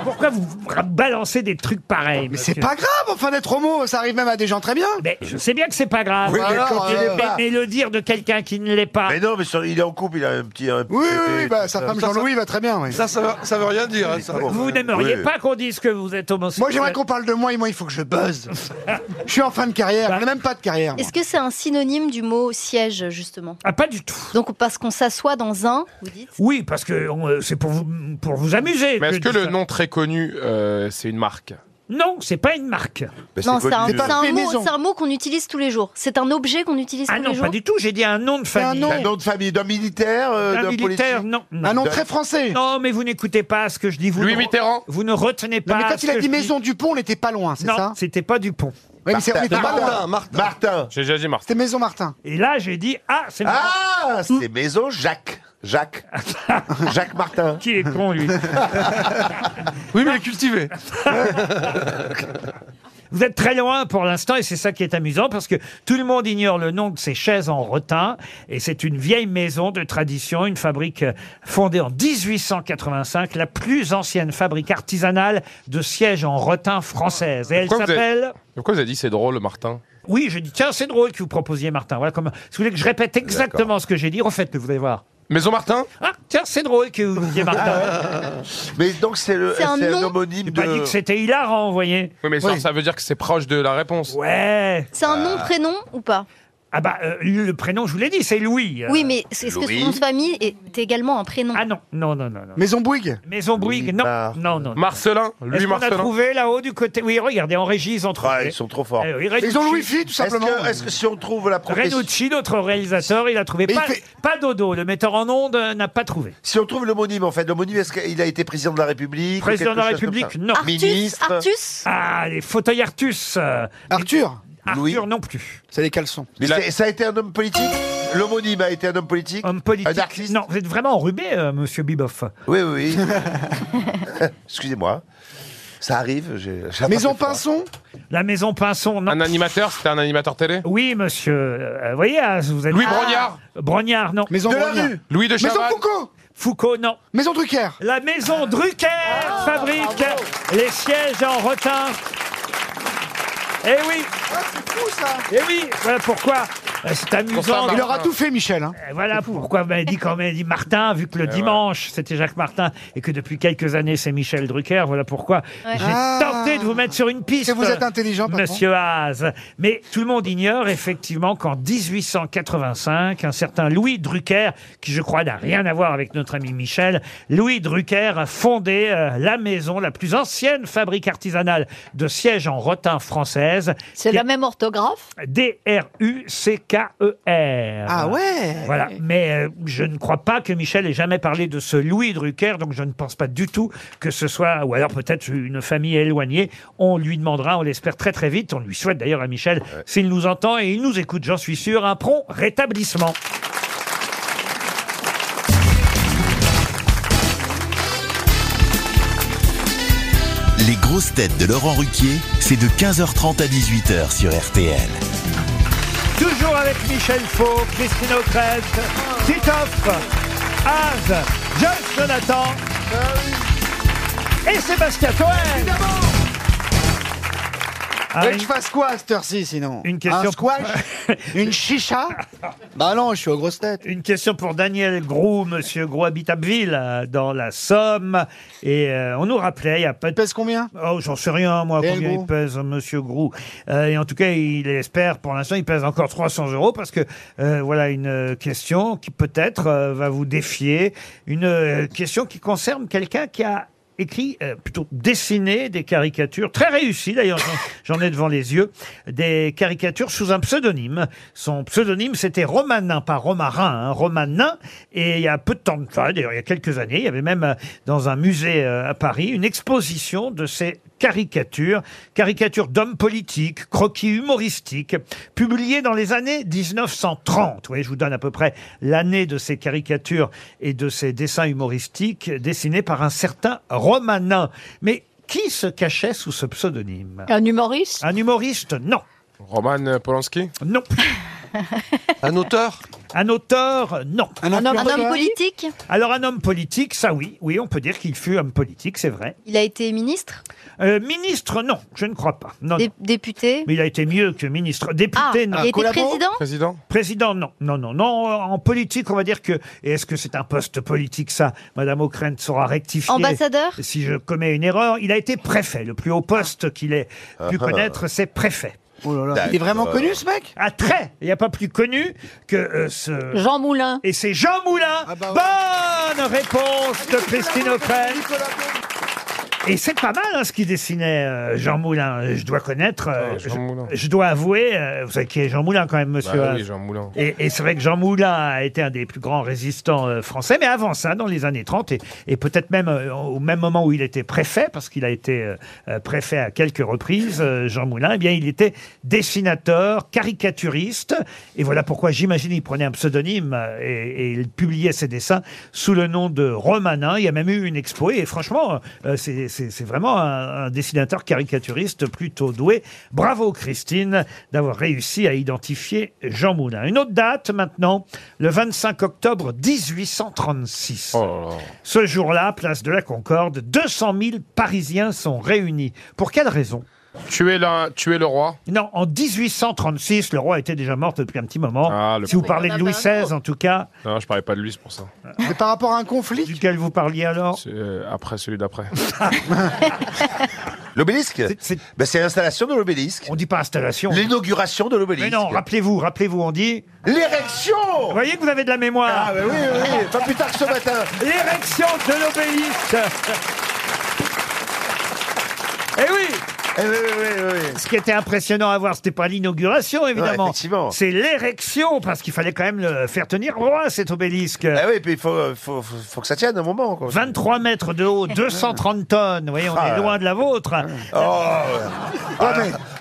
Speaker 2: Pourquoi vous balancez des trucs pareils
Speaker 3: Mais c'est pas grave, enfin d'être homo, ça arrive même à des gens très bien.
Speaker 2: Mais je sais bien que c'est pas grave.
Speaker 4: Oui, mais
Speaker 2: Alors,
Speaker 4: quand il
Speaker 2: euh,
Speaker 4: est pas-
Speaker 2: mais- mais le dire de quelqu'un qui ne l'est pas.
Speaker 4: bah. Mais non, mais ça- il est en couple, il a un petit. un-
Speaker 3: Oui, oui, oui, bah, sa
Speaker 4: Ça,
Speaker 3: femme
Speaker 4: ça-
Speaker 3: Jean-Louis va très bien, oui.
Speaker 6: Ça, ça veut, ça veut rien dire. hein,
Speaker 4: Ah
Speaker 6: ça.
Speaker 2: Vous n'aimeriez
Speaker 4: Oui.
Speaker 2: pas qu'on dise que vous êtes homosexuel
Speaker 3: Moi, j'aimerais qu'on parle de moi et moi, il faut que
Speaker 2: <laughs>
Speaker 3: je buzz. je suis en fin de carrière, je
Speaker 2: Bah,
Speaker 3: n'ai même pas de carrière. moi.
Speaker 5: Est-ce que c'est un synonyme du mot siège, justement
Speaker 2: Ah, pas du tout.
Speaker 5: Donc parce qu'on s'assoit dans un, vous dites
Speaker 2: Oui, parce que on, euh, c'est pour vous, pour vous amuser.
Speaker 7: Mais est-ce que le
Speaker 2: ça.
Speaker 7: nom très connu, euh, c'est une marque
Speaker 2: Non, c'est pas une marque.
Speaker 5: Non, c'est un, c'est un mot, c'est un mot qu'on utilise tous les jours. C'est un objet qu'on utilise
Speaker 2: Ah
Speaker 5: tous
Speaker 2: non,
Speaker 5: les jours.
Speaker 2: pas du tout. J'ai dit un nom de
Speaker 5: C'est un
Speaker 2: famille.
Speaker 5: nom. Un
Speaker 4: nom de famille, d'un militaire, euh,
Speaker 2: Un
Speaker 4: d'un
Speaker 2: militaire,
Speaker 4: politique.
Speaker 2: non,
Speaker 4: Un nom
Speaker 2: D'un-
Speaker 4: très français.
Speaker 2: Non, mais vous n'écoutez pas ce que je dis. Vous
Speaker 7: Louis
Speaker 2: ne re-
Speaker 7: Mitterrand.
Speaker 2: Vous ne retenez pas.
Speaker 3: Non, mais quand
Speaker 2: ce
Speaker 3: il a
Speaker 2: que
Speaker 3: dit
Speaker 2: je dis.
Speaker 3: Maison Dupont, on n'était pas loin, c'est
Speaker 2: Non,
Speaker 3: ça
Speaker 2: c'était pas Dupont.
Speaker 3: Oui, mais c'est on était pas loin.
Speaker 6: Martin.
Speaker 7: J'ai déjà dit Martin.
Speaker 3: Ah, C'était Maison Martin.
Speaker 2: Et là, j'ai dit ah, c'est
Speaker 4: Ah, c'est Maison Jacques.
Speaker 2: <laughs>
Speaker 4: Jacques. Jacques Martin.
Speaker 2: Qui est con, lui
Speaker 6: Oui, mais il est cultivé.
Speaker 2: <laughs> Vous êtes très loin pour l'instant et c'est ça qui est amusant parce que tout le monde ignore le nom de ces chaises en rotin et c'est une vieille maison de tradition, une fabrique euh, fondée en 1885, la plus ancienne fabrique artisanale de sièges en rotin française. Et elle
Speaker 7: Pourquoi vous avez-
Speaker 2: s'appelle...
Speaker 7: Pourquoi vous avez dit c'est drôle, Martin
Speaker 2: Oui, j'ai dit, tiens, c'est drôle que vous proposiez Martin. Voilà comment... Si vous voulez que je répète exactement ce que j'ai dit, refaites-le, vous allez voir.
Speaker 7: Maison Martin Ah
Speaker 2: Ah, tiens, c'est drôle que vous disiez Martin.
Speaker 4: <laughs> Mais donc, c'est le-
Speaker 2: C'est un
Speaker 4: c'est un
Speaker 2: nom.
Speaker 4: homonyme
Speaker 2: J'ai
Speaker 4: de.
Speaker 2: pas dit que c'était hilarant, vous voyez.
Speaker 7: Oui, mais ça,
Speaker 2: Oui.
Speaker 7: ça veut dire que <laughs> c'est proche de la réponse.
Speaker 2: Ouais.
Speaker 5: C'est un
Speaker 4: Ah.
Speaker 5: nom, prénom ou pas
Speaker 2: Ah bah, euh, le prénom, je vous l'ai dit, c'est Louis.
Speaker 5: Oui, mais c'est- est-ce que
Speaker 2: Louis.
Speaker 5: son nom de famille est également un prénom
Speaker 2: Euh, Ah non, non, non, non. non.
Speaker 3: Maison Bouygues
Speaker 2: Maison Bouygues, non. non, non, non.
Speaker 7: Marcelin,
Speaker 2: Est-ce
Speaker 7: lui
Speaker 2: qu'on a
Speaker 7: Marcelin.
Speaker 2: trouvé là-haut du côté Oui, regardez, en régie, ils ont trouvé.
Speaker 4: Ah, ils sont trop forts.
Speaker 2: Eh oui, Renucci.
Speaker 4: Ils ont Louis-Fi, tout simplement. Est-ce que, est-ce que si on trouve la profession.
Speaker 2: Renucci, notre réalisateur, il a trouvé.
Speaker 4: Mais il
Speaker 2: Pas,
Speaker 4: fait-
Speaker 2: pas Dodo, le metteur en ondes euh, n'a pas trouvé.
Speaker 4: Si on trouve l'homonyme, en fait, l'homonyme, est-ce qu'il a été président de la République ou
Speaker 2: Président de la
Speaker 4: quelque chose
Speaker 2: République,
Speaker 4: comme ça
Speaker 2: non.
Speaker 4: Ministre
Speaker 2: Ah, les fauteuils Artus. euh,
Speaker 3: Arthur
Speaker 2: Arthur non plus.
Speaker 3: C'est les caleçons.
Speaker 4: Mais c'est- ça a été un homme politique L'homonyme a été un homme politique
Speaker 2: Homme politique.
Speaker 4: Un artiste
Speaker 2: Non, vous êtes vraiment enrhumé, euh, monsieur Biboff.
Speaker 4: Oui,
Speaker 2: <laughs>
Speaker 4: oui, oui. Excusez-moi. Ça arrive. j'ai- j'ai
Speaker 3: Maison
Speaker 4: pas fait
Speaker 3: Pinson
Speaker 2: La maison Pinson, non.
Speaker 7: Un animateur, c'était un animateur télé
Speaker 2: Oui, monsieur. euh, vous voyez, ah, vous êtes.
Speaker 7: Louis Brognard
Speaker 2: Brognard, non.
Speaker 3: Maison
Speaker 4: De la
Speaker 3: Brognard.
Speaker 4: rue.
Speaker 7: Louis de
Speaker 3: Maison
Speaker 7: Chavannes
Speaker 3: Foucault
Speaker 2: Foucault, non.
Speaker 3: Maison Drucker
Speaker 2: La maison Drucker fabrique les sièges en rotin. Eh oui,
Speaker 3: Ouais, Ah, c'est fou ça
Speaker 2: eh oui, voilà pourquoi euh, c'est
Speaker 7: bah,
Speaker 2: amusant.
Speaker 3: Il leur a tout fait, Michel. hein.
Speaker 2: Euh, Voilà pourquoi vous m'avez dit quand m'avez dit Martin, vu que le dimanche c'était Jacques Martin et que depuis quelques années c'est Michel Drucker, voilà pourquoi
Speaker 5: Ouais.
Speaker 2: j'ai
Speaker 3: Ah.
Speaker 2: tenté de vous mettre sur une piste.
Speaker 3: Et vous êtes intelligent, par contre.
Speaker 2: Monsieur Haas. Mais tout le monde ignore effectivement qu'en 1885, un certain Louis Drucker, qui je crois n'a rien à voir avec notre ami Michel, Louis Drucker a fondé euh, la maison, la plus ancienne fabrique artisanale de sièges en rotin française.
Speaker 8: C'est la même orthographe
Speaker 2: E D-R-U-C-K-E-R.
Speaker 3: Ah ouais
Speaker 2: Voilà, mais euh, je ne crois pas que Michel ait jamais parlé de ce Louis Drucker, donc je ne pense pas du tout que ce soit, ou alors peut-être une famille éloignée. On lui demandera, on l'espère très très vite, on lui souhaite d'ailleurs à Michel, s'il nous entend et il nous écoute, j'en suis sûr, un prompt rétablissement.
Speaker 1: Les grosses têtes de Laurent Ruquier, c'est de 15h30 à 18h sur RTL.
Speaker 2: Toujours avec Michel Faux, Christine O'Krent, Titoff, Az, Joyce Jonathan.
Speaker 3: Euh,
Speaker 2: Et Sébastien Toen.
Speaker 3: Tu veux que je fasse quoi à cette heure-ci sinon Une
Speaker 2: Ah question-
Speaker 3: Un squash <laughs>
Speaker 2: <laughs>
Speaker 3: Une chicha
Speaker 2: Bah non, je suis aux grosses têtes. Une question pour Daniel Grou, monsieur Grou habite Abbeville, euh, dans la Somme. Et euh, on nous rappelait, il y a pas de... pèse combien Oh, j'en sais rien, moi,
Speaker 3: Daniel
Speaker 2: combien
Speaker 3: Grou
Speaker 2: il pèse, hein, monsieur Grou. Euh, et en tout cas, il espère, pour l'instant, il pèse encore 300 euros, parce que euh, voilà une euh, question qui peut-être euh, va vous défier. Une euh, question qui concerne quelqu'un qui a écrit, euh, plutôt dessiné des caricatures, très réussies d'ailleurs, j'en <laughs> j'en ai devant les yeux, des caricatures sous un pseudonyme. Son pseudonyme, c'était Romanin, pas Romarin, hein, Romanin. Et il y a peu de temps de ça, d'ailleurs il y a quelques années, il y avait même euh, dans un musée euh, à Paris une exposition de ces caricatures, caricatures d'hommes politiques, croquis humoristiques, publiées dans les années 1930. Vous voyez, je vous donne à peu près l'année de ces caricatures et de ces dessins humoristiques dessinés par un certain Romanin. Mais qui se cachait sous ce pseudonyme
Speaker 8: Un humoriste
Speaker 2: Un humoriste, non. Roman Polanski Non. un auteur Un auteur, non.
Speaker 5: Un homme, politique
Speaker 2: Alors un homme politique, ça oui, oui, on peut dire qu'il fut homme politique, c'est vrai.
Speaker 5: Il a été ministre
Speaker 2: Euh, ministre, non, je ne crois pas. Non,
Speaker 5: Dé-
Speaker 2: non.
Speaker 5: Député
Speaker 2: Mais il a été mieux que ministre. Député,
Speaker 5: Ah, il
Speaker 2: non.
Speaker 5: était Un collabo président
Speaker 2: Président non. Non, non, non. En politique, on va dire que. Et est-ce que c'est un poste politique, ça Madame O'Krent saura rectifier.
Speaker 5: Ambassadeur
Speaker 2: Si je commets une erreur, il a été préfet. Le plus haut poste qu'il ait pu
Speaker 3: Ah, ah.
Speaker 2: connaître, c'est préfet.
Speaker 7: Oh
Speaker 3: Il est vraiment connu ce mec
Speaker 2: Ah, très Il n'y a pas plus connu que euh, ce.
Speaker 8: Jean Moulin.
Speaker 2: Et c'est Jean Moulin
Speaker 7: Ah bah
Speaker 2: Bonne réponse de Christine O'Krent et c'est pas mal hein, ce qu'il dessinait, euh, Jean Moulin. Euh, Je dois connaître, euh,
Speaker 7: Ouais, Ah, Jean
Speaker 2: je,
Speaker 7: Moulin.
Speaker 2: je dois avouer, euh, vous savez qui est Jean Moulin quand même, monsieur. hein.
Speaker 7: Bah
Speaker 2: Haas.
Speaker 7: oui, Jean Moulin.
Speaker 2: Et, et c'est vrai que Jean Moulin a été un des plus grands résistants euh, français, mais avant ça, dans les années 30, et, et peut-être même euh, au même moment où il était préfet, parce qu'il a été euh, euh, préfet à quelques reprises, euh, Jean Moulin, eh bien, il était dessinateur, caricaturiste, et voilà pourquoi j'imagine il prenait un pseudonyme euh, et, et il publiait ses dessins sous le nom de Romanin. Hein, Il y a même eu une expo, et franchement, euh, c'est c'est- c'est vraiment un, un dessinateur caricaturiste plutôt doué. Bravo Christine d'avoir réussi à identifier Jean Moulin. Une autre date maintenant, le 25 octobre 1836. Ce jour-là, place de la Concorde, 200 000 Parisiens sont réunis. Pour quelle raison Tuer, tuer le roi Non, en 1836, le roi était déjà mort depuis un petit moment. si vous
Speaker 7: pauvre.
Speaker 2: parlez de Louis XVI, en tout cas.
Speaker 7: Non, je parlais pas de lui, c'est pour ça.
Speaker 2: Mais par rapport à un conflit Duquel vous parliez alors
Speaker 7: C'est, euh, après celui d'après.
Speaker 4: <laughs> L'obélisque Ben, C'est l'installation de l'obélisque.
Speaker 2: On dit pas installation.
Speaker 4: L'inauguration de l'obélisque.
Speaker 2: Mais non, rappelez-vous, rappelez-vous, on dit.
Speaker 4: L'érection
Speaker 2: Vous voyez que vous avez de la mémoire
Speaker 4: Ah, bah oui, oui, oui, pas plus tard que ce matin.
Speaker 2: L'érection de l'obélisque Eh oui Ce qui était impressionnant à voir, c'était pas l'inauguration, évidemment. C'est l'érection, parce qu'il fallait quand même le faire tenir roi, cet obélisque.
Speaker 4: Ah oui, puis il faut, euh, faut, faut, faut que ça tienne un moment. Quoi.
Speaker 2: 23 mètres de <laughs> haut, 230 tonnes. Vous voyez, on
Speaker 4: Ah,
Speaker 2: est
Speaker 4: là.
Speaker 2: loin de la vôtre.
Speaker 4: Oh,
Speaker 2: Ah,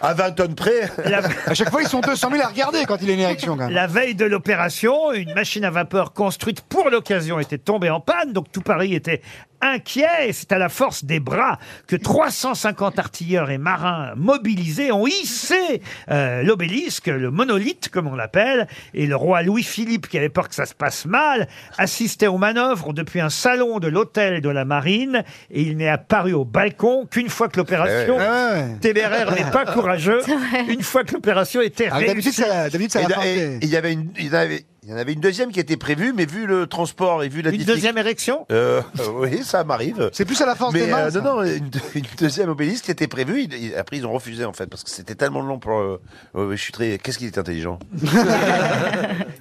Speaker 4: à, à 20 tonnes près.
Speaker 2: <laughs> À chaque fois, ils sont 200 000 à regarder quand il est une érection. La veille de l'opération, une machine à vapeur construite pour l'occasion était tombée en panne, donc tout Paris était inquiet. Et c'est à la force des bras que 350 artilleurs et marins mobilisés ont hissé euh, l'obélisque, le monolithe comme on l'appelle, et le roi Louis-Philippe, qui avait peur que ça se passe mal, assistait aux manœuvres depuis un salon de l'hôtel de la Marine, et il n'est apparu au balcon qu'une fois que l'opération
Speaker 3: Eh ouais. Ah ouais.
Speaker 2: téméraire n'est pas courageux.
Speaker 3: <laughs> C'est vrai.
Speaker 2: Une fois que l'opération était
Speaker 3: Ah, d'habitude,
Speaker 2: réussie.
Speaker 3: ça- d'habitude, ça
Speaker 4: Et
Speaker 3: va
Speaker 4: da-
Speaker 3: planter.
Speaker 4: et- et il y avait une, il y en avait, il y en avait une deuxième qui était prévue, mais vu le transport et vu la
Speaker 2: Une deuxième érection
Speaker 4: euh, euh, Oui, ça m'arrive. C'est plus à la force
Speaker 3: des mains, ça.
Speaker 4: non, non, une, deux- une deuxième obélisque qui était prévue. il- il- après, ils ont refusé en fait parce que c'était tellement long pour. euh, euh, je suis très. Qu'est-ce qu'il est intelligent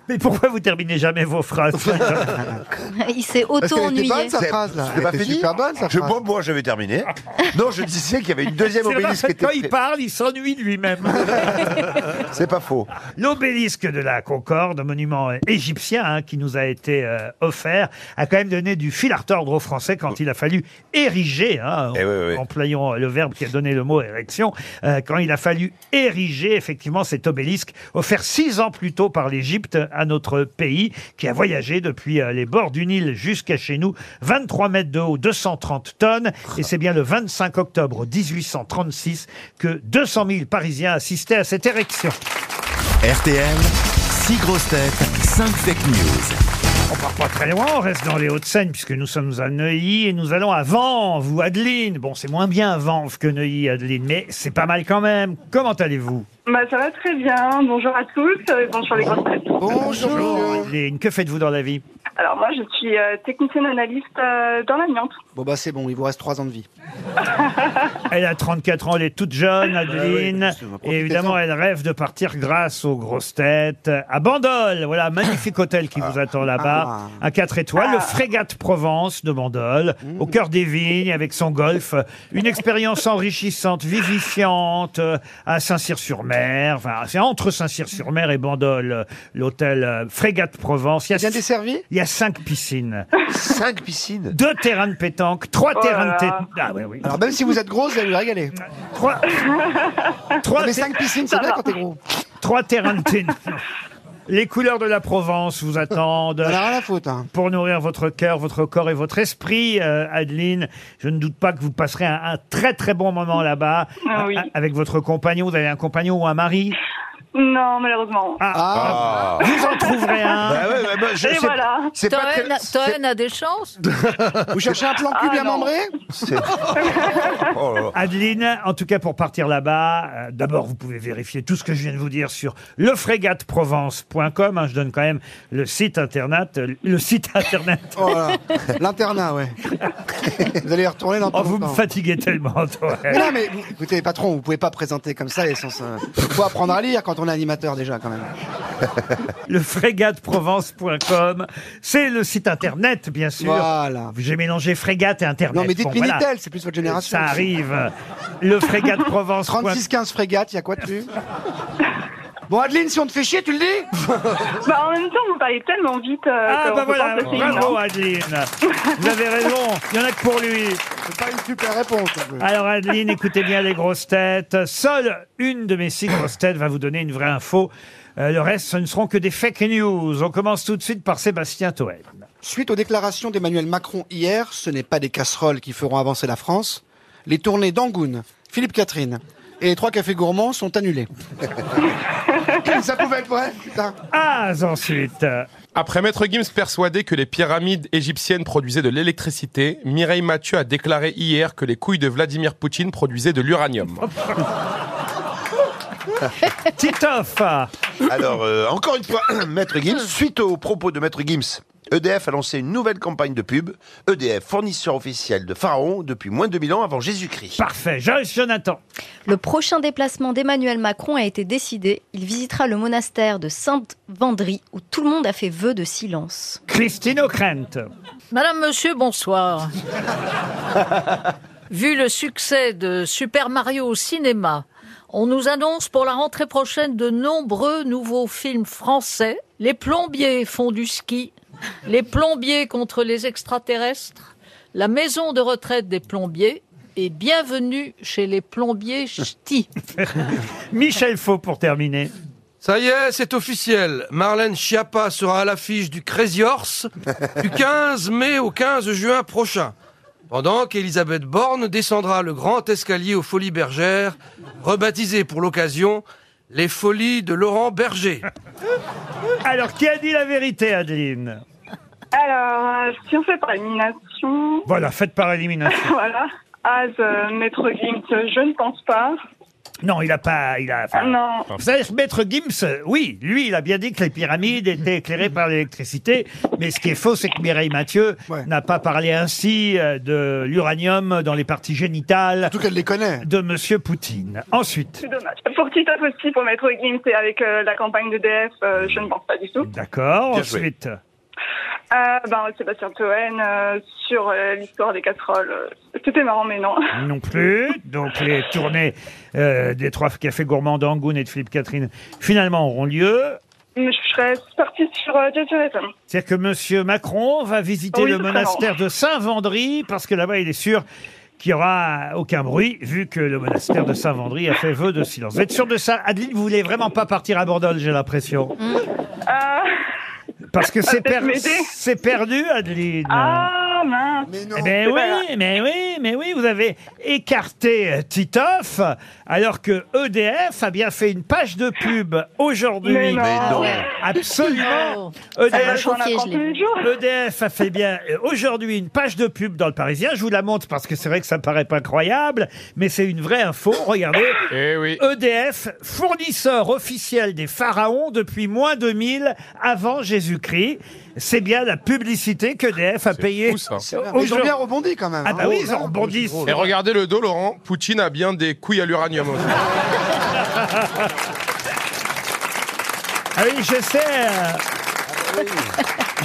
Speaker 2: Mais pourquoi vous terminez jamais
Speaker 4: <laughs>
Speaker 2: vos phrases
Speaker 5: <laughs> Il s'est auto-ennuyé.
Speaker 4: C'est pas fini. je, bon, moi, j'avais terminé. Non, je disais qu'il y avait une deuxième
Speaker 2: <laughs> C'est vrai,
Speaker 4: obélisque qui était.
Speaker 2: Quand il
Speaker 4: pré-
Speaker 2: parle, il s'ennuie de lui-même.
Speaker 4: C'est pas faux.
Speaker 2: L'obélisque de la Concorde, monument euh, égyptien hein, qui nous a été euh, offert, a quand même donné du fil à retordre aux Français quand il a fallu ériger, hein, en- employons le verbe qui a donné le mot érection, euh, quand il a fallu ériger effectivement cet obélisque offert six ans plus tôt par l'Égypte à notre pays qui a voyagé depuis euh, les bords du Nil jusqu'à chez nous, 23 mètres de haut, 230 tonnes, et c'est bien le 25 octobre 1836 que 200 000 Parisiens assistaient à cette érection.
Speaker 1: RTL, 6 grosses têtes, 5 fake news.
Speaker 2: On part pas très loin, on reste dans les Hauts-de-Seine puisque nous sommes à Neuilly et nous allons à Vanves ou Adeline. Bon, c'est moins bien Vanves que Neuilly, Adeline, mais c'est pas mal quand même. Comment allez-vous
Speaker 13: Bah, ça va très bien. Bonjour à tous et bonjour les grosses têtes.
Speaker 2: Bonjour Adeline, que faites-vous dans la vie
Speaker 13: Alors moi, je suis euh, technicienne analyste euh, dans l'amiante.
Speaker 3: Bon bah c'est bon, il vous reste 3 ans de vie.
Speaker 2: Elle a 34 ans, elle est toute jeune,
Speaker 3: bah,
Speaker 2: Adeline. et évidemment, elle rêve de partir grâce aux grosses têtes à Bandol. Voilà, un magnifique
Speaker 3: Ah.
Speaker 2: hôtel qui vous attend là-bas. Un 4 étoiles, le Frégate Provence de Bandol,
Speaker 3: Mmh.
Speaker 2: au cœur des vignes, avec son golf. Une expérience enrichissante, vivifiante, euh, à Saint-Cyr-sur-Mer. Enfin, c'est entre Saint-Cyr-sur-Mer et Bandol, euh, l'hôtel euh, Frégate Provence. Il y a bien
Speaker 3: desservi
Speaker 2: Il y a 5 piscines.
Speaker 4: 5 piscines
Speaker 2: Deux terrains de pétanque, trois
Speaker 3: Oh
Speaker 2: terrains de
Speaker 3: là là.
Speaker 2: pétanque. Ah, ouais, oui.
Speaker 3: Alors même si vous êtes grosse, vous allez vous régaler.
Speaker 2: Trois.
Speaker 3: Trois. Mais 5 piscines, c'est bien quand t'es gros.
Speaker 2: Trois terrains de tennis. Les couleurs de la Provence vous attendent.
Speaker 3: hein.
Speaker 2: Pour nourrir votre cœur, votre corps et votre esprit, euh, Adeline. Je ne doute pas que vous passerez un, un très très bon moment là-bas.
Speaker 13: Ah oui.
Speaker 2: A- a- Avec votre compagnon. Vous avez un compagnon ou un mari
Speaker 13: Non, malheureusement.
Speaker 2: Ah. Vous en trouverez un.
Speaker 4: Bah ouais, bah, bah, je
Speaker 13: et
Speaker 4: sais-
Speaker 13: voilà.
Speaker 4: c'est pas Toen-
Speaker 8: Toen Toen a
Speaker 4: <laughs>
Speaker 8: des chances
Speaker 3: Vous cherchez un plan cul
Speaker 8: Ah,
Speaker 3: bien
Speaker 8: non.
Speaker 3: membré
Speaker 2: Adeline, en tout cas pour partir là-bas, euh, d'abord vous pouvez vérifier tout ce que je viens de vous dire sur lefrégateprovence.com. hein, je donne quand même le site internet. euh, Le site <laughs> internet.
Speaker 3: Oh là là. L'internat, ouais. <laughs> Vous allez y retourner dans
Speaker 2: Oh, vous me fatiguez tellement, toi.
Speaker 3: Mais non,
Speaker 2: <laughs>
Speaker 3: mais vous- écoutez, patron, vous pouvez pas présenter comme ça et sans. ça- Faut apprendre à lire quand on est animateur déjà, quand même.
Speaker 2: Le frégateprovence.com. C'est le site internet, bien sûr.
Speaker 3: Voilà.
Speaker 2: J'ai mélangé frégate et internet.
Speaker 3: Non, mais dites
Speaker 2: Bon,
Speaker 3: Minitel,
Speaker 2: voilà.
Speaker 3: c'est plus votre génération.
Speaker 2: Ça arrive. Le
Speaker 3: <laughs>
Speaker 2: frégateprovence.
Speaker 3: 36-15 frégates, il y a quoi dessus Bon, Adeline, si on te fait chier, tu le dis
Speaker 13: Bah, en même temps, vous parlez tellement vite. euh,
Speaker 2: Ah, bah voilà. Bravo, Adeline. Vous avez raison. Il y en a que pour lui.
Speaker 3: C'est pas une super réponse.
Speaker 2: Alors Adeline, écoutez bien les grosses têtes. Seule une de mes six grosses têtes va vous donner une vraie info. Euh, le reste, ce ne seront que des fake news. On commence tout de suite par Sébastien Toel.
Speaker 3: Suite aux déclarations d'Emmanuel Macron hier, ce n'est pas des casseroles qui feront avancer la France. Les tournées d'Angoune, Philippe Catherine et les trois cafés gourmands
Speaker 2: <laughs>
Speaker 3: sont annulés. Ça pouvait être vrai, putain.
Speaker 2: Ah, ensuite.
Speaker 7: Après Maître Gims persuadé que les pyramides égyptiennes produisaient de l'électricité, Mireille Mathieu a déclaré hier que les couilles de Vladimir Poutine produisaient de l'uranium.
Speaker 2: Titoff
Speaker 4: Alors, euh, encore une fois, <clears throat> Maître Gims, suite aux propos de Maître Gims, EDF a lancé une nouvelle campagne de pub. EDF, fournisseur officiel de Pharaon depuis moins de 2000 ans avant Jésus-Christ.
Speaker 2: Parfait. Jonathan.
Speaker 5: Le prochain déplacement d'Emmanuel Macron a été décidé. Il visitera le monastère de Sainte-Vendry où tout le monde a fait vœu de silence.
Speaker 2: Christine O'Krent.
Speaker 8: Madame, monsieur, bonsoir. Vu le succès de Super Mario au cinéma, on nous annonce pour la rentrée prochaine de nombreux nouveaux films français. Les plombiers font du ski, les plombiers contre les extraterrestres, la maison de retraite des plombiers et bienvenue chez les plombiers ch'tis.
Speaker 2: <laughs> Michel Faux pour terminer.
Speaker 6: Ça y est, c'est officiel. Marlène Schiappa sera à l'affiche du Crazy Horse du 15 mai au 15 juin prochain. Pendant qu'Elisabeth Borne descendra le grand escalier aux Folies Bergères, rebaptisé pour l'occasion les Folies de Laurent Berger.
Speaker 2: Alors, qui a dit la vérité, Adeline
Speaker 13: Alors, euh, si on fait par élimination,
Speaker 2: Voilà, faites par élimination.
Speaker 13: <laughs> voilà. Az, euh, Maître Gims, je ne pense pas.
Speaker 2: Non, il a pas. Il a, enfin,
Speaker 13: Ah, non.
Speaker 2: Vous savez, Maître Gims, euh, oui, lui, il a bien dit que les pyramides étaient éclairées par l'électricité. Mais ce qui est faux, c'est que Mireille Mathieu n'a pas parlé ainsi euh, de l'uranium dans les parties génitales. En tout
Speaker 3: cas, elle les connaît.
Speaker 2: De Monsieur Poutine. Ensuite.
Speaker 13: C'est dommage. Pour Titoff aussi, pour Maître Gims et avec euh, la campagne d'EDF, euh, je ne pense pas du tout.
Speaker 2: D'accord.
Speaker 13: Bien joué.
Speaker 2: Ensuite.
Speaker 13: Euh, ben, Sébastien Toen, euh, sur euh, l'histoire des casseroles, euh, c'était marrant, mais non.
Speaker 2: <laughs> Non plus. Donc
Speaker 13: <laughs>
Speaker 2: les tournées euh, des trois cafés gourmands d'Angoune et de Philippe Catherine finalement auront lieu.
Speaker 13: Mais je serais partie sur euh, Jason Statham.
Speaker 2: C'est-à-dire que Monsieur Macron va visiter
Speaker 13: Oui,
Speaker 2: le
Speaker 13: très
Speaker 2: monastère de Saint-Vendry parce que là-bas, il est sûr qu'il n'y aura aucun bruit vu que le monastère de Saint-Vendry a fait vœu de silence. Vous êtes sûr de ça Adeline, vous voulez vraiment pas partir à Bordeaux, j'ai l'impression. Parce que
Speaker 13: Ah,
Speaker 2: c'est
Speaker 13: peut-être
Speaker 2: per-
Speaker 13: Ah, m'aider.
Speaker 2: c'est perdu, Adeline.
Speaker 13: Ah, mince.
Speaker 2: Mais Mais Eh ben oui, mais oui, mais oui, vous avez écarté euh, Titoff, alors que EDF a bien fait une page de pub aujourd'hui.
Speaker 13: Mais non. Mais non.
Speaker 2: Absolument. E
Speaker 13: Non. Ça m'a
Speaker 2: EDF,
Speaker 13: chauffier, je l'ai vu.
Speaker 2: EDF E a fait bien euh, aujourd'hui une page de pub dans le Parisien. Je vous la montre parce que c'est vrai que ça paraît pas croyable, mais c'est une vraie info. Regardez. EDF, fournisseur officiel des pharaons depuis moins 2000 avant Jésus-Christ. C'est bien la publicité qu'EDF a payée.
Speaker 3: Mais Ils ont bien rebondi quand même. hein.
Speaker 2: Ah bah oui, ils
Speaker 3: ont <laughs>
Speaker 2: ont rebondi.
Speaker 7: Et regardez le dos, Laurent. Poutine a bien des couilles à l'uranium <laughs> aussi.
Speaker 2: Ah oui, je sais. euh,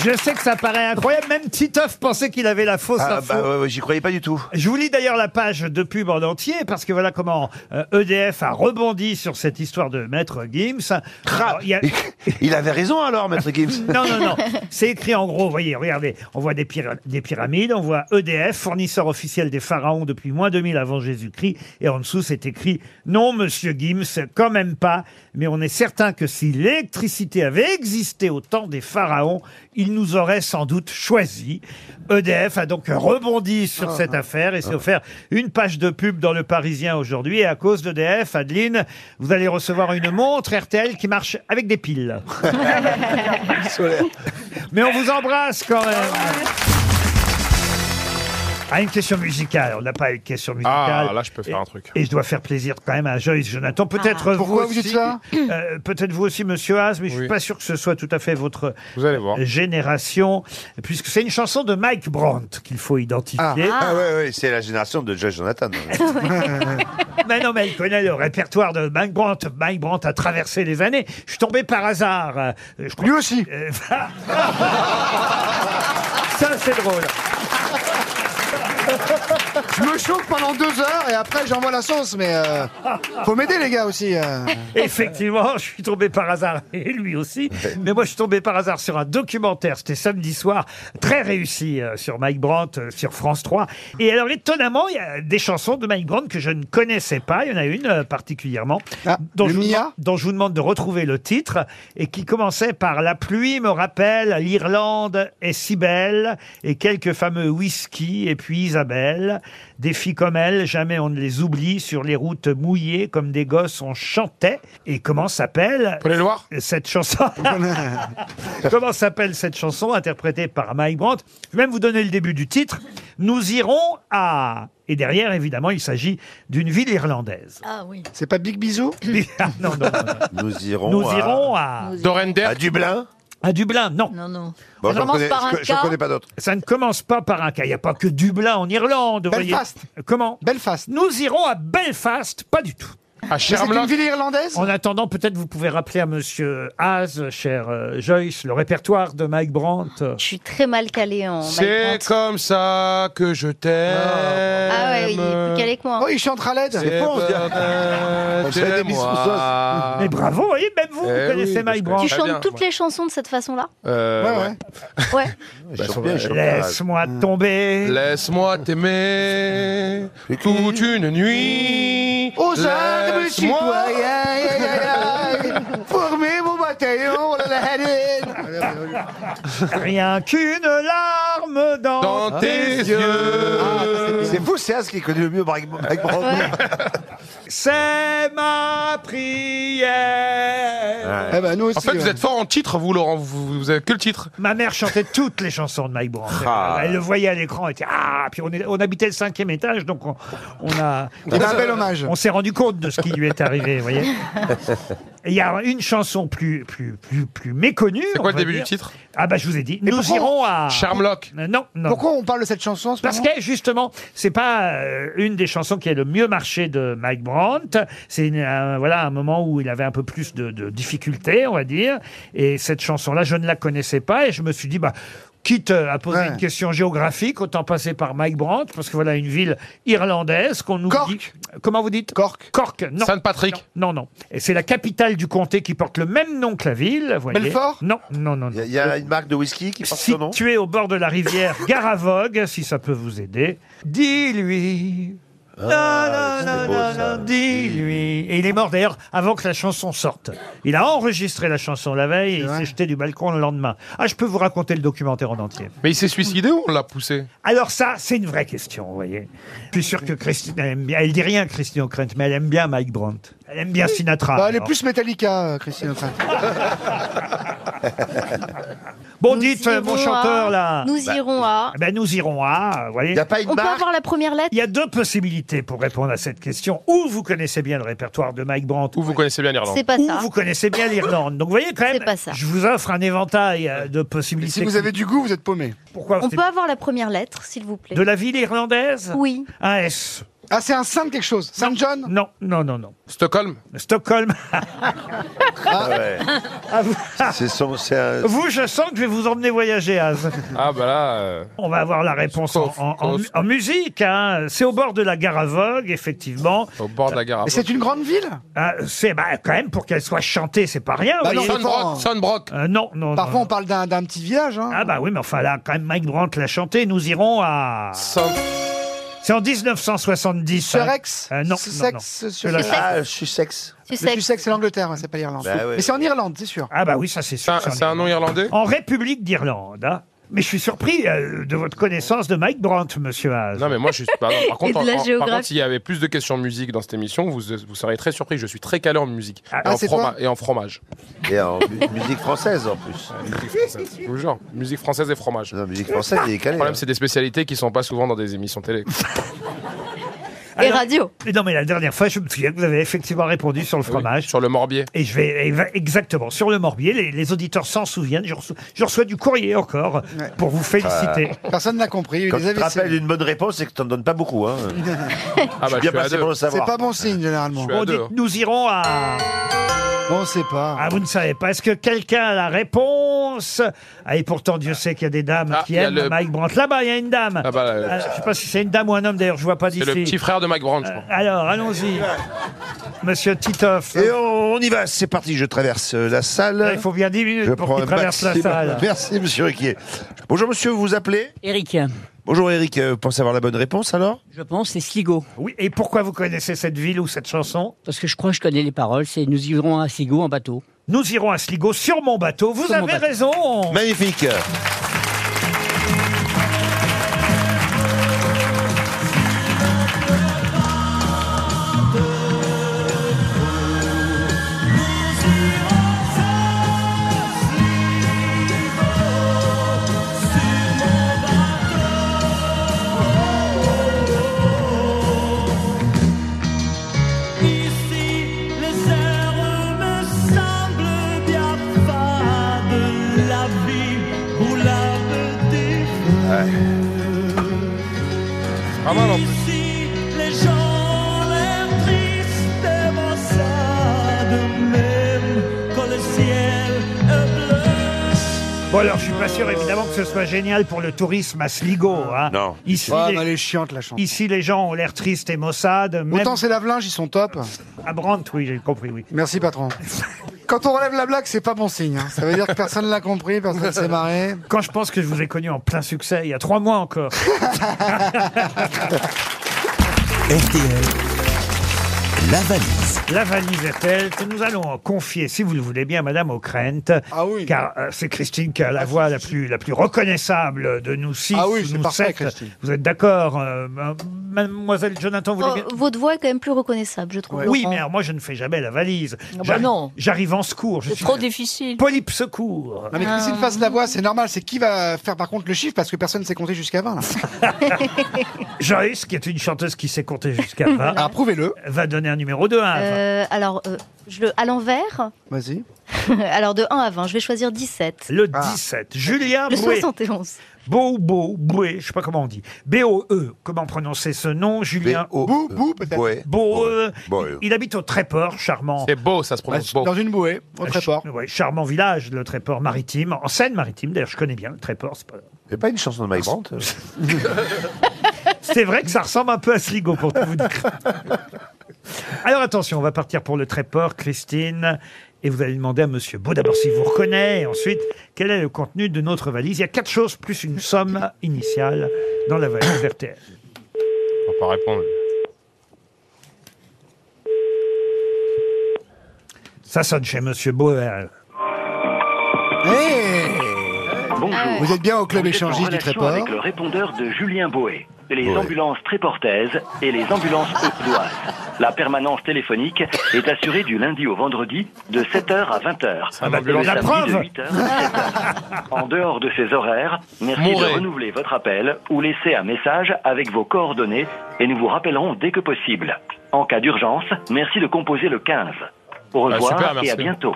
Speaker 2: Je sais que ça paraît incroyable. Même Titoff pensait qu'il avait la fausse
Speaker 4: Ah
Speaker 2: info.
Speaker 4: bah ouais, ouais, j'y croyais pas du tout.
Speaker 2: Je vous lis d'ailleurs la page de pub en entier parce que voilà comment euh, EDF a rebondi sur cette histoire de Maître Gims. Alors,
Speaker 4: <laughs>
Speaker 2: il,
Speaker 4: avait raison alors, Maître Gims.
Speaker 2: non, non, non. C'est écrit en gros, voyez, regardez, on voit des, pyra- des pyramides, on voit EDF, fournisseur officiel des pharaons depuis moins 2000 avant Jésus-Christ, et en dessous c'est écrit non, monsieur Gims, quand même pas, mais on est certain que si l'électricité avait existé au temps des pharaons, il nous aurait sans doute choisi. EDF a donc rebondi sur
Speaker 14: Ah.
Speaker 2: cette affaire et s'est offert une page de pub dans le Parisien aujourd'hui. Et à cause d'EDF, Adeline, vous allez recevoir une montre RTL qui marche avec des piles. <laughs> Mais on vous embrasse quand même. Ah, une question musicale. On n'a pas une question musicale.
Speaker 7: Ah, là, je peux faire un truc.
Speaker 2: Et je dois faire plaisir quand même à Joyce Jonathan. Peut-être
Speaker 7: Ah.
Speaker 2: vous
Speaker 7: Pourquoi vous
Speaker 2: aussi,
Speaker 7: dites ça
Speaker 2: euh, Peut-être vous aussi, Monsieur Haas, mais je suis pas sûr que ce soit tout à fait votre euh, génération, puisque c'est une chanson de Mike Brandt qu'il faut identifier.
Speaker 4: Ah, ah ouais, ouais, c'est la génération de Josh Jonathan. hein.
Speaker 2: <laughs>
Speaker 7: Ah.
Speaker 2: Mais non, mais elle connaît le répertoire de Mike Brandt. Mike Brandt a traversé les années. Je suis tombé par hasard. euh, Je Euh, Lui aussi. <laughs> Ça, c'est drôle.
Speaker 3: Je me chauffe pendant deux heures et après j'envoie la sauce, mais euh, faut m'aider les gars aussi. euh.
Speaker 2: <laughs> Effectivement, je suis tombé par hasard, <laughs> et lui aussi. Mais moi, je suis tombé par hasard sur un documentaire, c'était samedi soir, très réussi, euh, sur Mike Brandt, euh, sur France 3. Et alors, étonnamment, il y a des chansons de Mike Brandt que je ne connaissais pas. Il y en a une euh, particulièrement, dont, je vous demande, dont je vous demande de retrouver le titre, et qui commençait par « La pluie me rappelle, l'Irlande est si belle, et quelques fameux whisky, et puis Isabelle. Des filles comme elle, jamais on ne les oublie, sur les routes mouillées, comme des gosses, on chantait. Et comment s'appelle Cette chanson. <laughs> comment s'appelle cette chanson, interprétée par Mike Brandt Je vais même vous donner le début du titre. Nous irons à. Et derrière, évidemment, il s'agit d'une ville irlandaise.
Speaker 8: Ah oui.
Speaker 2: C'est pas Big <laughs> Bisou non, non, non.
Speaker 4: Nous irons
Speaker 2: Nous
Speaker 4: à-
Speaker 2: irons à...
Speaker 7: Dorender
Speaker 4: À Dublin
Speaker 2: À Dublin, non.
Speaker 8: Non, non.
Speaker 4: Bon, j'en connais, je- j'en connais pas d'autres.
Speaker 2: Ça ne commence pas par un cas. Il n'y a pas que Dublin en Irlande. vous voyez.
Speaker 3: Belfast.
Speaker 2: Comment Belfast. Nous irons à Belfast, pas du tout.
Speaker 7: À
Speaker 3: Sherlock. c'est une ville irlandaise
Speaker 2: En attendant, peut-être vous pouvez rappeler à Monsieur Haas, cher euh, Joyce, le répertoire de Mike Brandt. Je suis
Speaker 5: Très mal calé en
Speaker 7: C'est comme ça que je t'aime.
Speaker 5: Ah ouais, il est plus calé que moi. hein.
Speaker 3: Oh, il chante à l'aide.
Speaker 7: C'est bon, on dirait.
Speaker 4: Ah, On dirait des
Speaker 7: T'es
Speaker 4: bisous
Speaker 7: moi.
Speaker 4: sous os.
Speaker 2: Mais bravo, vous voyez, même vous,
Speaker 7: Eh
Speaker 2: vous connaissez
Speaker 7: oui, parce
Speaker 2: Mike
Speaker 7: que-
Speaker 2: Brandt.
Speaker 5: Tu
Speaker 7: Très
Speaker 5: chantes
Speaker 7: bien,
Speaker 5: toutes
Speaker 7: moi.
Speaker 5: les chansons de cette façon-là
Speaker 7: Euh, ouais.
Speaker 5: Ouais. <laughs>
Speaker 7: Bah,
Speaker 4: chante
Speaker 7: ça
Speaker 4: bien,
Speaker 7: va.
Speaker 4: il chante
Speaker 2: Laisse-moi tomber.
Speaker 7: Mmh.
Speaker 4: Mmh.
Speaker 7: Laisse-moi t'aimer toute une nuit.
Speaker 3: <laughs> Aux armes
Speaker 7: Laisse-moi-
Speaker 3: citoyens, formez vos bataillons, la la
Speaker 4: Ah,
Speaker 3: la la.
Speaker 2: Rien qu'une larme dans,
Speaker 7: Dans tes yeux.
Speaker 4: Ah, C'est vous, c'est As qui connaît le mieux Mike Mike Brandt. <laughs>
Speaker 2: C'est ma prière.
Speaker 3: Eh ben, nous aussi,
Speaker 7: en fait, vous
Speaker 3: ouais.
Speaker 7: êtes fort en titre, vous, Laurent. Vous, vous avez que le titre.
Speaker 2: Ma mère chantait toutes les chansons de Mike Brandt.
Speaker 7: Ah.
Speaker 2: Elle le voyait à l'écran, elle était ah. Puis on, est- on habitait le cinquième étage, donc on, on a.
Speaker 3: Eh ben,
Speaker 2: on-
Speaker 3: bel hommage.
Speaker 2: On s'est rendu compte de ce qui lui est arrivé, vous voyez. <laughs> Et Il y a une chanson plus plus plus plus méconnue.
Speaker 7: C'est
Speaker 2: on
Speaker 7: quoi le
Speaker 2: va
Speaker 7: début
Speaker 2: dire.
Speaker 7: du titre
Speaker 2: Ah bah je vous ai dit. Nous
Speaker 3: pourquoi
Speaker 2: irons
Speaker 3: on-
Speaker 2: à.
Speaker 7: Charmlock.
Speaker 2: Euh, Non, non.
Speaker 3: Pourquoi on parle de cette chanson en ce
Speaker 2: Parce
Speaker 3: moment
Speaker 2: que justement, c'est pas euh, une des chansons qui a le mieux marché de Mike Brandt. C'est une, euh, voilà un moment où il avait un peu plus de, de difficultés, on va dire. Et cette chanson-là, je ne la connaissais pas et je me suis dit bah. Quitte à poser une question géographique, autant passer par Mike Brandt, parce que voilà une ville irlandaise qu'on nous dit. Comment vous dites Cork. Cork, non.
Speaker 7: Saint-Patrick.
Speaker 2: Non, non. Et c'est la capitale du comté qui porte le même nom que la ville. Voyez.
Speaker 4: Belfort
Speaker 2: Non, non, non. non.
Speaker 4: Il y a une marque de whisky qui porte son nom
Speaker 2: <laughs> Situé au bord de la rivière Garavogue, si ça peut vous aider. Dis-lui
Speaker 7: Ah,
Speaker 2: La, la, la, la, la, dis-lui. Et il est mort d'ailleurs avant que la chanson sorte. Il a enregistré la chanson la veille et il s'est jeté du balcon le lendemain. Ah, je peux vous raconter le documentaire en entier.
Speaker 7: Mais il s'est suicidé ou on l'a poussé
Speaker 2: Alors ça, c'est une vraie question, vous voyez. Je suis sûr que Christine, elle aime bien, elle dit rien Christine O'Krent, mais elle aime bien Mike Brandt. Elle aime bien Sinatra.
Speaker 3: Bah, elle est
Speaker 2: alors.
Speaker 3: plus Metallica, euh, Christine O'Krent.
Speaker 2: <laughs> Bon, dites, euh, <laughs> mon
Speaker 5: irons
Speaker 2: chanteur,
Speaker 5: à-
Speaker 2: là.
Speaker 5: nous
Speaker 7: Bah,
Speaker 5: irons à-
Speaker 2: Ben, nous irons à, vous voyez. Il a pas
Speaker 5: Ah. On peut avoir la première lettre
Speaker 2: Il y a deux possibilités pour répondre à cette question. Ou vous connaissez bien le répertoire de Mike Brandt. Ou
Speaker 7: vous connaissez bien l'Irlande.
Speaker 5: C'est pas
Speaker 2: Ou
Speaker 5: ça.
Speaker 2: vous connaissez bien l'Irlande. Donc, vous voyez, quand même, je vous offre un éventail euh, de possibilités.
Speaker 3: Si vous avez du goût, vous êtes paumé.
Speaker 2: Pourquoi
Speaker 5: On
Speaker 2: c'est-
Speaker 5: peut avoir la première lettre, s'il vous plaît.
Speaker 2: De la ville irlandaise
Speaker 5: Oui.
Speaker 2: Un S.
Speaker 3: Ah, c'est un Saint quelque chose. Saint John
Speaker 2: Non, non, non, non.
Speaker 7: Stockholm
Speaker 3: <laughs>
Speaker 2: Stockholm.
Speaker 4: Ah ouais.
Speaker 2: Ah, vous,
Speaker 4: <laughs> C'est son. c'est un-
Speaker 2: vous, je sens que je vais vous emmener voyager, Az.
Speaker 7: Ah bah là.
Speaker 2: On va avoir la réponse en, en- en-
Speaker 7: cof.
Speaker 2: en musique. hein. C'est au bord de la gare à Vogue, effectivement.
Speaker 7: Au bord de la gare. à
Speaker 2: Et
Speaker 7: Vogue.
Speaker 2: une grande ville C'est bah, quand même pour qu'elle soit chantée, c'est pas rien.
Speaker 3: Bah
Speaker 2: vous
Speaker 3: non,
Speaker 2: voyez.
Speaker 3: Sonnenbrock,
Speaker 2: Euh, non, non.
Speaker 3: Parfois,
Speaker 2: non.
Speaker 3: on parle d'un d'un petit village. Hein.
Speaker 2: Ah bah oui, mais enfin là, quand même, Mike Brandt l'a chanté. Nous irons à. C'est en 1970.
Speaker 3: Surex
Speaker 2: Euh, Non, non, non.
Speaker 3: Sussex,
Speaker 2: Je la-
Speaker 3: Sussex.
Speaker 4: Sussex.
Speaker 3: Le Sussex, c'est l'Angleterre, hein, c'est pas l'Irlande.
Speaker 2: Bah ouais.
Speaker 3: Mais c'est en Irlande, c'est sûr.
Speaker 2: Ah bah oui, ça c'est sûr.
Speaker 7: un- c'est un nom irlandais
Speaker 2: En République d'Irlande. hein. Mais je suis surpris euh, de votre connaissance de Mike Brandt, monsieur Haas.
Speaker 7: Non mais moi je suis. pardon, par
Speaker 2: Et de
Speaker 7: contre, en-
Speaker 2: la
Speaker 7: en- par
Speaker 2: géographie.
Speaker 7: contre, s'il y avait plus de questions musique dans cette émission, vous, vous seriez très surpris. Je suis très calé en musique et,
Speaker 4: Ah,
Speaker 7: en
Speaker 4: c'est
Speaker 7: froma-
Speaker 4: toi
Speaker 7: et en fromage.
Speaker 4: Et en mu- musique française en plus.
Speaker 7: Je vous jure, musique française et fromage.
Speaker 4: musique française, il est calé,
Speaker 7: Le problème,
Speaker 4: hein.
Speaker 7: c'est des spécialités qui sont pas souvent dans des émissions
Speaker 2: <laughs>
Speaker 7: télé.
Speaker 2: Et radio. Non, mais la dernière fois, je me souviens que vous avez effectivement répondu sur le fromage.
Speaker 7: Ah sur le Morbier.
Speaker 2: Et je vais. et va- Exactement, sur le Morbier. Les, les auditeurs s'en souviennent. Je reçois, je reçois du courrier encore pour vous féliciter.
Speaker 7: Ah.
Speaker 3: Personne n'a compris. il y a eu
Speaker 4: Quand
Speaker 3: des
Speaker 4: tu te
Speaker 3: AVC. <laughs>
Speaker 4: rappelles une bonne réponse, c'est que t'en donnes pas beaucoup. Hein. je
Speaker 7: Ah
Speaker 4: suis bien passé pour le
Speaker 3: C'est
Speaker 4: savoir.
Speaker 3: pas bon signe, généralement.
Speaker 2: Bon, dites, nous irons à.
Speaker 3: On sait pas.
Speaker 2: Ah, vous ne savez pas. Est-ce que quelqu'un a la réponse Ah, et pourtant, Dieu sait qu'il y a des dames qui
Speaker 7: Ah, il y a
Speaker 2: aiment
Speaker 7: le-
Speaker 2: Mike Brandt. Là-bas, il y a une dame.
Speaker 7: Ah bah, euh,
Speaker 2: Euh, je sais pas si c'est une dame ou un homme, d'ailleurs, je vois pas d'ici.
Speaker 7: C'est le petit frère de Mike Brandt. je crois.
Speaker 2: Alors, allons-y. <laughs> Monsieur Titoff.
Speaker 4: Et on, on y va, c'est parti, je traverse euh, la salle.
Speaker 2: Il faut bien 10 minutes
Speaker 4: Je
Speaker 2: pour
Speaker 4: prends
Speaker 2: qu'il
Speaker 4: un
Speaker 2: traverse la
Speaker 4: maximum.
Speaker 2: salle.
Speaker 4: Merci, monsieur Riquier. Bonjour, monsieur, vous vous appelez Eric. Bonjour, Eric. euh, Vous pensez avoir la bonne réponse alors
Speaker 14: Je pense, c'est Sligo.
Speaker 2: Oui, et pourquoi vous connaissez cette ville ou cette chanson
Speaker 14: Parce que je crois que je connais les paroles, c'est Nous irons à Sligo en bateau.
Speaker 2: Nous irons à Sligo sur mon bateau. Vous
Speaker 14: Sur mon
Speaker 2: avez
Speaker 14: bateau.
Speaker 2: raison.
Speaker 4: Magnifique.
Speaker 15: Ici, les heures me semblent bien fades. La vie ou la des
Speaker 4: Ah.
Speaker 7: Pas mal, en plus.
Speaker 15: Ici, les gens l'air triste et mansades, même quand le ciel est bleu.
Speaker 2: Bon, alors, je suis pas sûr, évidemment, que ce soit génial pour le tourisme à Sligo. Hein. Non. Ici,
Speaker 3: Ah. Ouais,
Speaker 2: les...
Speaker 3: mais elle est chiante, la chanson.
Speaker 2: Ici, les gens ont l'air tristes et maussades. Même...
Speaker 3: Autant c'est lave-linge, ils sont top.
Speaker 2: À Brandt, oui, j'ai compris, oui.
Speaker 3: Merci, patron. Quand on relève la blague, c'est pas bon signe. hein. Ça veut dire que personne l'a compris, personne ne s'est marré.
Speaker 2: Quand je pense que je vous ai connu en plein succès, il y a trois mois
Speaker 1: <laughs>
Speaker 2: encore.
Speaker 1: RTL, la valise.
Speaker 2: La valise est telle que nous allons en confier, si vous le voulez bien, Madame O'Krent.
Speaker 3: Ah
Speaker 2: Car euh, c'est Christine qui a la voix la plus, la plus reconnaissable de nous six.
Speaker 3: Ah oui,
Speaker 2: ou
Speaker 3: c'est
Speaker 2: nous
Speaker 3: parfait,
Speaker 2: sept.
Speaker 3: Christine.
Speaker 2: Vous êtes d'accord, euh, ma- Mademoiselle Jonathan, vous voulez bien
Speaker 5: Oh, votre voix est quand même plus reconnaissable,
Speaker 3: Oh,
Speaker 5: je trouve.
Speaker 2: Oui,
Speaker 5: Laurent.
Speaker 2: mais alors moi, je ne fais jamais la valise.
Speaker 5: bah
Speaker 2: J'arrive-
Speaker 5: non.
Speaker 2: J'arrive en secours. Je
Speaker 8: Ah C'est
Speaker 2: suis
Speaker 8: trop difficile. Ah.
Speaker 2: Polype secours.
Speaker 3: Non, mais Christine fasse la voix, c'est normal. C'est qui va faire par contre le chiffre parce que personne ne s'est compté jusqu'à 20 là.
Speaker 2: <laughs> Joyce, qui est une chanteuse qui sait compter jusqu'à 20.
Speaker 3: Ah, prouvez-le.
Speaker 2: Va donner un numéro de 1 à 20.
Speaker 5: Euh, alors, euh, je le, à l'envers. <laughs>
Speaker 3: Vas-y. Ah.
Speaker 5: alors, de 1 à 20, je vais choisir 17.
Speaker 2: Le 17. Julien
Speaker 5: Le
Speaker 2: Boué.
Speaker 5: 71.
Speaker 2: Beau, beau, Boué, je sais pas comment on dit. B-O-E, comment prononcer ce nom, Julien
Speaker 3: E.
Speaker 2: Bou, Bou,
Speaker 4: Boué.
Speaker 2: peut-être. Il habite au Tréport, charmant.
Speaker 7: C'est beau, ça se prononce
Speaker 2: Bah,
Speaker 7: beau.
Speaker 3: Bah, Dans une bouée, au Tréport.
Speaker 2: Euh, ch- ouais, charmant village, le Tréport maritime, en Seine-Maritime, d'ailleurs, je connais bien le Tréport. C'est, pas...
Speaker 4: C'est pas une chanson de Mike Brandt euh
Speaker 2: <laughs> C'est vrai que ça ressemble un peu à Sligo, pour tout vous dire. Alors attention, on va partir pour le Tréport, Christine. Et vous allez demander à Monsieur Beau d'abord s'il vous reconnaît, et ensuite quel est le contenu de notre valise. Il y a quatre choses plus une somme initiale dans la valise RTL.
Speaker 7: On va pas répondre.
Speaker 2: Ça sonne chez Monsieur euh, Bauer.
Speaker 16: Bonjour.
Speaker 3: Vous êtes bien au club
Speaker 16: Vous êtes en
Speaker 3: échangiste du
Speaker 16: relation
Speaker 3: Tréport.
Speaker 16: Avec le répondeur de Julien Boé, les ambulances tréportaises et les ambulances haute-doises. La permanence téléphonique est assurée du lundi au vendredi de 7h à 20h.
Speaker 15: Ah bah,
Speaker 16: Et le
Speaker 15: la
Speaker 16: samedi
Speaker 15: preuve.
Speaker 16: de 8h
Speaker 15: <laughs>
Speaker 16: à 7h. En dehors de ces horaires, merci
Speaker 15: Mourez.
Speaker 16: de renouveler votre appel ou laisser un message avec vos coordonnées et nous vous rappellerons dès que possible. En cas d'urgence, merci de composer le 15. Au
Speaker 2: Ah,
Speaker 16: revoir
Speaker 2: super,
Speaker 16: et à
Speaker 2: merci.
Speaker 16: bientôt.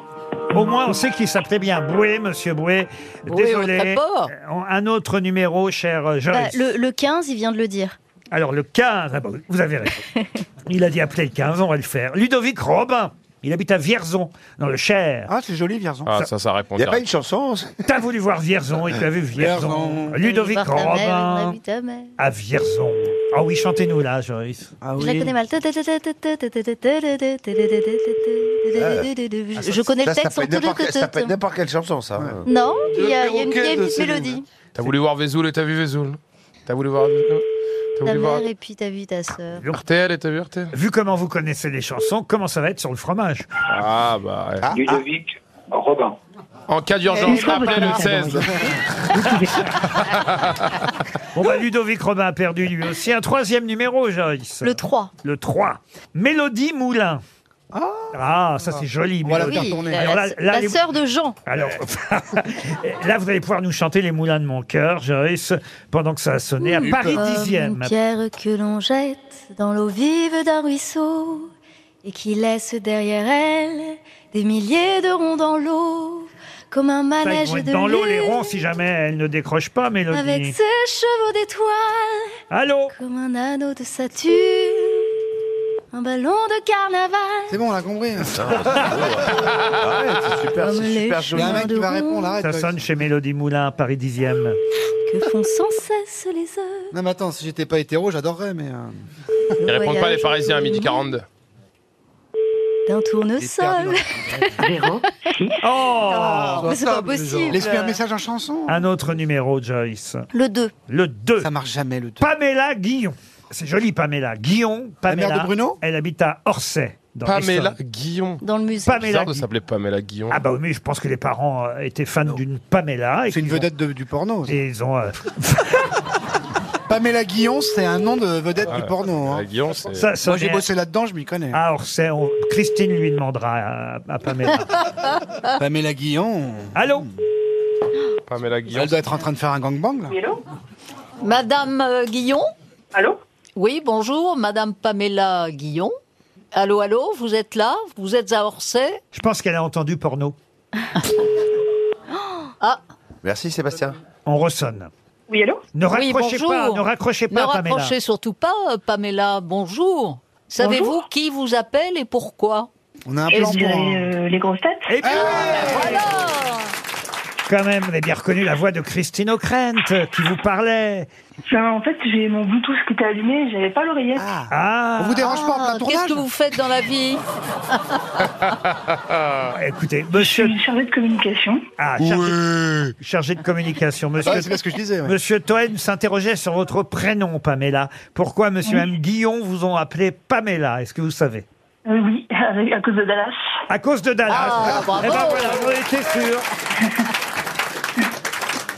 Speaker 2: Au moins, on sait qu'il s'appelait bien Boué, Monsieur Boué.
Speaker 5: Boué au
Speaker 2: Désolé. Euh,
Speaker 5: Tréport.
Speaker 2: Un autre numéro, cher
Speaker 5: Bah,
Speaker 2: Joyce.
Speaker 5: le, le 15, il vient de le dire.
Speaker 2: Alors le 15, ah bon, vous avez raison.
Speaker 5: <laughs>
Speaker 2: Il a dit appeler le 15, on va le faire. Ludovic Robin, il habite à Vierzon, dans le Cher. Ah, c'est joli Vierzon.
Speaker 7: Ah, ça, ça répond.
Speaker 2: Y a pas
Speaker 7: direct.
Speaker 2: une chanson T'as voulu voir Vierzon et tu as vu Vierzon. Ludovic
Speaker 5: Voir ta mère, Eh, on
Speaker 2: Robin
Speaker 5: habite ta mère.
Speaker 2: à Vierzon. Ah oui, chantez-nous là, Joyce. Ah
Speaker 5: Je la connais mal. Je je connais le texte en
Speaker 4: Ah, Ça peut être n'importe quelle chanson, ça. Euh.
Speaker 5: Non, il y a il y a une il y a
Speaker 4: perroquet
Speaker 5: une
Speaker 4: de
Speaker 5: petite
Speaker 4: Céline.
Speaker 5: mélodie.
Speaker 7: T'as voulu voir Vesoul et t'as vu Vesoul. T'as voulu voir. T'as
Speaker 5: Ta
Speaker 7: voulu voir.
Speaker 5: mère et puis t'as vu ta sœur.
Speaker 7: RTL et t'as vu RTL
Speaker 2: Vu comment vous connaissez les chansons, comment ça va être sur le fromage
Speaker 7: Ah bah.
Speaker 2: Ludovic Robin.
Speaker 7: En cas
Speaker 2: Une
Speaker 7: d'urgence,
Speaker 2: fois,
Speaker 7: appelez le
Speaker 2: votre mère.
Speaker 7: 16.
Speaker 2: <laughs> Bon bah Ludovic Robin a perdu lui aussi. Un troisième numéro, Joyce. Le
Speaker 5: 3.
Speaker 2: Le 3. Mélodie Moulin. Ah, ça c'est joli.
Speaker 5: On va la
Speaker 2: Mélodie.
Speaker 5: faire tourner.
Speaker 2: Alors
Speaker 5: La-
Speaker 2: là- là,
Speaker 5: la
Speaker 2: les-
Speaker 5: sœur de Jean.
Speaker 2: Alors, <laughs> là, vous allez pouvoir nous chanter les moulins de mon cœur, Joyce, pendant que ça a sonné à Paris
Speaker 5: Comme
Speaker 2: 10e.
Speaker 5: Une pierre que l'on jette dans l'eau vive d'un ruisseau et qui laisse derrière elle des milliers de ronds dans l'eau, comme un
Speaker 2: Ça, ils
Speaker 5: manège
Speaker 2: vont être
Speaker 5: de
Speaker 2: dans l'eau, les
Speaker 5: lune
Speaker 2: ronds, si jamais elle ne décroche pas, Mélodie.
Speaker 5: avec ses chevaux d'étoiles,
Speaker 2: Allô
Speaker 5: comme un anneau de Saturne, un ballon de carnaval.
Speaker 3: C'est bon, on l'a compris.
Speaker 5: Comme les
Speaker 3: Il y a un
Speaker 5: chemins
Speaker 3: mec
Speaker 5: de
Speaker 3: qui va
Speaker 5: ronds
Speaker 3: répondre, arrête.
Speaker 2: Ça sonne chez Mélodie Moulin à Paris 10e.
Speaker 5: Que font sans cesse les heures.
Speaker 3: Non, mais attends, si j'étais pas hétéro, j'adorerais, mais. euh,
Speaker 7: Ils répondent pas les parisiens à
Speaker 3: <laughs>
Speaker 7: midi 42.
Speaker 5: <laughs> d'un tournesol. <laughs>
Speaker 3: Véro,
Speaker 2: Oh
Speaker 5: mais c'est pas possible.
Speaker 3: Laisse-lui un message en chanson.
Speaker 2: Un autre numéro, Joyce.
Speaker 5: Le 2.
Speaker 2: Le 2. Ça marche jamais, le 2. Pamela Guillon. C'est joli, Pamela. Guillon, Pamela.
Speaker 7: mère de
Speaker 2: Bruno Elle habite à Orsay. Dans
Speaker 7: Pamela
Speaker 2: l'Essonne.
Speaker 7: Guillon.
Speaker 5: Dans le musée.
Speaker 7: C'est
Speaker 2: Pamela
Speaker 7: bizarre de s'appeler Pamela Guillon.
Speaker 2: Ah bah oui, mais je pense que les parents euh, étaient fans d'une Pamela. C'est une vedette du porno. Et ils ont... euh,
Speaker 3: <laughs> Pamela Guillon, c'est un nom de vedette du porno. hein.
Speaker 7: Guillon, c'est.
Speaker 2: Ça, ça
Speaker 3: Moi, j'ai
Speaker 2: met-
Speaker 3: bossé là-dedans, je m'y connais.
Speaker 2: Ah, Orsay, on- Christine lui demandera à, à Pamela.
Speaker 3: <laughs> Pamela Guillon.
Speaker 2: Allô
Speaker 7: Pamela Guillon.
Speaker 3: Oh. Elle doit être en train de faire un gangbang, là.
Speaker 8: Madame euh, Guillon Allô Oui, bonjour, Madame Pamela Guillon. Allô, allô, vous êtes là Vous êtes à Orsay
Speaker 2: Je pense qu'elle a entendu porno.
Speaker 8: Ah,
Speaker 4: Merci, Sébastien.
Speaker 2: On ressonne.
Speaker 8: oui, allô
Speaker 2: Ne raccrochez
Speaker 8: bonjour.
Speaker 2: pas, ne raccrochez pas,
Speaker 8: Ne
Speaker 2: Pamela.
Speaker 8: raccrochez surtout pas, euh, Pamela, bonjour. Savez-vous qui vous appelle et pourquoi
Speaker 3: On a
Speaker 2: un
Speaker 17: Eh
Speaker 2: plan pour,
Speaker 17: euh,
Speaker 2: hein.
Speaker 8: les grosses têtes
Speaker 2: Et Quand même, vous avez bien reconnu la voix de Christine O'Krent euh, qui vous parlait.
Speaker 17: en fait, j'ai mon Bluetooth qui était allumé, j'avais pas l'oreillette.
Speaker 2: Ah.
Speaker 8: Ah, Qu'est-ce que vous faites dans la
Speaker 17: <laughs>
Speaker 8: vie
Speaker 2: Ah, Écoutez, monsieur.
Speaker 17: Je suis chargée de communication.
Speaker 2: Ah, chargé, chargé de communication, monsieur.
Speaker 17: Ouais, c'est bien ce que je disais, ouais.
Speaker 2: Monsieur Toen s'interrogeait sur votre prénom, Pamela. Pourquoi monsieur et
Speaker 17: Oui.
Speaker 2: M. Guillon vous ont appelé Pamela Est-ce que vous savez
Speaker 17: Euh, oui, à cause de Dallas.
Speaker 2: À cause de Dallas.
Speaker 17: Ah, bravo.
Speaker 2: Eh ben voilà, on était
Speaker 17: <laughs>
Speaker 2: sûr.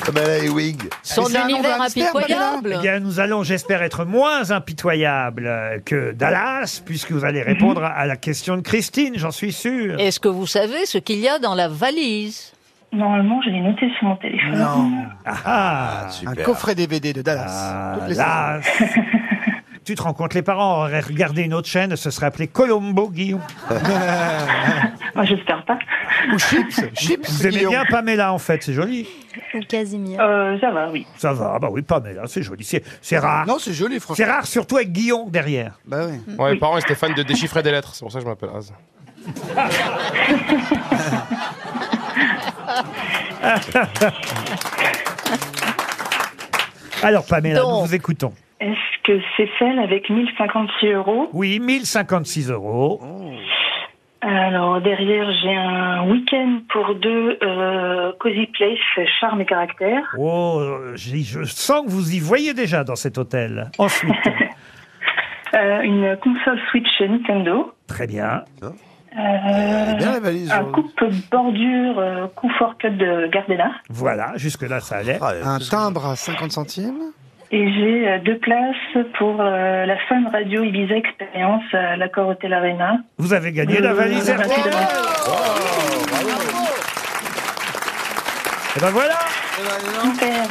Speaker 4: Pamela Ewing.
Speaker 8: Son
Speaker 2: Mais c'est un nom
Speaker 8: univers
Speaker 2: de hamster,
Speaker 8: impitoyable.
Speaker 2: Pamela. Eh bien, nous allons, j'espère, être moins impitoyables euh, que Dallas, puisque vous allez répondre à- à la question de Christine, j'en suis sûr.
Speaker 8: Est-ce que vous savez ce qu'il y a dans la valise
Speaker 17: Normalement, je l'ai noté sur mon téléphone.
Speaker 2: Ah, ah,
Speaker 3: Un coffret DVD de Dallas. Toutes les
Speaker 2: Dallas. <laughs> Tu te rends compte, les parents auraient regardé une autre chaîne, ce serait appelé Colombo Guillon.
Speaker 17: <laughs> Moi, j'espère pas.
Speaker 2: Ou Chips. Chips vous aimez
Speaker 17: Guillon.
Speaker 2: bien Pamela, en fait, c'est joli.
Speaker 5: Ou Casimir.
Speaker 17: Euh, ça va, oui.
Speaker 2: Ça va, ah bah oui, Pamela, c'est joli. C'est c'est rare.
Speaker 3: Non, c'est joli, franchement.
Speaker 2: C'est rare, surtout avec Guillon
Speaker 3: <laughs>
Speaker 2: derrière.
Speaker 3: Bah oui.
Speaker 7: Ouais, mes parents ils étaient fans de déchiffrer des lettres, c'est pour ça que je m'appelle Az.
Speaker 2: Alors, Pamela,
Speaker 17: Donc.
Speaker 2: nous vous écoutons.
Speaker 17: Est-ce que c'est celle avec 1056 euros
Speaker 2: Oui, 1056 euros.
Speaker 17: Alors, derrière, j'ai un week-end pour deux, euh, Cozy Place, charme et caractère.
Speaker 2: Oh, j'y- je sens que vous y voyez déjà dans cet hôtel. Ensuite,
Speaker 17: Euh, une console Switch Nintendo.
Speaker 2: très bien.
Speaker 17: Euh,
Speaker 2: bien la valise,
Speaker 17: un
Speaker 2: euh.
Speaker 17: coupe bordure euh, confort cut de Gardena.
Speaker 2: Voilà, jusque-là, ça allait.
Speaker 3: Un timbre à 50 centimes.
Speaker 17: Et j'ai euh, deux places pour euh, la Fun Radio Ibiza Experience à l'accord Hotel Arena.
Speaker 2: Vous avez gagné la valise
Speaker 17: Euh,
Speaker 2: RTL. Et ben voilà
Speaker 17: Super.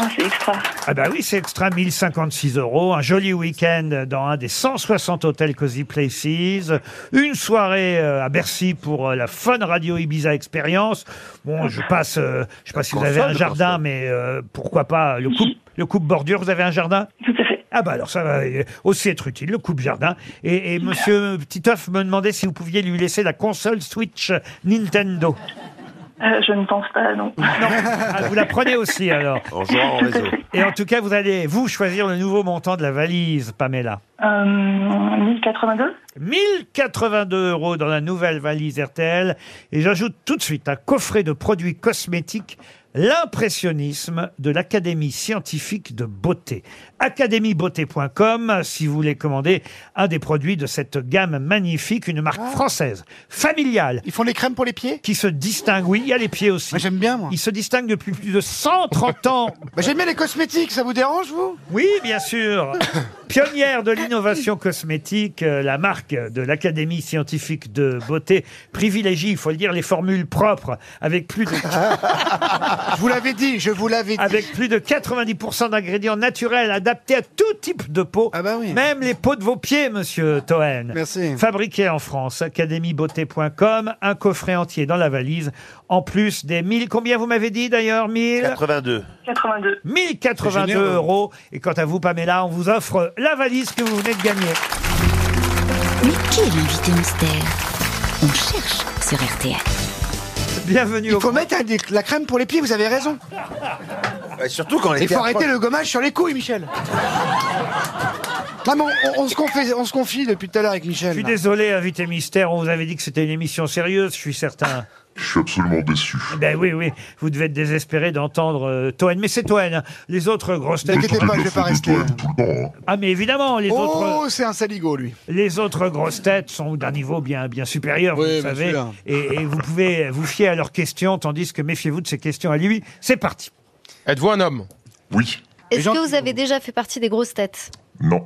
Speaker 17: Oh, c'est extra.
Speaker 2: Ah bah oui, c'est extra, 1056 euros, un joli week-end dans un des 160 hôtels Cozy Places, une soirée euh, à Bercy pour euh, la Fun Radio Ibiza Experience. Bon, je passe, euh, je sais pas si vous avez un
Speaker 18: Console,
Speaker 2: jardin, mais euh, pourquoi pas le coupe, le coupe bordure, vous avez un jardin Tout à fait. Ah bah alors ça va euh, aussi être utile, le coupe jardin. Et, et monsieur Titoff me demandait si vous pouviez lui laisser la console Switch Nintendo.
Speaker 17: Euh, je ne pense pas, non.
Speaker 4: <laughs>
Speaker 2: Ah, vous la prenez aussi alors.
Speaker 4: En jouant en réseau.
Speaker 2: Et en tout cas, vous allez, vous, choisir le nouveau montant de la valise, Pamela.
Speaker 17: Euh, 1082
Speaker 2: 1082 euros dans la nouvelle valise RTL. Et j'ajoute tout de suite un coffret de produits cosmétiques, l'impressionnisme de l'Académie scientifique de beauté. Académiebeauté.com si vous voulez commander un des produits de cette gamme magnifique, une marque française, familiale. Ah. Ils font les crèmes pour les pieds Qui se distingue, oui, il y a les pieds aussi. J'aime bien, moi. Ils se distinguent depuis plus de 130 ans.
Speaker 3: Bah, J'aimais les cosmétiques, ça vous dérange, vous
Speaker 2: Oui, bien <coughs> sûr. Pionnière de l'innovation cosmétique, euh, la marque de l'Académie scientifique de beauté privilégie, il faut le dire, les formules propres avec plus de... <laughs> je vous l'avais dit, je vous l'avais dit. Avec plus de 90% d'ingrédients naturels adaptés à tout type de peau. Même les peaux de vos pieds, monsieur Toen. Ah bah Merci. Fabriqué en France, académiebeauté.com, un coffret entier dans la valise, en plus des 1000, combien vous m'avez dit d'ailleurs 1000
Speaker 4: 82.
Speaker 17: 82.
Speaker 2: 1082
Speaker 4: Généreux.
Speaker 2: euros. Et quant à vous, Pamela, on vous offre la valise que vous venez de gagner.
Speaker 9: Mais qui est l'invité mystère On cherche sur RTL.
Speaker 2: Bienvenue
Speaker 3: Il faut mettre un des- la crème pour les pieds, vous avez raison.
Speaker 4: surtout quand les
Speaker 3: Il faut
Speaker 4: pieds
Speaker 3: arrêter
Speaker 4: approchent.
Speaker 3: le gommage sur les couilles, Michel. Non, mais on- on, on se confie, on se confie depuis tout à l'heure avec Michel.
Speaker 2: Je suis
Speaker 3: là.
Speaker 2: désolé, invité mystère, on vous avait dit que c'était une émission sérieuse, je suis certain.
Speaker 19: Je suis absolument déçu.
Speaker 2: Ben oui, oui, vous devez être désespéré d'entendre euh, Toen, mais c'est Toen. hein. Les autres grosses têtes.
Speaker 3: T'inquiétez pas, je vais pas rester.
Speaker 19: hein.
Speaker 2: Ah, mais évidemment, les autres.
Speaker 3: Oh, c'est un saligo, lui.
Speaker 2: Les autres grosses têtes sont d'un niveau bien, bien supérieur,
Speaker 3: Oui,
Speaker 2: vous le
Speaker 3: bien
Speaker 2: savez.
Speaker 3: sûr.
Speaker 2: Et, et vous pouvez vous fier à leurs questions, tandis que méfiez-vous de ces questions à lui. C'est parti.
Speaker 7: Êtes-vous un homme
Speaker 19: Oui.
Speaker 5: Est-ce que vous avez déjà fait partie des grosses têtes
Speaker 19: Non.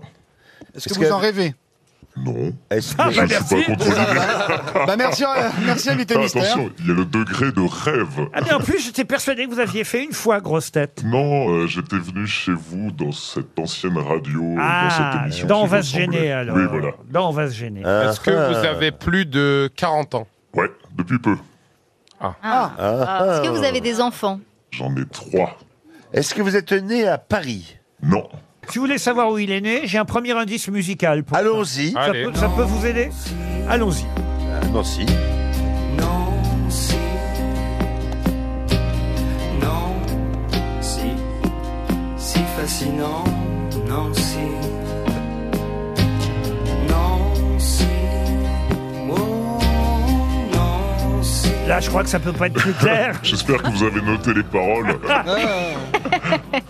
Speaker 3: Est-ce que vous en rêvez
Speaker 19: Non.
Speaker 3: Ah,
Speaker 19: je
Speaker 3: bah,
Speaker 19: ne suis
Speaker 3: merci.
Speaker 19: pas contre les-
Speaker 2: <laughs>
Speaker 3: Bah, merci, euh, merci, invité
Speaker 19: Attends,
Speaker 3: mystère.
Speaker 19: Attention, il y a le degré de rêve.
Speaker 2: Ah, mais en plus, j'étais persuadé que vous aviez fait une fois grosse tête.
Speaker 19: Non, euh, j'étais venu chez vous dans cette ancienne radio, euh, dans cette
Speaker 2: Ah,
Speaker 19: émission.
Speaker 2: dans on
Speaker 19: qui
Speaker 2: va
Speaker 19: vous
Speaker 2: se gêner
Speaker 19: semblait.
Speaker 2: alors.
Speaker 19: Oui, voilà.
Speaker 2: Dans on va se gêner.
Speaker 7: Est-ce que
Speaker 2: ah.
Speaker 7: vous avez plus de 40 ans
Speaker 19: Ouais, depuis peu.
Speaker 5: Ah. Est-ce que vous avez des enfants
Speaker 19: J'en ai trois.
Speaker 4: Est-ce que vous êtes né à Paris
Speaker 19: Non.
Speaker 2: Si vous voulez savoir où il est né, j'ai un premier indice musical. pour ça. Ça,
Speaker 4: Allez.
Speaker 2: peut, ça peut vous aider Allons-y.
Speaker 4: Nancy.
Speaker 15: Nancy. Nancy. Si fascinant, Nancy. Nancy. Oh, Nancy.
Speaker 2: Là, je crois que ça peut pas être plus clair.
Speaker 19: <laughs> J'espère que vous avez noté les
Speaker 2: <laughs>
Speaker 19: paroles.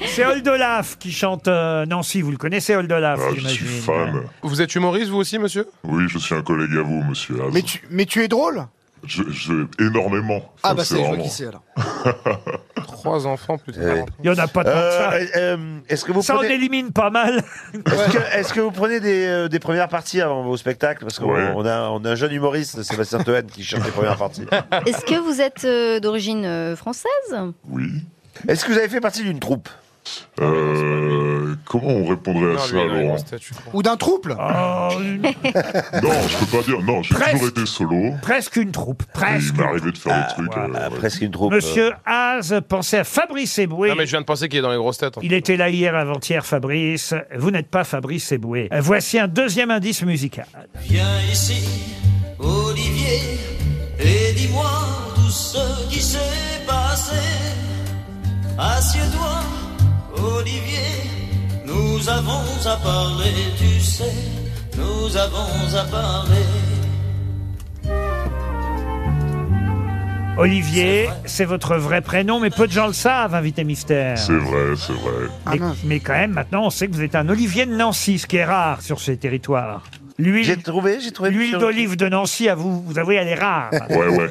Speaker 2: C'est Oldolaf qui chante euh, Nancy. Vous le connaissez, Oldolaf, j'imagine.
Speaker 19: Fan.
Speaker 7: Vous êtes humoriste, vous aussi, monsieur
Speaker 19: Oui, je suis un collègue à vous, monsieur Haas.
Speaker 3: Mais tu, mais tu es drôle
Speaker 19: Je, je- énormément.
Speaker 3: Ah,
Speaker 19: Ça,
Speaker 3: bah, c'est, je vois
Speaker 19: vraiment-
Speaker 3: qui c'est alors.
Speaker 19: <laughs>
Speaker 3: Ah,
Speaker 7: Trois enfants, plus de
Speaker 4: Eh.
Speaker 7: 40 ans.
Speaker 2: Il y en a pas tant que ça.
Speaker 4: Euh, euh, Est-ce que vous
Speaker 2: Ça, on
Speaker 4: prenez,
Speaker 2: élimine pas mal.
Speaker 4: est-ce que, est-ce que vous prenez des, euh, des premières parties avant vos spectacles Parce qu'on
Speaker 19: Ouais.
Speaker 4: on a, on a un jeune humoriste, Sébastien Toen, qui chante les premières parties.
Speaker 5: Est-ce que vous êtes euh, d'origine euh, française
Speaker 3: <laughs>
Speaker 19: Oui.
Speaker 4: Est-ce que vous avez fait partie d'une troupe
Speaker 19: Euh, comment on répondrait à
Speaker 7: Non,
Speaker 19: ça,
Speaker 7: lui, il a une
Speaker 19: Laurent
Speaker 7: grosse tête, je crois.
Speaker 3: Ou d'un trouble
Speaker 19: <laughs>
Speaker 2: Ah
Speaker 19: Non, je peux pas dire. Non, j'ai toujours été solo.
Speaker 2: Presque une troupe.
Speaker 19: Il
Speaker 2: Presque. Ah,
Speaker 19: m'est arrivé de faire des trucs. euh, ouais.
Speaker 4: Presque une troupe.
Speaker 2: Monsieur Haas, pensez à Fabrice Eboué.
Speaker 7: Non, mais je viens de penser qu'il est dans les grosses têtes. hein.
Speaker 2: Il était là hier avant-hier, Fabrice. Vous n'êtes pas Fabrice Eboué. Voici un deuxième indice musical.
Speaker 15: Viens ici, Olivier, et dis-moi tout ce qui s'est passé. Assieds-toi, Olivier, nous avons à parler, tu sais, nous avons à parler.
Speaker 2: Olivier, c'est votre vrai prénom, mais peu de gens le savent, invité mystère.
Speaker 19: C'est vrai, c'est vrai.
Speaker 2: Ah Mais, mais quand même, maintenant, on sait que vous êtes un Olivier de Nancy, ce qui est rare sur ces territoires. J'ai trouvé, j'ai trouvé. L'huile d'olive de Nancy, à vous, vous avouez, elle
Speaker 4: <laughs>
Speaker 2: est rare.
Speaker 19: Ouais, ouais.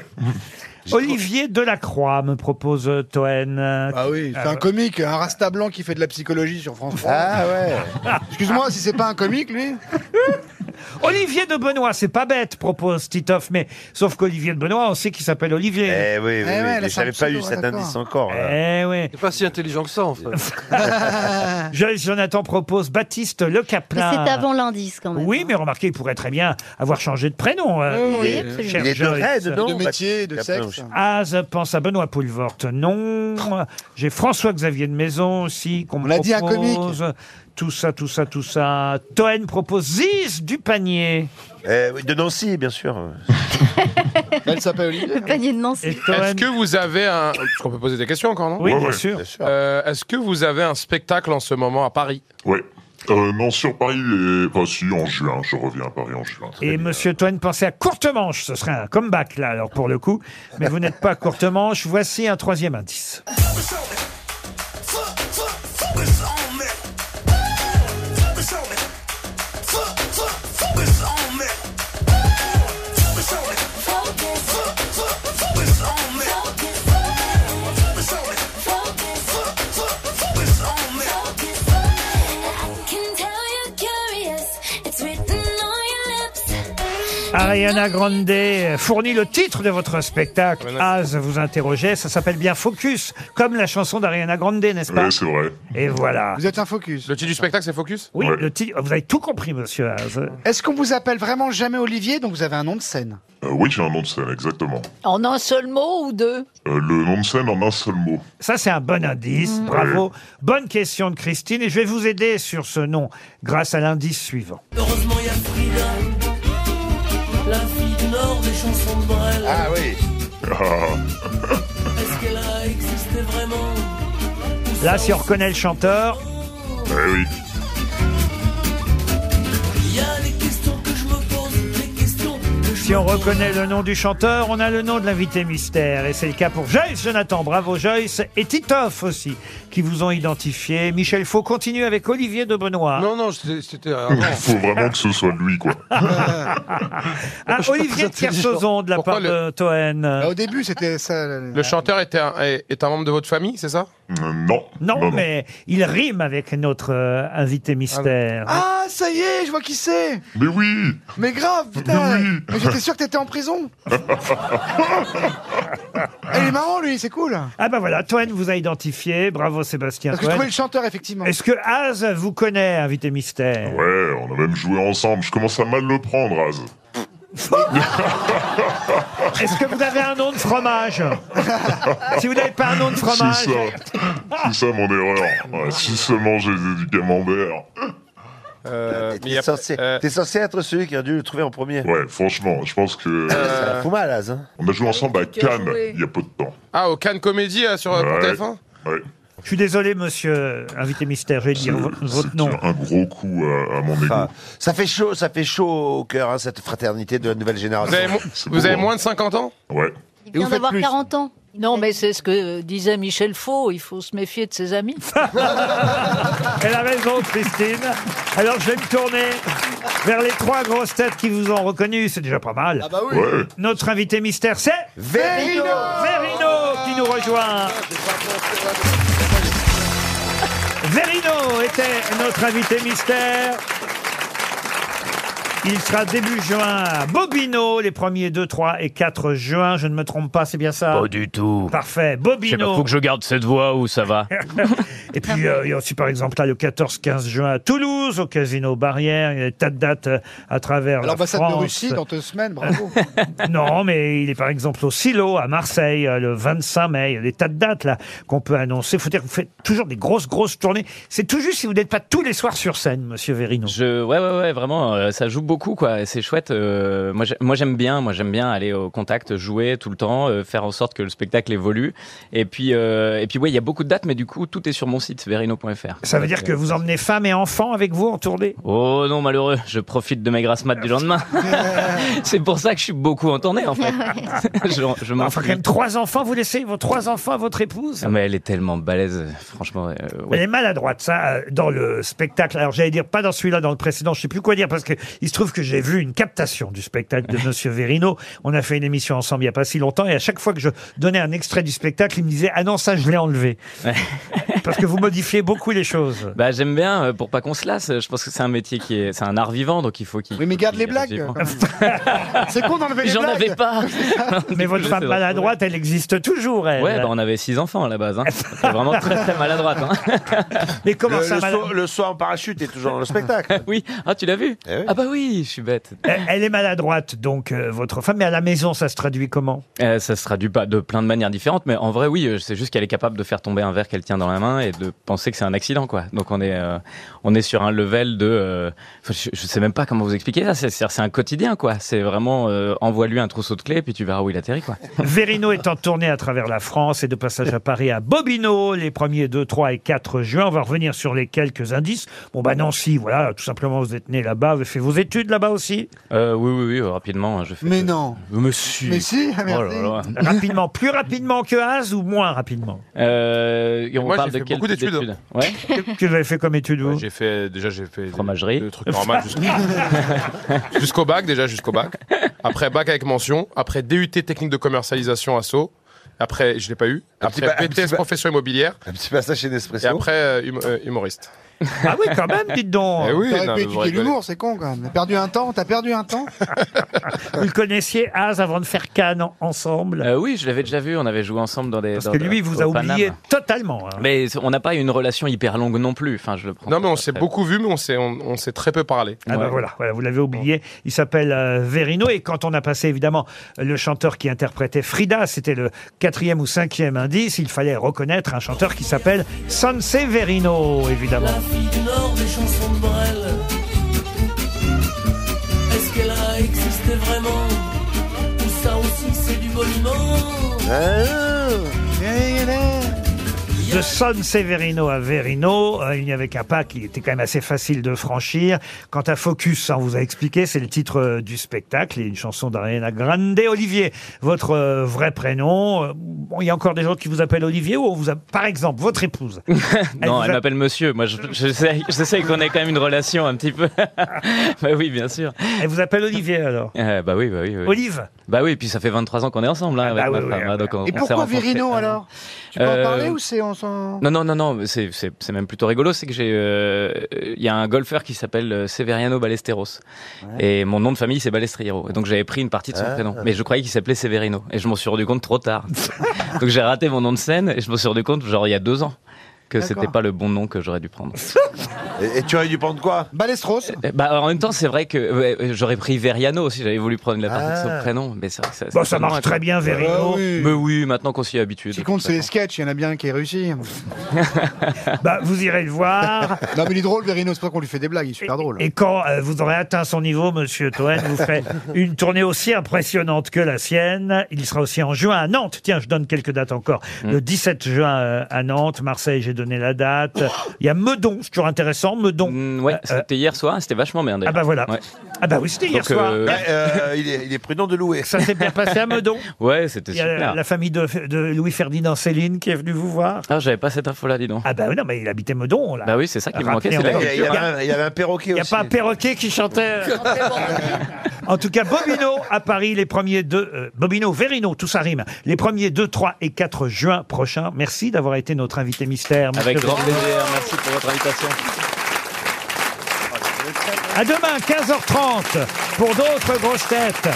Speaker 2: Olivier Delacroix me propose euh, Toen. Ah
Speaker 3: oui, c'est un comique, un rasta blanc qui fait de la psychologie sur France 3. Ah ouais. Excuse-moi, si c'est pas un comique, lui
Speaker 2: Olivier de Benoît, c'est pas bête, propose Titoff, mais sauf qu'Olivier de Benoît, on sait qu'il s'appelle Olivier.
Speaker 4: Eh oui, oui, oui, mais j'avais pas eu cet indice encore. là.
Speaker 2: Eh oui.
Speaker 6: C'est pas si intelligent que ça, en fait.
Speaker 2: <laughs> Joyce Jonathan propose Baptiste Le
Speaker 5: Mais
Speaker 2: Caplin.
Speaker 5: c'est avant l'indice quand même.
Speaker 2: Oui, mais remarquez, il pourrait très bien avoir changé de prénom. hein.
Speaker 5: Oui, oui, absolument.
Speaker 2: cher
Speaker 5: Il est de
Speaker 2: Joyce.
Speaker 5: Rennes, non, De
Speaker 3: métier, de sexe.
Speaker 2: Az pense à Benoît Poulvort. Non. J'ai François-Xavier de Maison aussi. qu'on me
Speaker 3: On a dit un
Speaker 2: propose. Tout ça, tout ça, tout ça. Toen propose Ziz du panier.
Speaker 4: Eh oui, de Nancy, bien
Speaker 5: <laughs>
Speaker 4: sûr.
Speaker 3: Elle s'appelle Olivier.
Speaker 5: Le <laughs> panier de Nancy.
Speaker 7: Est-ce que vous avez un. Parce qu'on peut poser des questions encore, non
Speaker 2: Oui, Ouais, bien ouais, sûr. bien
Speaker 7: Euh, Est-ce que vous avez un spectacle en ce moment à Paris
Speaker 19: Ouais. Euh, non, sur Paris, les... enfin, si, en juin, je reviens à Paris en juin.
Speaker 2: Et Monsieur Toen pensait à courte manche. Ce serait un comeback là, alors pour le coup. Mais vous n'êtes pas à courte manche. Voici un troisième indice. Ariana Grande fournit le titre de votre spectacle. Az vous interrogeait. Ça s'appelle bien Focus, comme la chanson d'Ariana Grande, n'est-ce pas
Speaker 19: Ouais, c'est vrai.
Speaker 2: Et voilà.
Speaker 3: Vous êtes un focus.
Speaker 7: Le titre du spectacle, c'est Focus
Speaker 2: Oui, le titre. Vous avez tout compris, Monsieur Az.
Speaker 3: Est-ce qu'on vous appelle vraiment jamais Olivier, donc vous avez un nom de scène
Speaker 19: Euh, oui, j'ai un nom de scène, exactement.
Speaker 8: En un seul mot ou deux
Speaker 19: Euh, le nom de scène en un seul mot.
Speaker 2: Ça, c'est un bon indice.
Speaker 19: Mm.
Speaker 2: Bravo. Bonne question de Christine. Et je vais vous aider sur ce nom grâce à l'indice suivant.
Speaker 15: Heureusement, il y a Frida, la fille du Nord des chansons de Brel.
Speaker 4: Ah oui.
Speaker 19: Ah,
Speaker 15: Est-ce qu'elle a existé vraiment
Speaker 2: Là, si on reconnaît le chanteur,
Speaker 19: eh oui.
Speaker 15: Il y a des questions que je me pose, des questions que je
Speaker 2: si on
Speaker 15: me pose.
Speaker 2: reconnaît le nom du chanteur, on a le nom de l'invité mystère. Et c'est le cas pour Joyce Jonathan. Bravo Joyce. Et Titoff aussi, qui vous ont identifié. Michel Faux continue avec Olivier de Benoît.
Speaker 6: Non, non, c'était c'était
Speaker 2: <laughs>
Speaker 6: euh, <laughs> avant.
Speaker 19: Il <laughs> faut vraiment que ce soit lui, quoi.
Speaker 2: Ah, Olivier de Kersauzon de la
Speaker 7: Pourquoi
Speaker 2: part
Speaker 7: le-
Speaker 2: de Toen.
Speaker 3: Bah, Au début, c'était ça. la-
Speaker 7: Le chanteur était un- est, est un membre de votre famille, c'est ça
Speaker 19: Euh, non.
Speaker 2: Non, mais il rime avec notre euh, invité mystère.
Speaker 3: Ah, ça y est, je vois qui c'est
Speaker 19: Mais oui
Speaker 3: Mais grave, putain
Speaker 19: Oui.
Speaker 3: Mais j'étais sûr que t'étais en
Speaker 2: <laughs>
Speaker 3: prison Eh, Il est marrant, lui, c'est cool
Speaker 2: Ah bah voilà, Toen vous a identifié. Bravo Sébastien.
Speaker 3: Parce que je
Speaker 2: Toen.
Speaker 3: trouvais le chanteur, effectivement.
Speaker 2: Est-ce que Az vous connaît, invité mystère
Speaker 19: Ouais, on a même joué ensemble. Je commence à mal le prendre, Az.
Speaker 2: Est-ce que vous avez un nom de
Speaker 6: <laughs>
Speaker 2: fromage Si vous n'avez pas un nom de
Speaker 19: C'est
Speaker 2: fromage,
Speaker 19: ça. C'est ça mon erreur. Ouais, si seulement j'avais du camembert.
Speaker 7: Euh, mais il y
Speaker 4: T'es
Speaker 7: a-
Speaker 4: censé,
Speaker 7: euh,
Speaker 4: t'es censé être celui qui a dû le trouver en premier.
Speaker 19: Ouais, franchement, je pense
Speaker 7: Euh,
Speaker 19: que.
Speaker 4: Ça fout mal, Az. hein.
Speaker 19: On a joué ensemble à
Speaker 8: qui a
Speaker 19: Cannes
Speaker 8: joué.
Speaker 19: il y a peu de temps.
Speaker 7: Ah, au Cannes Comédie là, sur, euh, pour
Speaker 19: Ouais.
Speaker 7: TF1
Speaker 19: Ouais.
Speaker 2: je suis désolé, monsieur invité mystère, je vais
Speaker 19: C'est
Speaker 2: dire vo- votre nom.
Speaker 19: c'est un gros coup euh, à, à Ah, mon égo.
Speaker 4: Enfin, ça fait chaud, ça fait chaud au cœur, hein, cette fraternité de la nouvelle
Speaker 2: Ah,
Speaker 7: Vous avez,
Speaker 4: génération.
Speaker 7: mo- vous avez moins de 50 ans
Speaker 19: Ouais.
Speaker 5: Il
Speaker 3: vous
Speaker 5: vient
Speaker 3: faites
Speaker 5: d'avoir
Speaker 3: plus
Speaker 5: 40 ans.
Speaker 8: Non, mais c'est ce que euh, disait Michel Faux, il faut se méfier de
Speaker 3: <laughs>
Speaker 8: ses amis.
Speaker 2: Elle a raison, Christine. Alors je vais me tourner vers les trois grosses têtes qui vous ont reconnu, c'est déjà pas mal.
Speaker 19: Ouais.
Speaker 2: Notre invité mystère, c'est
Speaker 4: Vérino
Speaker 2: Verino qui nous rejoint. Verino était notre invité mystère. Il sera début juin à Bobino, les premiers 2, 3 et 4 juin. Je ne me trompe pas, c'est bien ça
Speaker 18: Pas du tout.
Speaker 2: Parfait,
Speaker 18: Je sais pas,
Speaker 2: Bobino.
Speaker 18: faut que je garde cette voix ou ça va
Speaker 2: Et puis, euh, il y a aussi, par exemple, là, le 14-15 juin à Toulouse, au Casino Barrière. Il y a des tas de dates euh, à travers la
Speaker 3: L'ambassade
Speaker 2: France.
Speaker 3: de Russie dans deux semaines, bravo
Speaker 2: <laughs> Non, mais il est par exemple au Silo, à Marseille, euh, le 25 mai. Il y a des tas de dates là qu'on peut annoncer. faut dire que vous faites toujours des grosses, grosses tournées. C'est tout juste si vous n'êtes pas tous les soirs sur scène, <laughs> monsieur Verino.
Speaker 18: Je, ouais, ouais, ouais, vraiment, euh, ça joue beaucoup, quoi. et C'est chouette. euh, moi, j'ai- moi, j'aime bien. Moi, j'aime bien aller au contact, jouer tout le temps, euh, faire en sorte que le spectacle évolue. Et puis, euh, et puis, ouais, il y a beaucoup de dates, mais du coup, tout est sur mon site verino.fr.
Speaker 2: Ça veut dire que vous emmenez femmes et enfants avec vous en tournée
Speaker 18: euh, Oh non, malheureux, je profite de mes grasses maths du
Speaker 2: <laughs>
Speaker 18: lendemain. c'est pour ça que je suis beaucoup en tournée, en fait. <laughs> je je m'en
Speaker 2: Enfin, quand même, trois enfants, vous laissez vos trois enfants à votre épouse
Speaker 18: Ah, mais elle est tellement balèze, franchement. euh, ouais.
Speaker 2: Elle est maladroite, ça, euh, dans le spectacle. Alors, j'allais dire, pas dans celui-là, dans le précédent, je sais plus quoi dire, parce que il se trouve que j'ai vu une captation du spectacle de Monsieur Verino. On a fait une émission ensemble il n'y a pas si longtemps, et à chaque fois que je donnais un extrait du spectacle, il me disait, ah non, ça, je l'ai enlevé. <laughs> parce que vous modifiez beaucoup les
Speaker 18: <laughs>
Speaker 2: choses.
Speaker 18: Bah, j'aime bien, euh, pour pas qu'on se lasse, je pense que c'est un métier qui est, c'est un art vivant, donc il faut qu'il. Oui, mais garde les blagues!
Speaker 3: C'est con d'enlever les
Speaker 18: J'en
Speaker 3: blagues.
Speaker 18: avais pas.
Speaker 2: <laughs> Mais
Speaker 18: <laughs>
Speaker 2: votre femme maladroite, elle existe toujours, elle.
Speaker 18: Ouais, bah, on avait six enfants à
Speaker 2: <laughs>
Speaker 18: la base. Hein. C'était vraiment très très maladroite. Hein.
Speaker 2: Mais comment
Speaker 4: le,
Speaker 2: ça,
Speaker 4: le
Speaker 2: madame
Speaker 4: saut- le saut en parachute est toujours dans le spectacle. Eh
Speaker 18: oui. Ah, tu l'as vu Ah bah oui, je suis bête.
Speaker 2: Elle elle est maladroite, donc, euh, votre femme, mais à la maison, ça se traduit comment
Speaker 18: Euh, ça se traduit pas de plein de manières différentes, mais en vrai, oui, euh, c'est juste qu'elle est capable de faire tomber un verre qu'elle tient dans la main et de penser que c'est un accident, quoi. Donc on est, euh, on est sur un level de, euh, enfin, je, je sais même pas comment vous expliquer ça. C'est- C'est c'est un quotidien, quoi. C'est vraiment euh, envoie-lui un trousseau de clés puis tu verras où il atterrit, quoi.
Speaker 2: Verino est en tournée à travers la France et de passage à Paris à Bobino les premiers 2, 3 et 4 juin. On va revenir sur les quelques indices. Bon, bah Nancy, voilà, tout simplement, vous êtes né là-bas, vous avez fait vos études là-bas aussi.
Speaker 18: Euh, oui, oui, oui, euh, rapidement, je fais.
Speaker 2: Mais non.
Speaker 18: Mais si.
Speaker 2: Mais si, ah,
Speaker 18: Oh là là.
Speaker 2: <laughs>
Speaker 18: <laughs>
Speaker 2: Rapidement, plus rapidement que Haas ou moins rapidement
Speaker 18: Euh, on
Speaker 7: Moi,
Speaker 18: parle
Speaker 7: j'ai
Speaker 18: de
Speaker 7: fait
Speaker 18: quel
Speaker 7: beaucoup
Speaker 18: type
Speaker 7: d'études. <laughs>
Speaker 18: Ouais.
Speaker 2: Que- Que vous avez fait comme études, vous
Speaker 7: J'ai fait déjà j'ai fait
Speaker 18: fromagerie,
Speaker 7: des trucs normaux jusqu'au jusqu'au bac déjà jusqu'au bac. Après bac avec mention, après DUT technique de commercialisation à Sceaux. Après je l'ai pas eu. Après
Speaker 4: petit pa- un petit
Speaker 7: BTS
Speaker 4: pa-
Speaker 7: profession immobilière.
Speaker 4: Un petit passage chez Nespresso.
Speaker 7: Et après euh, hum- euh, humoriste.
Speaker 2: Ah oui, quand même, dites donc.
Speaker 7: Eh oui,
Speaker 3: T'aurais
Speaker 7: non,
Speaker 3: pu
Speaker 7: mais vous
Speaker 3: étudier
Speaker 7: rigolez.
Speaker 3: l'humour, c'est con quand même. T'as perdu un temps, t'as perdu un temps.
Speaker 2: <laughs> Vous le connaissiez, Haas, avant de faire Cannes en- ensemble
Speaker 18: Euh, oui, je l'avais déjà vu. On avait joué ensemble dans des.
Speaker 2: Parce
Speaker 18: dans-
Speaker 2: que lui, il
Speaker 18: dans-
Speaker 2: vous a
Speaker 18: au Paname.
Speaker 2: oublié totalement. hein.
Speaker 18: Mais on n'a pas une relation hyper longue non plus. Enfin, je le prends.
Speaker 7: Non mais on s'est
Speaker 18: très-
Speaker 7: beaucoup vu mais on s'est on, on s'est très peu parlé.
Speaker 2: Ah bah voilà, voilà, vous l'avez oublié. Il s'appelle euh, Verino et quand on a passé évidemment le chanteur qui interprétait Frida, c'était le quatrième ou cinquième indice, il fallait reconnaître un chanteur qui s'appelle Sanse Verino évidemment.
Speaker 15: La fille du Nord des chansons de Brel. Est-ce qu'elle a existé vraiment Ou ça aussi c'est du boniment
Speaker 2: Ah. De San Severino à Verino, euh, il n'y avait qu'un pas qui était quand même assez facile de franchir. Quant à Focus, hein, on vous a expliqué, c'est le titre euh, du spectacle et une chanson d'Ariana Grande. Olivier, votre euh, vrai prénom. euh, bon, il y a encore des gens qui vous appellent Olivier ou on vous a, par exemple, votre
Speaker 18: <laughs>
Speaker 2: épouse.
Speaker 18: Non,
Speaker 2: vous
Speaker 18: elle
Speaker 2: a-
Speaker 18: m'appelle monsieur. Moi, je, je sais, je sais qu'on ait quand même une relation un petit peu. <laughs> bah oui, bien sûr.
Speaker 2: Elle vous appelle Olivier alors
Speaker 18: Euh, bah oui, bah oui, oui.
Speaker 2: Olive
Speaker 18: Bah oui, puis ça fait 23 ans qu'on est ensemble hein,
Speaker 2: bah
Speaker 18: avec ma
Speaker 2: oui, oui,
Speaker 18: femme. hein, donc on-
Speaker 3: Et
Speaker 18: on s'est
Speaker 3: pourquoi
Speaker 18: rencontrés.
Speaker 3: Virino alors Tu peux en
Speaker 18: Euh,
Speaker 3: parler ou c'est on s'en.
Speaker 18: Non, non, non, non, mais c'est- c'est c'est même plutôt rigolo, c'est que j'ai... euh, Il y a un golfeur qui s'appelle euh, Severiano Ballesteros. Et mon nom de famille, c'est Balestriero. Et Donc j'avais pris une partie de son
Speaker 4: Ah.
Speaker 18: prénom. Mais je croyais qu'il s'appelait Severino. Et je m'en suis rendu compte
Speaker 4: <laughs>
Speaker 18: trop tard. Donc j'ai raté mon nom de scène et je m'en suis rendu compte, genre, il y a deux ans, que
Speaker 3: D'accord.
Speaker 18: c'était pas le bon nom que j'aurais dû prendre.
Speaker 4: <laughs> Et, et tu aurais dû prendre quoi
Speaker 3: Balestros
Speaker 18: Eh Bah, en même temps, c'est vrai que ouais, euh, j'aurais pris Veriano aussi, j'avais voulu prendre la partie de
Speaker 4: Ah.
Speaker 18: son prénom. Mais c'est vrai que ça,
Speaker 2: Bon, ça marche très bien, Verino.
Speaker 18: Mais oui, maintenant qu'on s'y est habitué.
Speaker 3: Ce qui
Speaker 18: de
Speaker 3: compte,
Speaker 18: toute
Speaker 3: c'est les sketchs, il y en a bien un qui est réussi.
Speaker 2: Bah, vous irez le voir.
Speaker 3: Non, mais il est drôle, Verino, c'est pas qu'on lui fait des blagues, il est super drôle.
Speaker 2: Et quand euh, vous aurez atteint son niveau, monsieur Toen, vous
Speaker 18: <laughs>
Speaker 2: ferez une tournée aussi impressionnante que la sienne. Il sera aussi en juin à Nantes. Tiens, je donne quelques dates encore.
Speaker 18: Hmm.
Speaker 2: Le 17 juin euh, à Nantes, Marseille, j'ai donné la date. Il y a Meudon, c'est toujours intéressant, Meudon.
Speaker 18: Hmm,
Speaker 2: Euh,
Speaker 18: Ouais, c'était hier soir, c'était vachement bien d'ailleurs.
Speaker 2: Ah bah voilà.
Speaker 18: Ouais.
Speaker 2: Ah bah oui, c'était hier
Speaker 18: Donc,
Speaker 2: soir.
Speaker 18: euh,
Speaker 4: Bah, euh, il, est, il est prudent de louer.
Speaker 2: Ça
Speaker 4: <laughs>
Speaker 2: s'est bien passé à Meudon.
Speaker 18: Ouais, c'était
Speaker 2: Il y a
Speaker 18: super.
Speaker 2: la famille de, de Louis-Ferdinand Céline qui est venue vous voir.
Speaker 18: Ah, j'avais pas cette info-là, dis donc.
Speaker 2: Ah bah oui, non, mais il habitait Meudon, là.
Speaker 18: Bah oui, c'est ça qui me manquait, c'est
Speaker 2: Rappelez
Speaker 18: la
Speaker 4: Il
Speaker 2: encore.
Speaker 4: y, a- il y
Speaker 18: culture.
Speaker 4: avait un, il y avait un perroquet
Speaker 2: Il n'y a
Speaker 4: aussi.
Speaker 2: pas un perroquet qui chantait. euh, en tout cas, Bobino à Paris, les premiers deux. euh, Bobino, Verino, tout ça rime. Les premiers 2, 3 et 4 juin prochains. Merci d'avoir été notre invité mystère. monsieur
Speaker 18: Avec grand
Speaker 2: Verino.
Speaker 18: plaisir, merci pour votre invitation.
Speaker 2: À demain, 15h30, pour d'autres grosses têtes.